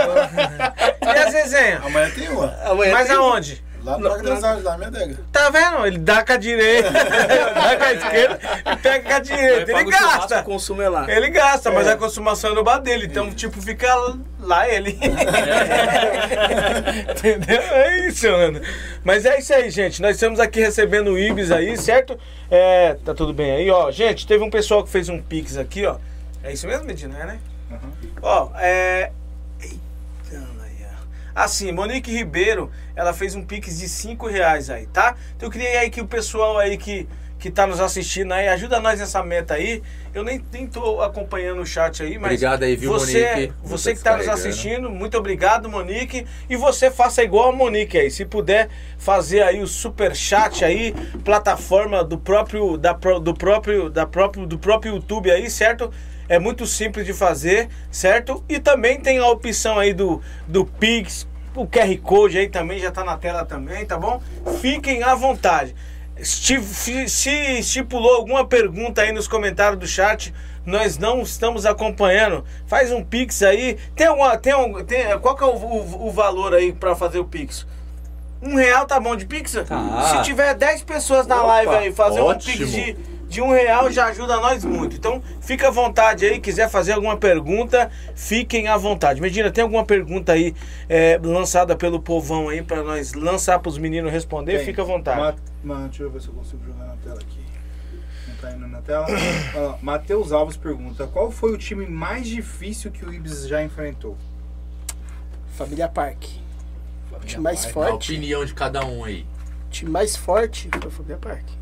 E as resenhas?
amanhã tem uma.
Amanhã
Mas
tem-
aonde?
Lá no Parque das Árvores, lá na minha adega.
Tá vendo? Ele dá com a direita, dá com a esquerda e pega com a
Aí
é
direita.
paga
Ele
o churrasco,
gasta.
consumo é lá.
Ele gasta, mas a consumação é no bar dele. Então, tipo, fica lá ele. Entendeu? É isso, mano. Mas é isso aí, gente. Nós estamos aqui recebendo o Ibis aí, certo? É, tá tudo bem aí, ó. Gente, teve um pessoal que fez um pix aqui, ó. É isso mesmo, Medina, né? Ó, é. Eita, Laia. Assim, Monique Ribeiro, ela fez um pix de 5 reais aí, tá? Então eu queria aí que o pessoal aí que, que tá nos assistindo aí, ajuda nós nessa meta aí. Eu nem, nem tô acompanhando o chat aí, mas.
Obrigado aí, viu,
você,
Monique?
Você
Tá
que tá nos
descarregando.
assistindo, muito obrigado, Monique. E você faça igual a Monique aí. Se puder fazer aí o super chat aí, plataforma do próprio, da, pró- do próprio, da próprio, do próprio YouTube aí, certo? É muito simples de fazer, certo? E também tem a opção aí do, do Pix, o QR Code aí também já tá na tela também, tá bom? Fiquem à vontade. Esti- fi- Se estipulou alguma pergunta aí nos comentários do chat, nós não estamos acompanhando. Faz um pix aí. Tem alguma, tem, um, tem qual que é o, o- o valor aí pra fazer o pix? Um real tá bom de pix? Se tiver 10 pessoas na
Opa,
live aí fazer
ótimo.
um pix de, de um real já ajuda nós muito. Então fica à vontade aí, quiser fazer alguma pergunta, fiquem à vontade. Medina, tem alguma pergunta aí é, lançada pelo povão aí pra nós lançar pros meninos responder?
Tem.
Fica à vontade.
Ma- ma- deixa eu ver se eu consigo jogar na tela aqui. Não tá indo na tela. Olha lá, Matheus Alves pergunta: Qual foi o time mais difícil que o Ibis já enfrentou?
Família Parque. O time mais
A
forte.
opinião de cada um aí.
O time mais forte foi o Família Parque.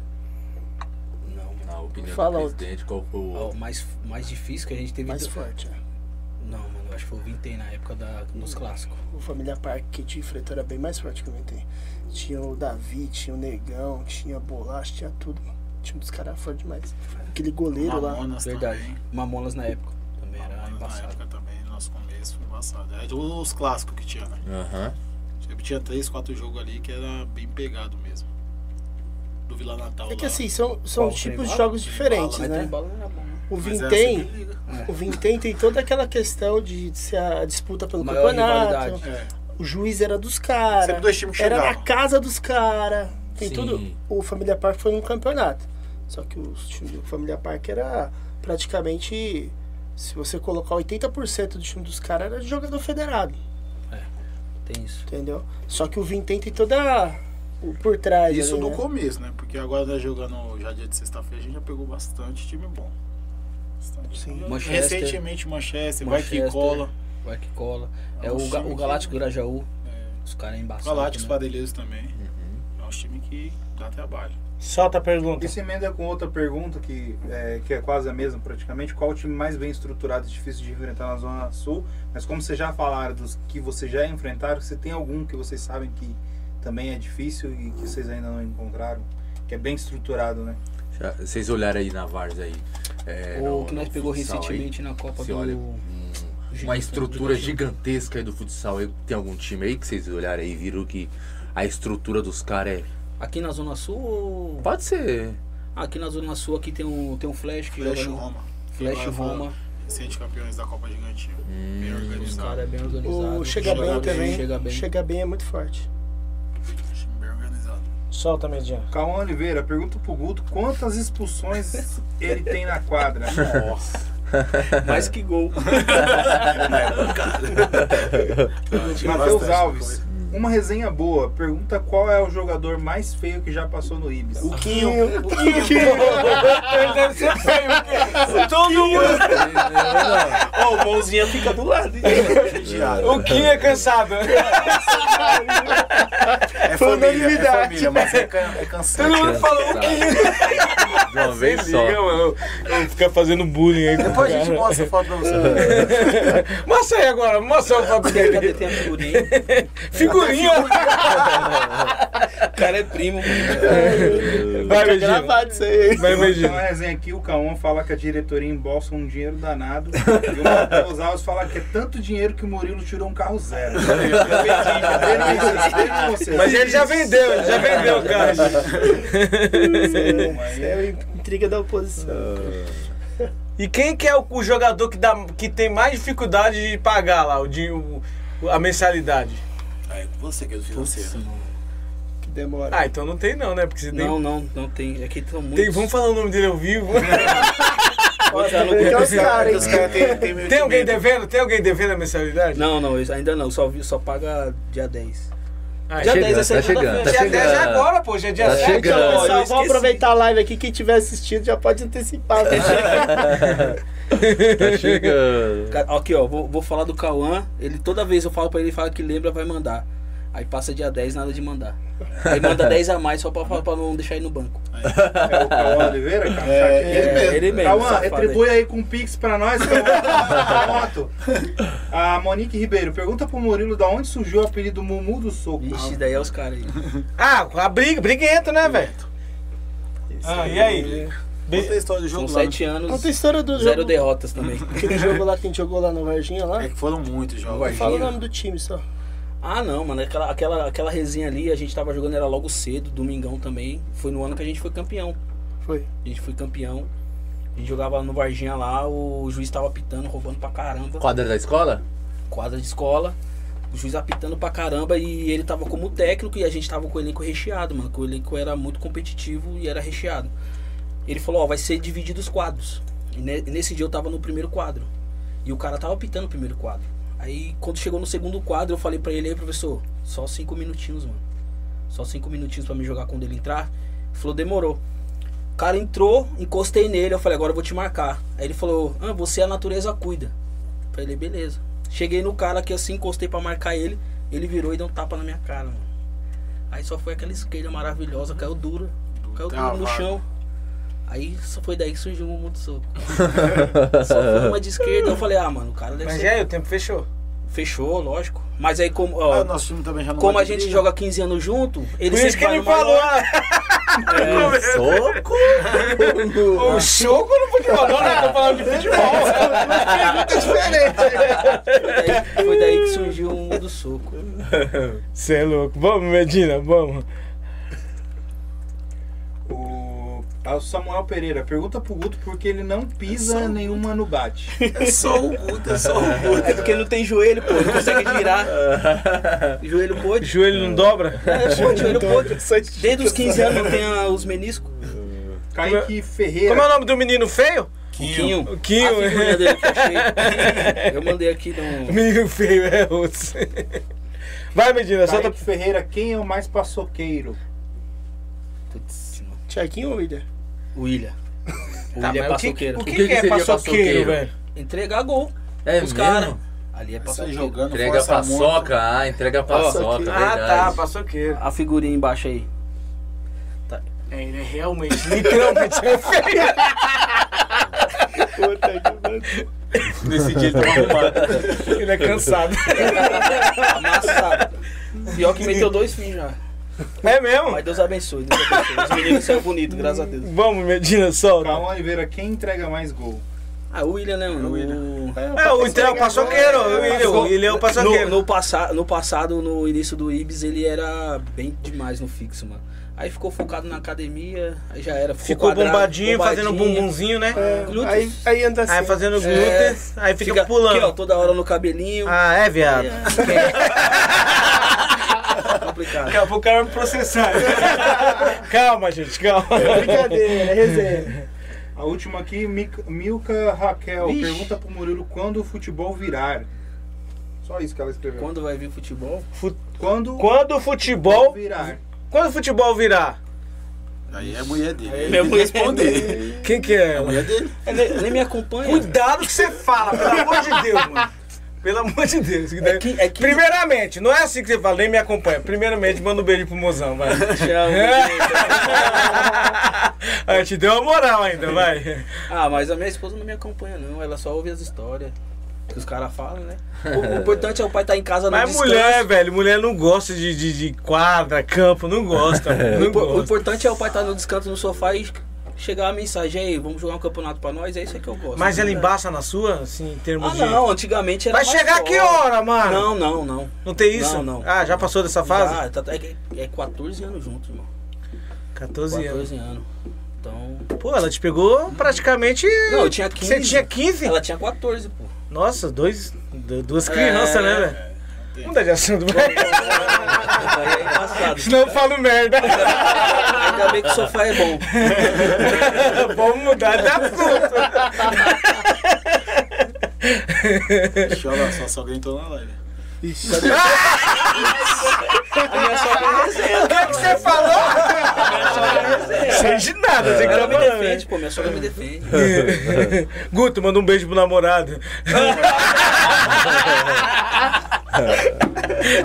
Na opinião
Fala
do
outro.
presidente, qual foi o.
Ó, o mais, mais difícil que a gente teve.
Mais
do-
forte, é.
Então, Não, mano. acho que foi o Vintém na época da, dos clássicos.
O Família Parque que tinha freta era bem mais forte que o Vintém. Tinha o Davi, tinha o Negão, tinha bolacha, tinha tudo. Tinha um dos caras fortes demais. Aquele goleiro lá.
Verdade. Mamonas na época. Também era
Na
embaçado.
época também, no nosso começo, foi embaçado. É os clássicos que tinha, né?
Aham.
Sempre tinha três, quatro jogos ali que era bem pegado mesmo. Do Vila Natal.
É que
lá.
assim, são, são
Bom,
tipos de
trem
jogos
bala,
diferentes,
trem
né?
bala era bom, né?
O
Mas era
Vintém,
Superliga.
o Vintém tem toda aquela questão de ser a disputa pelo
Maior
campeonato.
rivalidade. É.
O juiz era dos caras.
Sempre dois times que
Era na
chegavam.
casa dos caras. Tem
Sim.
tudo. O Família Parque foi um campeonato. Só que os times do Família Parque era praticamente. Se você colocar 80% do time dos caras, era de jogador federado.
Tem isso.
Entendeu? Só que o Vintém tem toda. O por trás.
Isso
ali,
no
é.
né?
começo, né? Porque agora nós jogando já dia de sexta-feira, a gente já pegou bastante time bom. Bastante.
Sim.
Manchester.
Recentemente Manchester, vai que
Manchester,
cola.
Vai que cola. É
É um
o, Ga-
time
o
que-
Galáctico Grajaú. Os caras embaçados.
Galácticos
né? Uhum.
Padelheiros também. É um time que dá trabalho.
Solta a pergunta.
Isso emenda com outra pergunta que é, que é quase a mesma praticamente. Qual o time mais bem estruturado e difícil de enfrentar na Zona Sul? Mas como vocês já falaram dos que vocês já enfrentaram, se tem algum que vocês sabem que também é difícil e que vocês ainda não encontraram, que é bem estruturado, né?
Já- Vocês olharam aí na Varsa aí. é,
O
no-
que nós
no
pegou
futsal aí,
recentemente na Copa
você
do-
olha, hum, uma estrutura
do-
gigantesca aí do futsal. aí. Tem algum time aí que vocês olharam aí e viram que a estrutura dos caras é.
Aqui na Zona Sul ou-
Pode ser.
Aqui na Zona Sul aqui tem um, tem um Flash que
Flash
joga no...
Roma.
Flash
Agora foi
Roma.
Recente campeões da Copa Gigantinho. bem
Os
organizado.
caras é bem organizado.
O Chega Bem também.
Chega bem.
é muito forte.
Bem organizado.
Solta, Median.
Cauã Oliveira, pergunta pro Guto quantas expulsões ele tem na quadra. Nossa.
Mais que gol.
Matheus Alves, uma resenha boa. Pergunta qual é o jogador mais feio que já passou no Ibis. O
Quinho.
O
Quinho. Ele
deve ser feio, porque Tá todo mundo. Ó, o mãozinha fica do lado. O Kim é cansado.
É família, é família, mas é, can, é cansado.
Todo mundo falou o Kim.
De uma vez
só. mano. Eu ficar fazendo bullying aí.
Depois a gente mostra a foto pra
você. mostra aí agora, mostra a foto dele. Cadê
tem a figurinha?
figurinha.
O cara é primo.
Vai,
Fica
Medina.
gravado isso aí.
Vai, Medina.
Tem uma resenha aqui, o Cauã fala que a diretoria embolsa um dinheiro danado. E o Matheus Alves fala que é tanto dinheiro que o Murilo tirou um carro zero.
Mas ele já vendeu, ele já vendeu, cara.
Isso é intriga da oposição.
Ah. E quem que é o, o jogador que, dá, que tem mais dificuldade de pagar lá, o, de, o- a mensalidade?
Aí, você que é do financeiro.
Que demora.
Ah, então não tem não, né? Porque você tem...
Não, não, não tem. Aqui estão muitos.
Tem, vamos falar o nome dele ao vivo.
é
Então, assim,
Então,
Tem alguém devendo? Tem alguém devendo a mensalidade?
Não, não, isso ainda não. Só, vi- só paga dia 10.
Ah,
dia
chegando,
10 é
tá
segunda-feira.
chegando, tá Dia chegando. 10 é agora, pô, já é dia Tá sete, chegando. ó, eu
Pessoal, vamos
esqueci.
aproveitar a live aqui. Quem tiver assistido já pode
[laughs]
antecipar.
Tá chegando.
Ca- Aqui, ó, vou, vou falar do Cauã. Ele toda vez eu falo pra ele, ele fala que lembra, vai mandar. Aí passa dia 10, nada de mandar. Aí manda 10 a mais só pra, pra não deixar ele no banco.
É o Cauã Oliveira, cara?
É,
Tá aqui.
ele mesmo. Ele mesmo,
Cauã,
safado
retribui aí com um pix pra nós, Cauã. Tá [laughs] na moto. A Monique Ribeiro, pergunta pro Murilo da onde surgiu o apelido Mumu do Soco.
Ixi, daí é os caras aí.
Ah, a briga, briguento, né, velho? Ah, e aí?
Conta a história do jogo
Com
lá. né?
7 anos,
Conta a história do
zero
jogo.
derrotas também. [laughs]
Aquele jogo lá que a gente jogou lá no Varginha lá.
É que foram muitos jogos.
Fala o nome do
[laughs]
time só.
Ah, não, mano. Aquela, aquela, aquela resenha ali, a gente tava jogando, era logo cedo, domingão também. Foi no ano que a gente foi campeão.
Foi.
A gente foi campeão. A gente jogava no Varginha lá, o juiz tava apitando, roubando pra caramba.
Quadra da escola?
Quadra de escola. O juiz apitando pra caramba e ele tava como técnico e a gente tava com o elenco recheado, mano. Que o elenco era muito competitivo e era recheado. Ele falou, ó, vai ser dividido os quadros. E ne- e nesse dia eu tava no primeiro quadro. E o cara tava apitando o primeiro quadro. Aí quando chegou no segundo quadro, eu falei pra ele, aí, professor, só cinco minutinhos, mano. Só cinco minutinhos pra me jogar quando ele entrar. Ele falou, demorou. O cara entrou, encostei nele, eu falei, agora eu vou te marcar. Aí ele falou, ah, você a natureza cuida. Eu Falei, beleza. Cheguei no cara aqui assim, encostei pra marcar ele, ele virou e deu um tapa na minha cara, mano. Aí só foi aquela esquerda maravilhosa, caiu dura. Caiu dura no
Travado.
chão. Aí só foi daí que surgiu o Mundo Soco. só foi uma de esquerda, eu falei, ah, mano, o cara deve
Mas é
ser-
e aí, o tempo fechou.
Fechou, lógico. Mas aí como. ó,
Ah, nosso time também já não
Como a
vai
gente
ter
joga 15 anos junto, ele
Por isso que
sempre vai
ele
no maior.
falou. né?
É.
O soco no futebol. Não, não, tô falando de futebol. Pergunta
diferente. É, Foi daí que surgiu o mundo do soco.
Você é louco. Vamos, Medina, vamos.
O Samuel Pereira, pergunta pro Guto porque ele não pisa nenhuma
[laughs]
no bate.
É só o
Guto,
é só o Guto.
É porque ele não tem joelho, pô. Não consegue girar. Joelho pode.
Joelho não dobra?
É, pode, joelho pode. Desde os 15 anos não tem a- os meniscos.
Kaique Ferreira.
Como é o nome do menino feio? Ah,
Quinho. Ah,
O Quinho.
A figurinha dele que eu achei. Eu mandei aqui um-
O
no.
menino feio é outro. Vai, Medina, solta.
Kaique Ferreira, quem é o mais paçoqueiro?
Tiaguinho ou William?
William. O
Tá,
William
mas o que-
é paçoqueiro.
o que O que que que é seria paçoqueiro, paçoqueiro? velho?
Entregar gol.
É
Os
mesmo?
caras. Ali é paçoqueiro.
jogando Entrega força paçoca, muito. ah, entrega paçoca, Paçoqueiro. verdade. Ah, tá,
paçoqueiro.
A figurinha embaixo aí.
É, ele é realmente, literalmente [laughs] é feio.
Nesse dia ele tá arrumado.
Ele é cansado.
Amassado. Pior que meteu dois fins já.
É mesmo?
Mas Deus abençoe, Deus abençoe. Os meninos são bonitos, graças a Deus.
Vamos, Medina, solta.
Calma, Oliveira, quem entrega mais gol?
Ah, o William, né? mano? O William.
É, o Inter é o paçoqueiro, o William- o William é o paçoqueiro.
No, no, passa- no passado, no início do Ibis, ele era bem demais no fixo, mano. Aí ficou focado na academia, aí já era.
Ficou
quadrado,
bombadinho, fazendo
bombadinho. É.
bumbumzinho, né?
glúteos.
Aí- aí anda
Ah, é
assim. Aí fazendo glúteos, aí fica pulando.
Aqui, ó, toda hora no cabelinho.
Ah, é, viado? [laughs]
[laughs] Complicado.
Daqui a pouco o cara vai me processar. calma, gente, calma.
É.
é
Brincadeira, resenha. A última aqui, Mica- Milka Raquel,
Vixe.
pergunta pro Murilo quando o futebol virar. Só isso que ela escreveu.
Quando vai vir futebol?
Quando,
Quando o futebol
virar.
Quando o futebol virar?
Aí é a mulher dele.
Eu vou responder. Quem que é?
Nem, nem me acompanha.
Cuidado que você fala, pelo amor de Deus, mano. Pelo amor de Deus. Primeiramente, não é assim que você fala, nem me acompanha. Primeiramente, manda um beijo pro mozão, vai. [laughs] É. Aí te deu uma moral ainda, vai.
Ah, mas a minha esposa não me acompanha, não. Ela só ouve as histórias que os caras falam, né? O,
[laughs]
o importante é o pai estar em casa no
Mas
descanso.
mulher, velho, mulher não gosta de, de, de quadra, campo, não gosta. mano,
O
Não
impo- O
gosta.
importante é o pai estar no descanso no sofá e chegar a mensagem aí, vamos jogar um campeonato pra nós, é isso que eu gosto.
Mas ela
Né?
embaça na sua, assim, em termos
Ah,
de.
não, antigamente era
Vai
mais
chegar
forte.
que hora, mano?
Não, não, não.
Não tem isso?
Não, não.
Ah, já passou dessa fase?
Já, tá- é, é 14 anos junto, irmão.
14 anos.
14 anos. Então...
Pô, ela te pegou praticamente.
Não, eu tinha 15.
Você tinha 15?
Ela tinha 14, pô.
Nossa, dois, du- duas
É.
crianças, né, velho? Muda de assunto, [laughs] velho.
Aí é embaçado.
[laughs] Senão eu falo merda.
Ainda bem que o sofá
[laughs]
é bom.
Vamos mudar de assunto.
Deixa eu olhar só se alguém entrou na live.
Ixi.
A minha sogra é resenha.
O que é que você
[laughs]
falou? Sem de nada, tá sem
É. Ela me
gravar,
defende,
velho.
pô. Minha sogra me defende.
[laughs] Guto, manda um beijo pro namorado.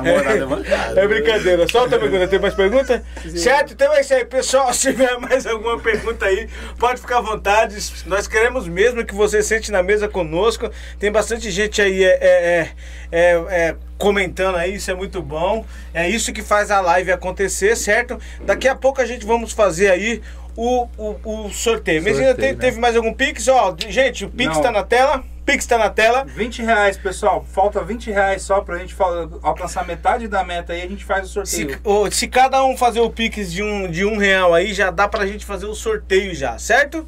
Namorada é bancada.
É brincadeira. Solta a pergunta. Tem mais pergunta? Certo? Então é isso aí, pessoal. [laughs] Se tiver mais alguma pergunta aí, pode ficar à vontade. Nós queremos mesmo que você sente na mesa conosco. Tem bastante gente aí é, é, é, é, é, comentando aí, isso é muito bom. É isso que faz a live acontecer, certo? Daqui a pouco a gente vamos fazer aí o, o, o sorteio. Mas ainda
Sorteio,
te-
né?
teve mais algum Pix? Ó, gente, o Pix
Não.
tá na tela. Pix tá na tela.
20 reais, pessoal. Falta 20 reais só pra gente fala- alcançar metade da meta aí a gente faz o sorteio.
Se, ô, se cada um fazer o pix de um, de um real aí, já dá pra gente fazer o sorteio já, certo?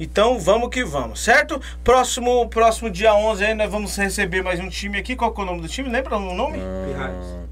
Então vamos que vamos, certo? Próximo, próximo dia 11 aí nós vamos receber mais um time aqui. Qual que é o nome do time? Lembra o nome?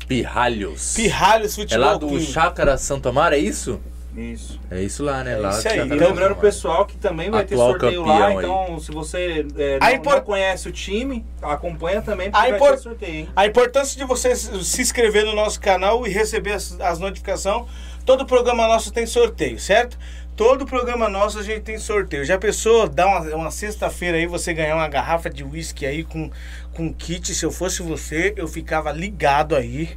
Pirralhos.
Pirralhos
É
Futebol
lá do
Clube.
Chácara Santo Amaro, é isso?
Isso.
É isso lá, né? lá
Isso aí.
do Chácara
Então,
Santo
lembrando o
Amaro.
pessoal que também vai
Atual
ter sorteio
campeão
lá.
aí.
Então, se você é, não,
A impor-
não conhece o time, acompanha também porque
A,
vai
impor-
ter sorteio, hein?
a importância de você se se inscrever no nosso canal e receber as, as notificações. Todo programa nosso tem sorteio, certo? Todo programa nosso a gente tem sorteio. Já pensou dar uma, uma sexta-feira aí você ganhar uma garrafa de uísque aí com, com kit? Se eu fosse você, eu ficava ligado aí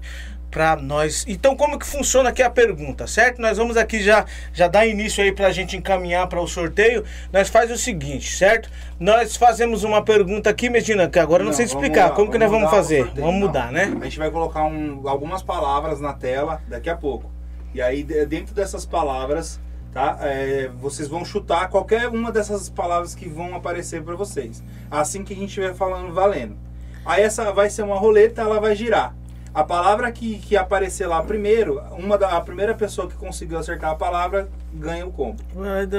para nós. Então, como que funciona aqui a pergunta, certo? Nós vamos aqui já já dar início aí para a gente encaminhar para o sorteio. Nós faz o seguinte, certo? Nós fazemos uma pergunta aqui, Medina, que agora eu não, sei te
vamos
explicar.
lá,
como que nós vamos
mudar o
fazer?
sorteio,
vamos
não.
mudar, né?
A gente vai colocar um- algumas palavras na tela daqui a pouco. E aí, de- dentro dessas palavras, tá? É, vocês vão chutar qualquer uma dessas palavras que vão aparecer para vocês. Assim que a gente estiver falando, valendo. Aí essa vai ser uma roleta, ela vai girar. A palavra que, que aparecer lá primeiro, uma da, a primeira pessoa que conseguiu acertar a palavra ganha o combo.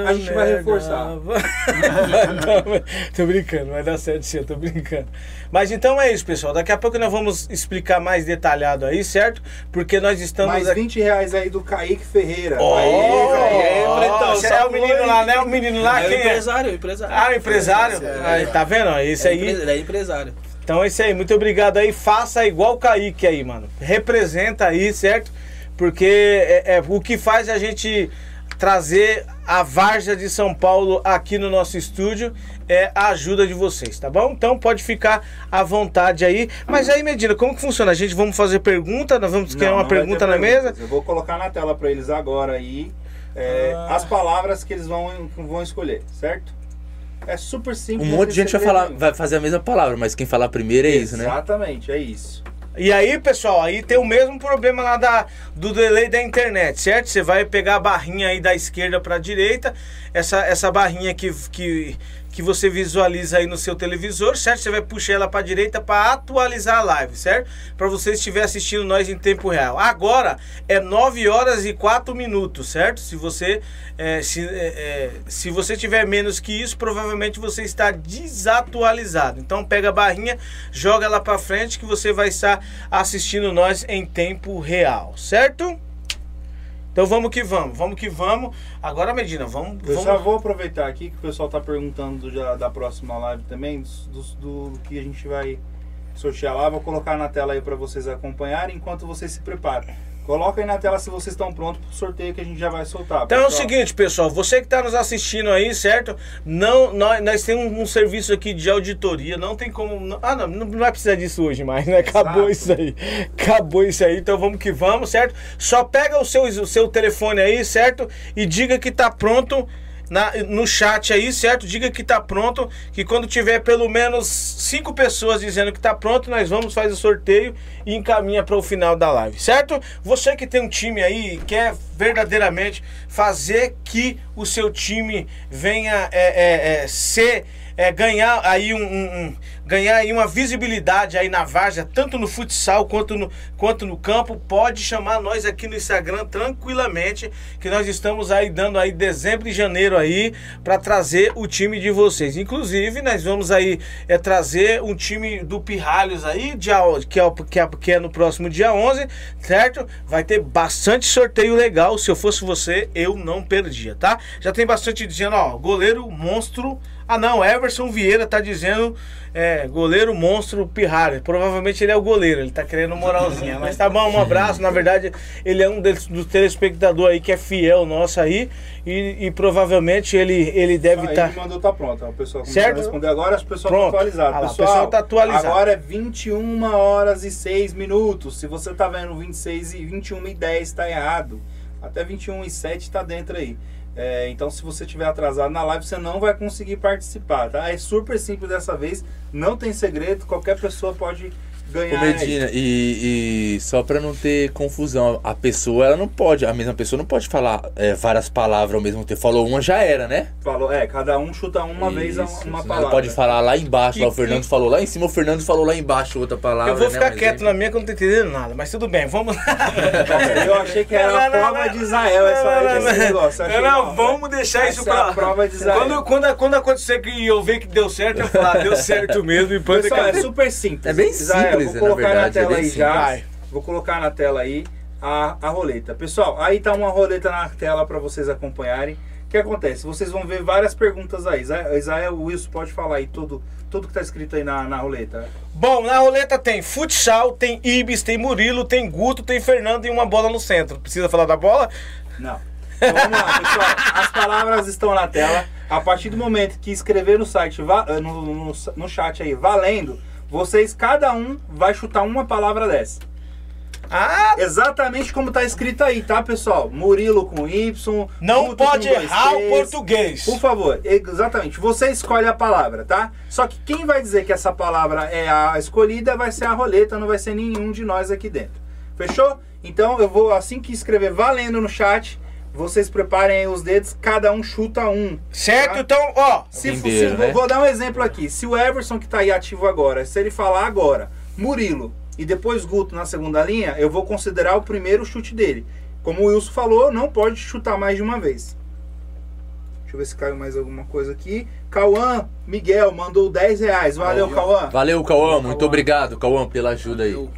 a gente vai
merda,
reforçar.
[laughs] Vai dar- [laughs] tô brincando, vai dar certo sim, eu tô brincando. Mas então é isso, pessoal. Daqui a pouco nós vamos explicar mais detalhado aí, certo? Porque nós estamos
Mais
aqui.
20 reais aí do Kaique Ferreira.
Oh,
Aê,
oh,
pretão,
você é o
sacou,
menino
hein?
lá, né? O menino lá,
É o
quem
empresário,
é?
o empresário.
Ah, o empresário?
É.
Aí, tá vendo? Esse aí.
Ele é empresário.
Então é isso aí, muito obrigado aí. Faça igual o Kaique aí, mano. Representa aí, certo? Porque é, é o que faz a gente trazer a Várzea de São Paulo aqui no nosso estúdio é a ajuda de vocês, tá bom? Então pode ficar à vontade aí. Mas aí, Medina, como que funciona? A gente vamos fazer pergunta, nós vamos criar
Não,
uma
não vai ter
pergunta na
perguntas.
mesa?
Eu vou colocar na tela para eles agora aí é, as palavras que eles vão, vão escolher, certo? É super
Um
simples. é
monte de gente vai, falar, vai fazer a mesma palavra, mas quem falar primeiro é isso, né?
Exatamente, é isso.
E aí, pessoal, aí tem o mesmo problema lá da, do delay da internet, certo? Você vai pegar a barrinha aí da esquerda para direita, essa, essa barrinha que, que, que você visualiza aí no seu televisor, certo? Você vai puxar ela para direita para atualizar a live, certo? Para você estiver assistindo nós em tempo real. Agora é 9 horas e 4 minutos, certo? Se você é, se, é, é, se você tiver menos que isso, provavelmente você está desatualizado. Então pega a barrinha, joga ela para frente que você vai estar assistindo nós em tempo real, certo? Então vamos que vamos, vamos que vamos. Agora, Medina, vamos.
Eu
vamos...
só vou aproveitar aqui que o pessoal tá perguntando já da próxima live também, dos- dos- do, que a gente vai sortear lá. Vou colocar na tela aí para vocês acompanharem enquanto vocês se preparam. Coloca aí na tela se vocês estão prontos pro sorteio que a gente já vai soltar.
Então é o
pessoal.
seguinte, pessoal, você que está nos assistindo aí, certo? Não, nós, nós temos um serviço aqui de auditoria, não tem como. não- ah, não, não vai precisar disso hoje mais, né? Acabou isso aí. Acabou isso aí, então vamos que vamos, certo? Só pega o seu, o seu telefone aí, certo? E diga que tá pronto. na- no chat aí, certo? Diga que tá pronto. Que quando tiver pelo menos cinco pessoas dizendo que tá pronto, nós vamos fazer o sorteio e encaminha para o final da live, certo? Você que tem um time aí e quer verdadeiramente fazer que o seu time venha é, é, é, ser. é, ganhar aí um, um- um- ganhar aí uma visibilidade aí na várzea, tanto no futsal quanto no, quanto no campo, pode chamar nós aqui no Instagram tranquilamente, que nós estamos aí dando aí dezembro e janeiro aí para trazer o time de vocês. Inclusive, nós vamos aí é, trazer um time do Pirralhos aí, dia, o- que, é, o- que, é, que é no próximo dia 11, certo? Vai ter bastante sorteio legal. Se eu fosse você, eu não perdia, tá? Já tem bastante dizendo, ó, goleiro monstro. Ah não, Everson Vieira tá dizendo é, goleiro monstro Pirralhos. Provavelmente ele é o goleiro, ele tá querendo moralzinha. Mas tá bom, um abraço. Na verdade, ele é um deles- dos telespectadores aí que é fiel nosso aí. E, e provavelmente ele, ele deve
Aí
estar.
ele mandou tá pronto. O pessoal começou
Certo?
a responder agora, as pessoas
Pronto.
estão atualizadas.
Ah lá, o pessoal tá atualizado.
Agora é 21 horas e 6 minutos. Se você tá vendo 26 e 21 e 10 tá errado. Até 21 e 7 tá dentro aí. É, então se você tiver atrasado na live, você não vai conseguir participar, tá? É super simples dessa vez, não tem segredo, qualquer pessoa pode ganhar.
Ô Medina,
aí.
e, e só pra não ter confusão, a pessoa ela não pode, a mesma pessoa não pode falar é, várias palavras ao mesmo tempo. Falou uma já era, né?
Falou, é, cada um chuta uma vez
é
a-
Isso,
uma
senão
palavra.
pode falar lá embaixo, lá o
E-
Fernando falou lá em cima, o Fernando falou lá embaixo outra palavra.
Eu vou
né?
ficar
Mas
quieto na minha que eu não tô entendendo nada, mas tudo bem, vamos lá.
Eu achei que era a prova de Israel essa, esse negócio. achei né?
Não, não,
mal.
vamos deixar
Essa
isso
é a
pra
prova de Israel.
Quando, quando, quando acontecer que eu ver que deu certo, eu falar, deu certo mesmo. E pode
Pessoal, é super simples.
É bem
Israel,
simples,
Vou
na
colocar
verdade, é
tela
bem
aí
simples.
já.
Vai.
Vou colocar na tela aí a, a roleta. Pessoal, aí tá uma roleta na tela para vocês acompanharem. O que acontece? Vocês vão ver várias perguntas aí. Isa- Israel Wilson pode falar aí tudo, tudo que tá escrito aí na, na roleta.
Bom, na roleta tem futsal, tem Ibis, tem Murilo, tem Guto, tem Fernando e uma bola no centro. Precisa falar da bola?
Não. Então, vamos lá, pessoal. As palavras estão na tela. A partir do momento que escrever no site, va- eh, no, no, no chat aí, valendo, vocês, cada um, vai chutar uma palavra dessa. Ah! Exatamente como tá escrito aí, tá, pessoal? Murilo com Y.
Não
Guto
pode
com dois
errar o
T's.
português.
Por favor, exatamente. Você escolhe a palavra, tá? Só que quem vai dizer que essa palavra é a escolhida vai ser a roleta, não vai ser nenhum de nós aqui dentro. Fechou? Então eu vou, assim que escrever valendo no chat, vocês preparem aí os dedos, cada um chuta um.
Certo? Então, ó.
Se, for-
Entenderam,
se- vou-
né?
vou dar um exemplo aqui. Se o Everson que tá aí ativo agora, se ele falar agora, Murilo e depois Guto na segunda linha, eu vou considerar o primeiro chute dele. Como o Wilson falou, não pode chutar mais de uma vez. Deixa eu ver se caiu mais alguma coisa aqui. Cauã Miguel mandou 10 reais. Valeu, Cauã.
Valeu, Cauã. Muito obrigado, Cauã, pela ajuda aí.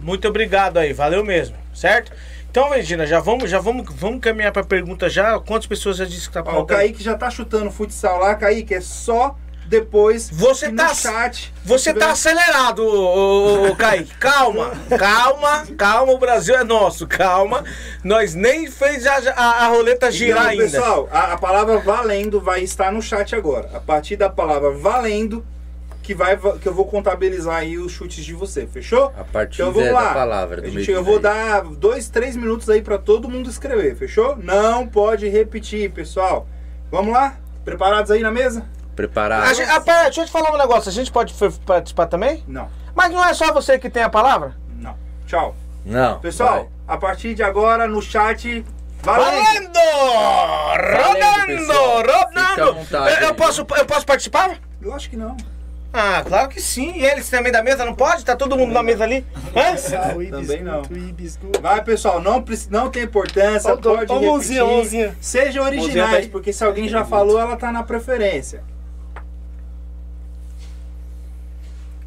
Muito obrigado aí, valeu mesmo, certo? Então, Regina, já vamos, já vamos, vamos caminhar para pergunta já. Quantas pessoas já disse que tá
Ó, o Kaique já tá chutando futsal lá, Kaique, é só depois
Você
que
tá-
no chat.
Você tá acelerado, ô, ô, ô,
[laughs]
Kaique. Calma, calma, calma. O Brasil é nosso, calma. Nós nem fez a, a, a roleta girar
Então,
ainda.
Pessoal, a, a palavra valendo vai estar no chat agora. A partir da palavra valendo, que, vai, que eu vou contabilizar aí os chutes de você, fechou?
A partir
então vamos
da-
lá.
da palavra, do
A gente-
meio de
eu vou
meio.
dar dois, três minutos aí pra todo mundo escrever, fechou? Não pode repetir, pessoal. Vamos lá? Preparados aí na mesa?
Preparado.
A gente- ah, pera, deixa eu te falar um negócio. A gente pode f- participar também?
Não.
Mas não é só você que tem a palavra?
Não. Tchau.
Não.
Pessoal, a partir de agora no chat. Valendo!
Valendo!
pessoal. Fica à
Rodando!
vontade
Eu, eu
aí.
posso, eu posso participar?
Eu acho que não.
Ah, claro que sim. E eles também da mesa? Não pode? Tá todo mundo na mesa ali?
[laughs]
Hã?
Ah, Também não. Vai, pessoal, não, preci- não tem importância,
Ó, dó-
pode
ó,
repetir.
mãozinha, mãozinha.
Seja
Mãozinha tá
originais,
aí.
porque se alguém já falou, ela tá na preferência.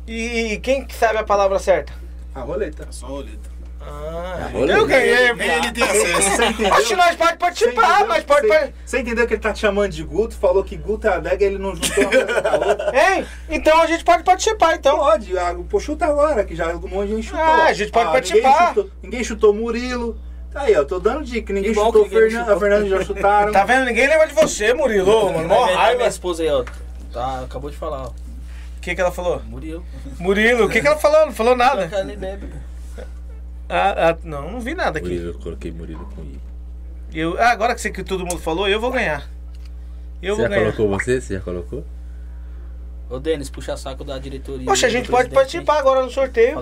E, e quem que sabe a palavra certa?
A roleta.
Só a roleta.
A
Ah,
roleta.
eu ganhei,
Nem ele
pá.
tem acesso. Você entendeu?
Oxe, nós pode participar, mas pode
Você, você entendeu que ele tá te chamando de Guto, falou que Guto é adega e ele não juntou uma coisa com a outra.
Hein? Então a gente pode participar, então.
Pode, ah, pô, chuta agora, que já um monte de gente chutou.
Ah, a gente pode
ninguém
participar.
chutou- Ninguém chutou, Murilo. Tá aí, ó, tô dando dica. Ninguém
Igual
chutou
que ninguém
Fernando,
chutou.
a Fernanda já
[laughs]
chutaram. então
Tá vendo? Ninguém lembra de você, Murilo, ô, mano. Mó
é
Aí vem- aí
raiva.
Minha
né?
esposa aí, ó. Tá, acabou de falar, ó.
O que, que ela falou?
Murilo.
Murilo, o que, que ela falou? Não falou nada.
Ela nem bebe.
Ah, ah, não, não vi nada aqui.
Murilo, eu coloquei Murilo com I.
Eu, ah, agora que, você, que todo mundo falou, eu vou ganhar. Eu
Você
vou
já
ganhar.
colocou você? Você já colocou?
Ô, Denis, puxa saco da diretoria.
Poxa, a gente pode participar agora no sorteio. [laughs]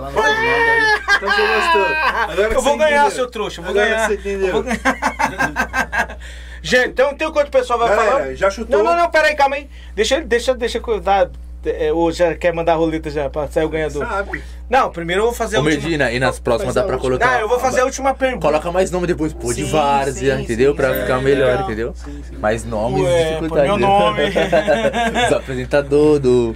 Então você gostou. Agora que
eu vou
você
ganhar,
entendeu.
seu trouxa. Eu vou
Agora
ganhar.
que você entendeu.
Eu vou ganhar. Gente, então tem quanto o pessoal vai
Galera,
falar?
já chutou?
Não, não, não, peraí, calma aí. Deixa, deixa, deixa eu dar. é, Ou já quer mandar a roleta já pra sair o ganhador?
Sabe.
Não, primeiro eu vou fazer é a
Ô,
última.
Medina, e nas próximas dá pra colocar.
Não, eu vou fazer a última pergunta.
Coloca mais nome depois, pô, de várzea, entendeu? pra ficar melhor, entendeu? Mais nomes
Ué,
de dificuldade.
põe meu nome.
[laughs] Os apresentador do,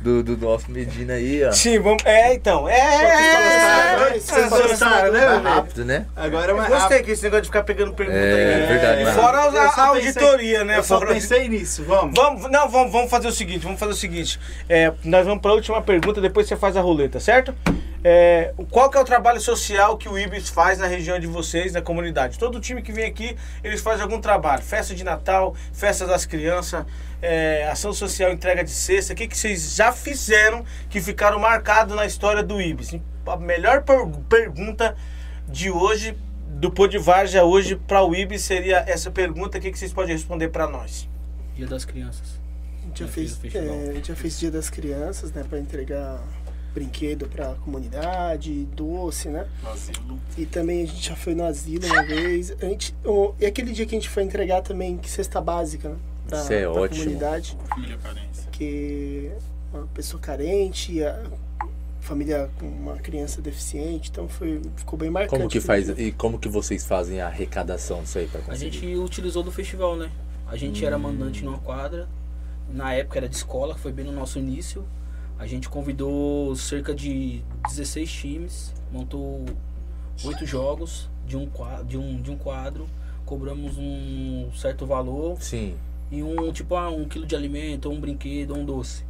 do, do nosso Medina aí, ó.
Sim, vamos. É, então. É, é, é.
Vocês gostaram, né,
Tá
meu amigo?
rápido, né?
Agora é mais
Eu gostei
rápido.
que esse negócio de ficar pegando pergunta
É,
aí.
verdade, mas-
Fora a,
Eu só
a
pensei-
auditoria, né?
eu só
Fora-
pensei nisso, vamos.
Vamos, não, vamos, vamos fazer o seguinte, vamos fazer o seguinte. É, nós vamos para a última pergunta, depois você faz a roleta, certo? É, qual que é o trabalho social que o Ibis faz na região de vocês, na comunidade? Todo time que vem aqui, eles fazem algum trabalho. Festa de Natal, festa das crianças, é, ação social, entrega de cesta. O que, que vocês já fizeram que ficaram marcados na história do Ibis? A melhor per- pergunta de hoje, do Pô de Varja hoje para o Ibis seria essa pergunta. O que, que vocês podem responder para nós?
Dia das crianças.
A gente já
Já
fez,
fez o festival.
é, a gente já fez Dia das Crianças, né? Pra entregar brinquedo pra comunidade, doce, né?
Asilo.
E também a gente já foi no asilo uma vez. A gente, o- e aquele dia que a gente foi entregar também, que cesta básica, né? Pra,
Isso é
pra
ótimo.
comunidade.
Família carente.
Que uma pessoa carente, a família com uma criança deficiente, então foi, ficou bem marcante.
Como que
aquele
faz
dia.
e como que vocês fazem a arrecadação disso aí pra
A
conseguir?
gente utilizou do festival, né? A gente
Hum.
era mandante numa quadra. Na época era de escola, que foi bem no nosso início. A gente convidou cerca de 16 times, montou oito jogos de um, qua- de, um, de um quadro, cobramos um certo valor
Sim.
e um tipo ah, um quilo de alimento, ou um brinquedo, ou um doce.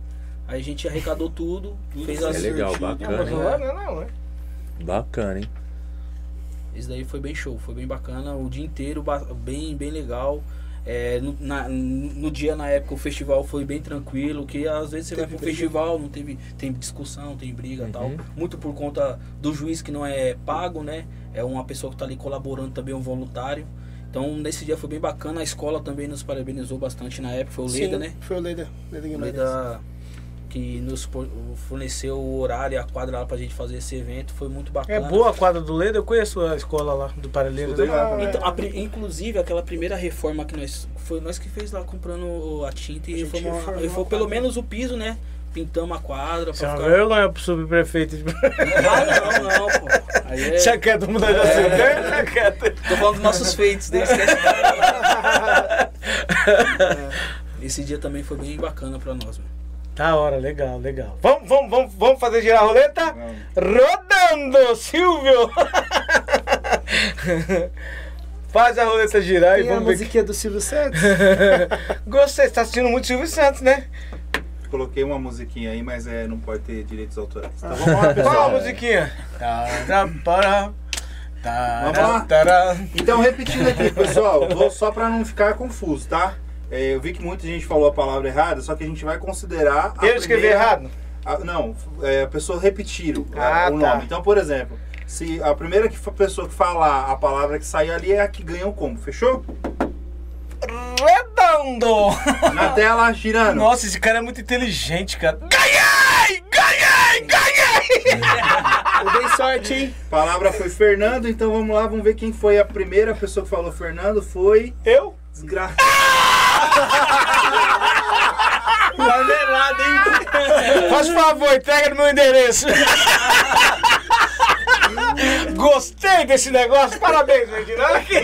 Aí a gente arrecadou tudo, fez
isso é
as
legal,
né,
bacana, hein?
é
não,
Bacana, hein?
Isso daí foi bem show, foi bem bacana, o dia inteiro ba- bem, bem legal.
É, no, na- no dia, na época, o festival foi bem tranquilo, que às vezes você vai pro festival, não teve tem discussão, tem briga e tal. Muito por conta do juiz que não é pago, né? É uma pessoa que tá ali colaborando também, um voluntário. Então, nesse dia foi bem bacana. A escola também nos parabenizou bastante na época, foi o Leda, né?
Foi o Leda, Leda Guimarães.
Leda que nos por- forneceu o horário e a quadra lá pra gente fazer esse evento. Foi muito bacana.
É boa a quadra do Leda, eu conheço a escola lá do Parelheiro. né?
Estudei lá também. Então, a pri- inclusive, aquela primeira reforma que nós. Foi nós que fez lá comprando a tinta e
gente
reformou,
reformou
reformou
a
pelo menos o piso, né? Pintamos a quadra
Isso é
pra
uma
ficar.
vergonha pro subprefeito.
É.
de-
Ah, não, não, pô. Aí
[laughs]
é...
Já quer todo mundo já se vê, já quer.
Tô falando dos nossos feitos, né? Esquece. É. Esse dia também foi bem bacana pra nós, mano.
Da hora, legal, legal. Vamos, vamos, vamos, vamos fazer girar a roleta? Rodando, Silvio! [laughs] Faz a roleta girar e
Tem a
vamos ver.
musiquinha do Silvio Santos?
Gostei, você tá assistindo muito Silvio Santos, né?
Coloquei uma musiquinha aí, mas é, não pode ter direitos autorais.
Ah.
Então vamos lá, pessoal.
Qual a
é.
musiquinha?
Vamos lá? Então, repetindo aqui, pessoal, vou só para não ficar confuso, tá? É, eu vi que muita gente falou a palavra errada, só que a gente vai considerar. a
Eu escrevi
primeira-
errado?
a- não, é, a pessoa repetir o,
Ah,
o
tá.
nome. Então, por exemplo, se a primeira que for- pessoa que falar a palavra que sair ali é a que ganha o combo,
[laughs]
fechou?
Redondo!
Na tela, girando.
Nossa, esse cara é muito inteligente, cara.
Eu dei sorte, hein?
palavra foi Fernando, então vamos lá, vamos ver quem foi a primeira pessoa que falou Fernando. Foi.
Eu?
Desgraça.
Maneirado, hein? [laughs] Faz favor, entrega no meu endereço. [laughs] Gostei desse negócio, parabéns, Medina. Olha aqui.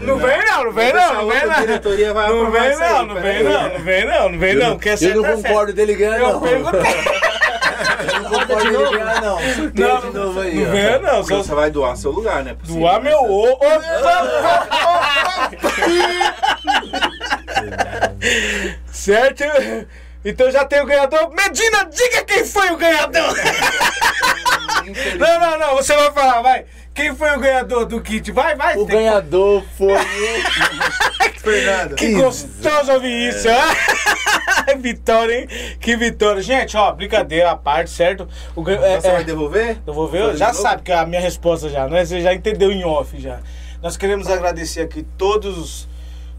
Não vem não, não vem não, não vem
Outra
não.
diretoria vai
Não
aprovar
vem
isso aí,
não, não vem
peraí.
não, não vem não, não vem não. Quer ser
Eu não
tá certo.
concordo dele ganhar,
Eu
não.
perguntei.
Eu não concordo dele ganhar, não.
Não,
Sorteio de novo aí,
não
ó.
vem não.
Então
Só
você vai doar seu lugar, né? Possível,
doar
né?
meu o. Opa, opa, opa. Certo? Então já tem o ganhador. Medina, diga quem foi o ganhador. Não, não, não, você vai falar, vai. Quem foi o ganhador do kit? Vai, vai.
O
tem-
ganhador foi.
[laughs]
Fernando.
Que gostoso ouvir isso, [laughs] ah! Vitória, hein? Que vitória. Gente, ó, brincadeira à parte, certo? O gan- é,
Você
é,
vai devolver?
eu vou ver,
Fazer
já
de novo?
sabe que é a minha resposta já, né? Você já entendeu em off já. Nós queremos agradecer aqui todos,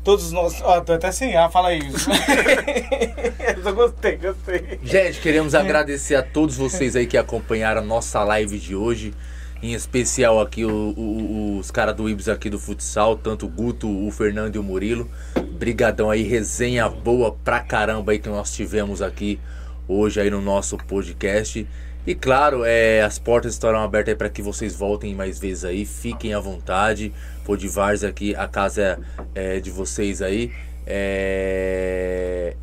todos os nossos. Ó, tô até sem ar, fala
[laughs]
isso. [laughs] Eu só gostei, gostei.
Gente, queremos agradecer a todos vocês aí que acompanharam a nossa live de hoje. Em especial aqui o- o- o- os caras do Ibis aqui do futsal, tanto o Guto, o Fernando e o Murilo. Brigadão aí, resenha boa pra caramba aí que nós tivemos aqui hoje aí no nosso podcast. E claro, é, as portas estarão abertas aí para que vocês voltem mais vezes aí. Fiquem à vontade. Podivars aqui, a casa é, é de vocês aí. É,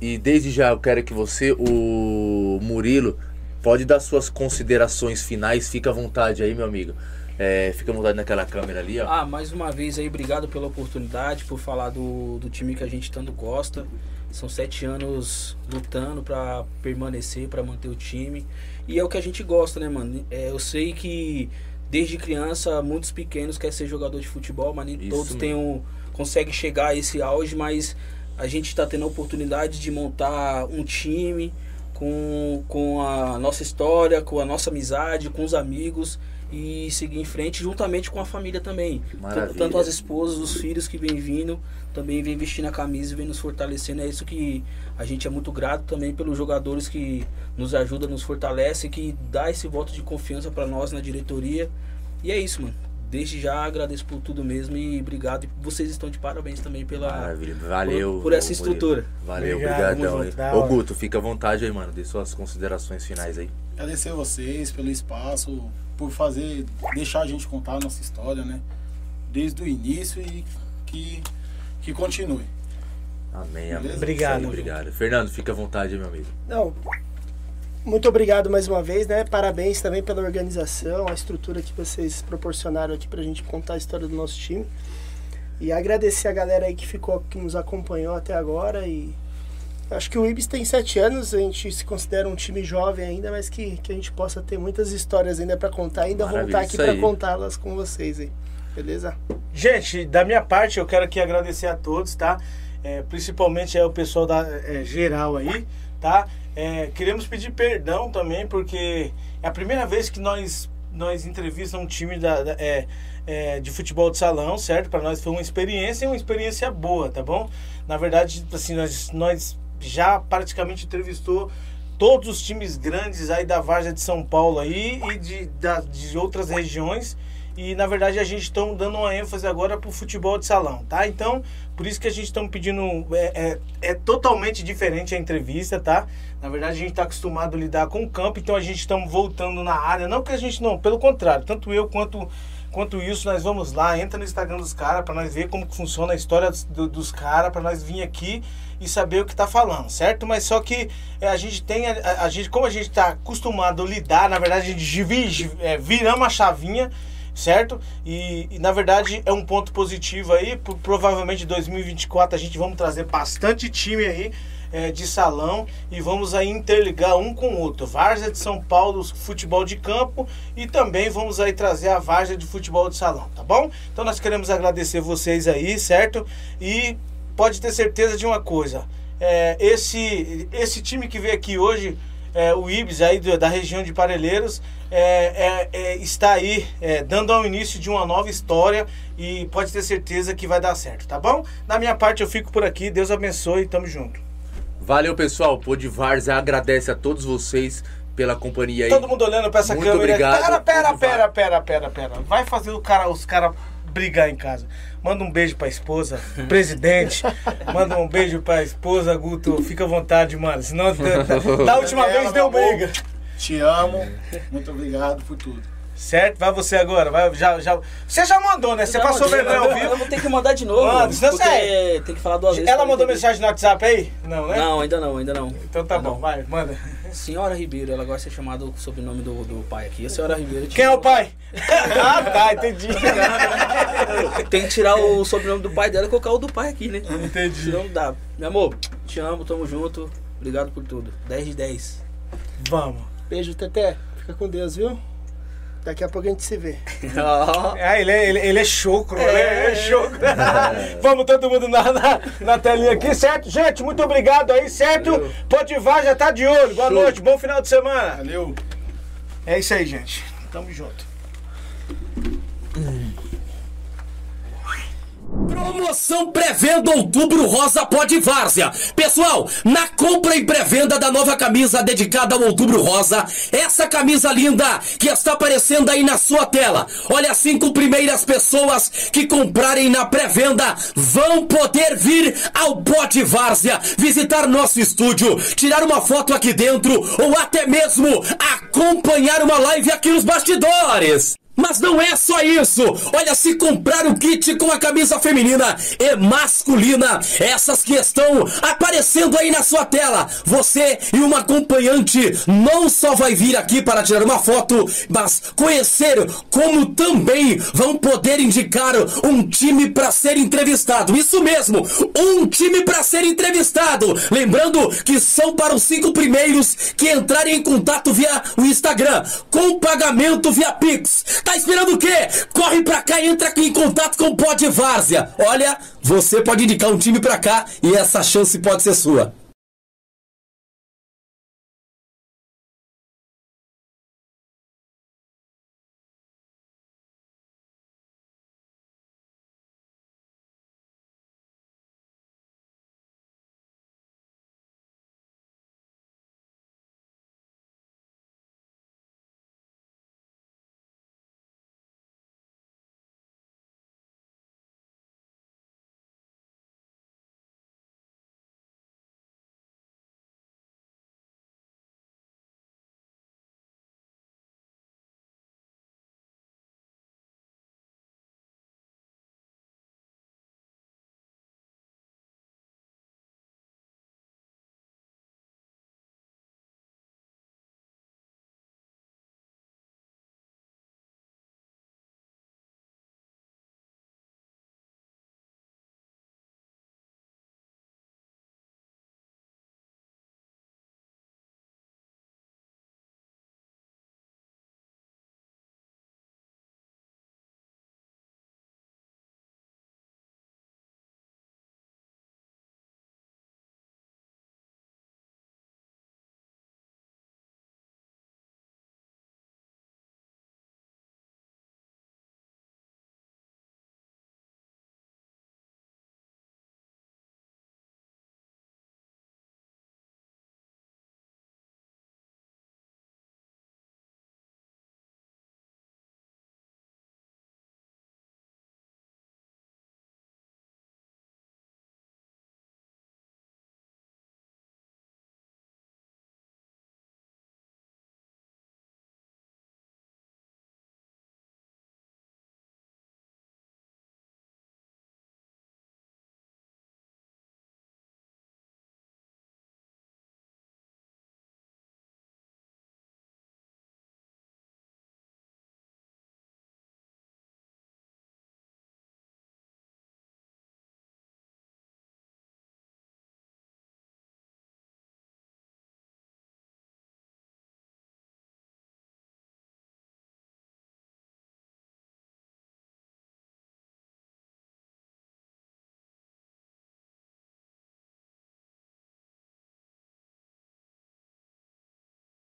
e desde já eu quero que você, o Murilo, pode dar suas considerações finais. Fica à vontade aí, meu amigo. É, fica à vontade naquela câmera ali, ó.
Ah, mais uma vez aí, obrigado pela oportunidade, por falar do, do time que a gente tanto gosta. São sete anos lutando pra permanecer, pra manter o time. E é o que a gente gosta, né, mano? É, eu sei que desde criança muitos pequenos querem ser jogador de futebol, mas nem
Isso
todos
mesmo.
têm um, conseguem chegar a esse auge, mas a gente está tendo a oportunidade de montar um time com, com a nossa história, com a nossa amizade, com os amigos e seguir em frente juntamente com a família também.
Maravilha.
Tanto as esposas, os filhos que vêm vindo, também vêm vestindo a camisa e vêm nos fortalecendo. É isso que a gente é muito grato também pelos jogadores que nos ajudam, nos fortalecem, que dá esse voto de confiança para nós na diretoria. E é isso, mano. Desde já agradeço por tudo mesmo e obrigado. E vocês estão de parabéns também pela
Maravilha. Valeu.
por, por essa
ô, Murilo.
estrutura.
Valeu,
Obrigado,
obrigadão
tamo
aí.
junto, da
Ô
hora.
Guto, fica à vontade aí, mano. Dê suas considerações finais aí.
Agradecer a vocês pelo espaço, por fazer, deixar a gente contar a nossa história, né? Desde o início e que, que continue.
Amém, amém.
Obrigado.
Isso aí, obrigado. Fernando, fica à vontade aí, meu amigo.
Não. Muito obrigado mais uma vez, né? Parabéns também pela organização, a estrutura que vocês proporcionaram aqui pra gente contar a história do nosso time. E agradecer a galera aí que ficou, que nos acompanhou até agora. E acho que o Ibis tem sete anos, a gente se considera um time jovem ainda, mas que, que a gente possa ter muitas histórias ainda pra contar, ainda
Maravilha,
voltar aqui
isso
pra
aí.
contá-las com vocês aí. Beleza?
Gente, da minha parte, eu quero aqui agradecer a todos, tá? É, principalmente é, o pessoal da é, geral aí, tá? É, queremos pedir perdão também, porque é a primeira vez que nós, nós entrevistamos um time da, da- é, é, de futebol de salão, certo? Para nós foi uma experiência e uma experiência boa, tá bom? Na verdade, assim, nós, nós já praticamente entrevistou todos os times grandes aí da Várzea de São Paulo aí e de, da- de outras regiões. E na verdade a gente está dando uma ênfase agora pro futebol de salão, tá? Então, por isso que a gente está pedindo. É, é, é totalmente diferente a entrevista, tá? Na verdade, a gente está acostumado a lidar com o campo, então a gente estamos voltando na área. Não que a gente não, pelo contrário, tanto eu quanto Enquanto isso, nós vamos lá, entra no Instagram dos caras para nós ver como que funciona a história dos, do- dos caras, para nós vir aqui e saber o que tá falando, certo? Mas só que é, a gente tem, a, a- a gente, como a gente tá acostumado a lidar, na verdade, a gente vi- vi- é, viramos a chavinha, certo? E, e, na verdade é um ponto positivo aí, pro- provavelmente 2024 a gente vamos trazer bastante time aí. é, de salão e vamos aí interligar um com o outro. Várzea de São Paulo, futebol de campo e também vamos aí trazer a Várzea de futebol de salão, tá bom? Então nós queremos agradecer vocês aí, certo? E pode ter certeza de uma coisa: é, esse, esse time que veio aqui hoje, é, o Ibis aí do- da região de Parelheiros, é, é, é, está aí é, dando ao início de uma nova história e pode ter certeza que vai dar certo, tá bom? Da minha parte eu fico por aqui, Deus abençoe, tamo junto.
Valeu, pessoal. Pod Varza agradece a todos vocês pela companhia aí.
Todo mundo olhando pra essa
Muito
câmera.
obrigado.
Pera, pera, pera, pera, pera, pera. Vai fazer o cara, os caras brigar em casa. Manda um beijo pra esposa, presidente. Manda um beijo pra esposa, Guto. Fica à vontade, mano. Senão, da, da- da última vez deu briga.
Te amo, muito obrigado por tudo.
Certo? Vai você agora. Vai, já, já. Você já mandou, né? Você
Já
passou
mandei,
vergonha ao
eu- Eu
vivo.
vou ter que mandar de novo.
Mano, senão
porque é,
você-
Tem que falar duas vezes.
Ela
pra
mandou
entender.
mensagem no WhatsApp aí? Não, né?
Não, ainda não, ainda não.
Então tá bom, vai, manda.
Senhora Ribeiro, ela gosta de ser chamada o sobrenome do, do pai aqui. A senhora Ribeiro.
Quem é o pai? ah, tá, entendi.
[laughs] Tem que tirar o sobrenome do pai dela e colocar o do pai aqui, né?
Entendi.
Senão não dá. Meu amor, te amo, tamo junto. Obrigado por tudo. 10 de 10.
Vamos.
Beijo, Teté. Fica com Deus, viu? Daqui a pouco a gente se vê.
Ah, ele é, ele, ele é chocro, né? Ele é [laughs] chocro. Vamos todo mundo na, na, na telinha aqui, certo? Gente, muito obrigado aí, certo? Potivar já tá de olho. Boa noite, bom final de semana. Valeu. É isso aí, gente. Tamo junto.
Promoção pré-venda Outubro Rosa Pode Várzea. Pessoal, na compra e pré-venda da nova camisa dedicada ao Outubro Rosa, essa camisa linda que está aparecendo aí na sua tela. Olha, as cinco primeiras pessoas que comprarem na pré-venda vão poder vir ao Pode Várzea, visitar nosso estúdio, tirar uma foto aqui dentro ou até mesmo acompanhar uma live aqui nos bastidores. Mas não é só isso! Olha, se comprar o kit com a camisa feminina e masculina, essas que estão aparecendo aí na sua tela, você e uma acompanhante não só vai vir aqui para tirar uma foto, mas conhecer como também vão poder indicar um time para ser entrevistado. Isso mesmo, um time para ser entrevistado. Lembrando que são para os cinco primeiros que entrarem em contato via o Instagram, com pagamento via Pix. Tá esperando o quê? Corre pra cá e entra aqui em contato com o Pod Várzea. Olha, você pode indicar um time pra cá e essa chance pode ser sua.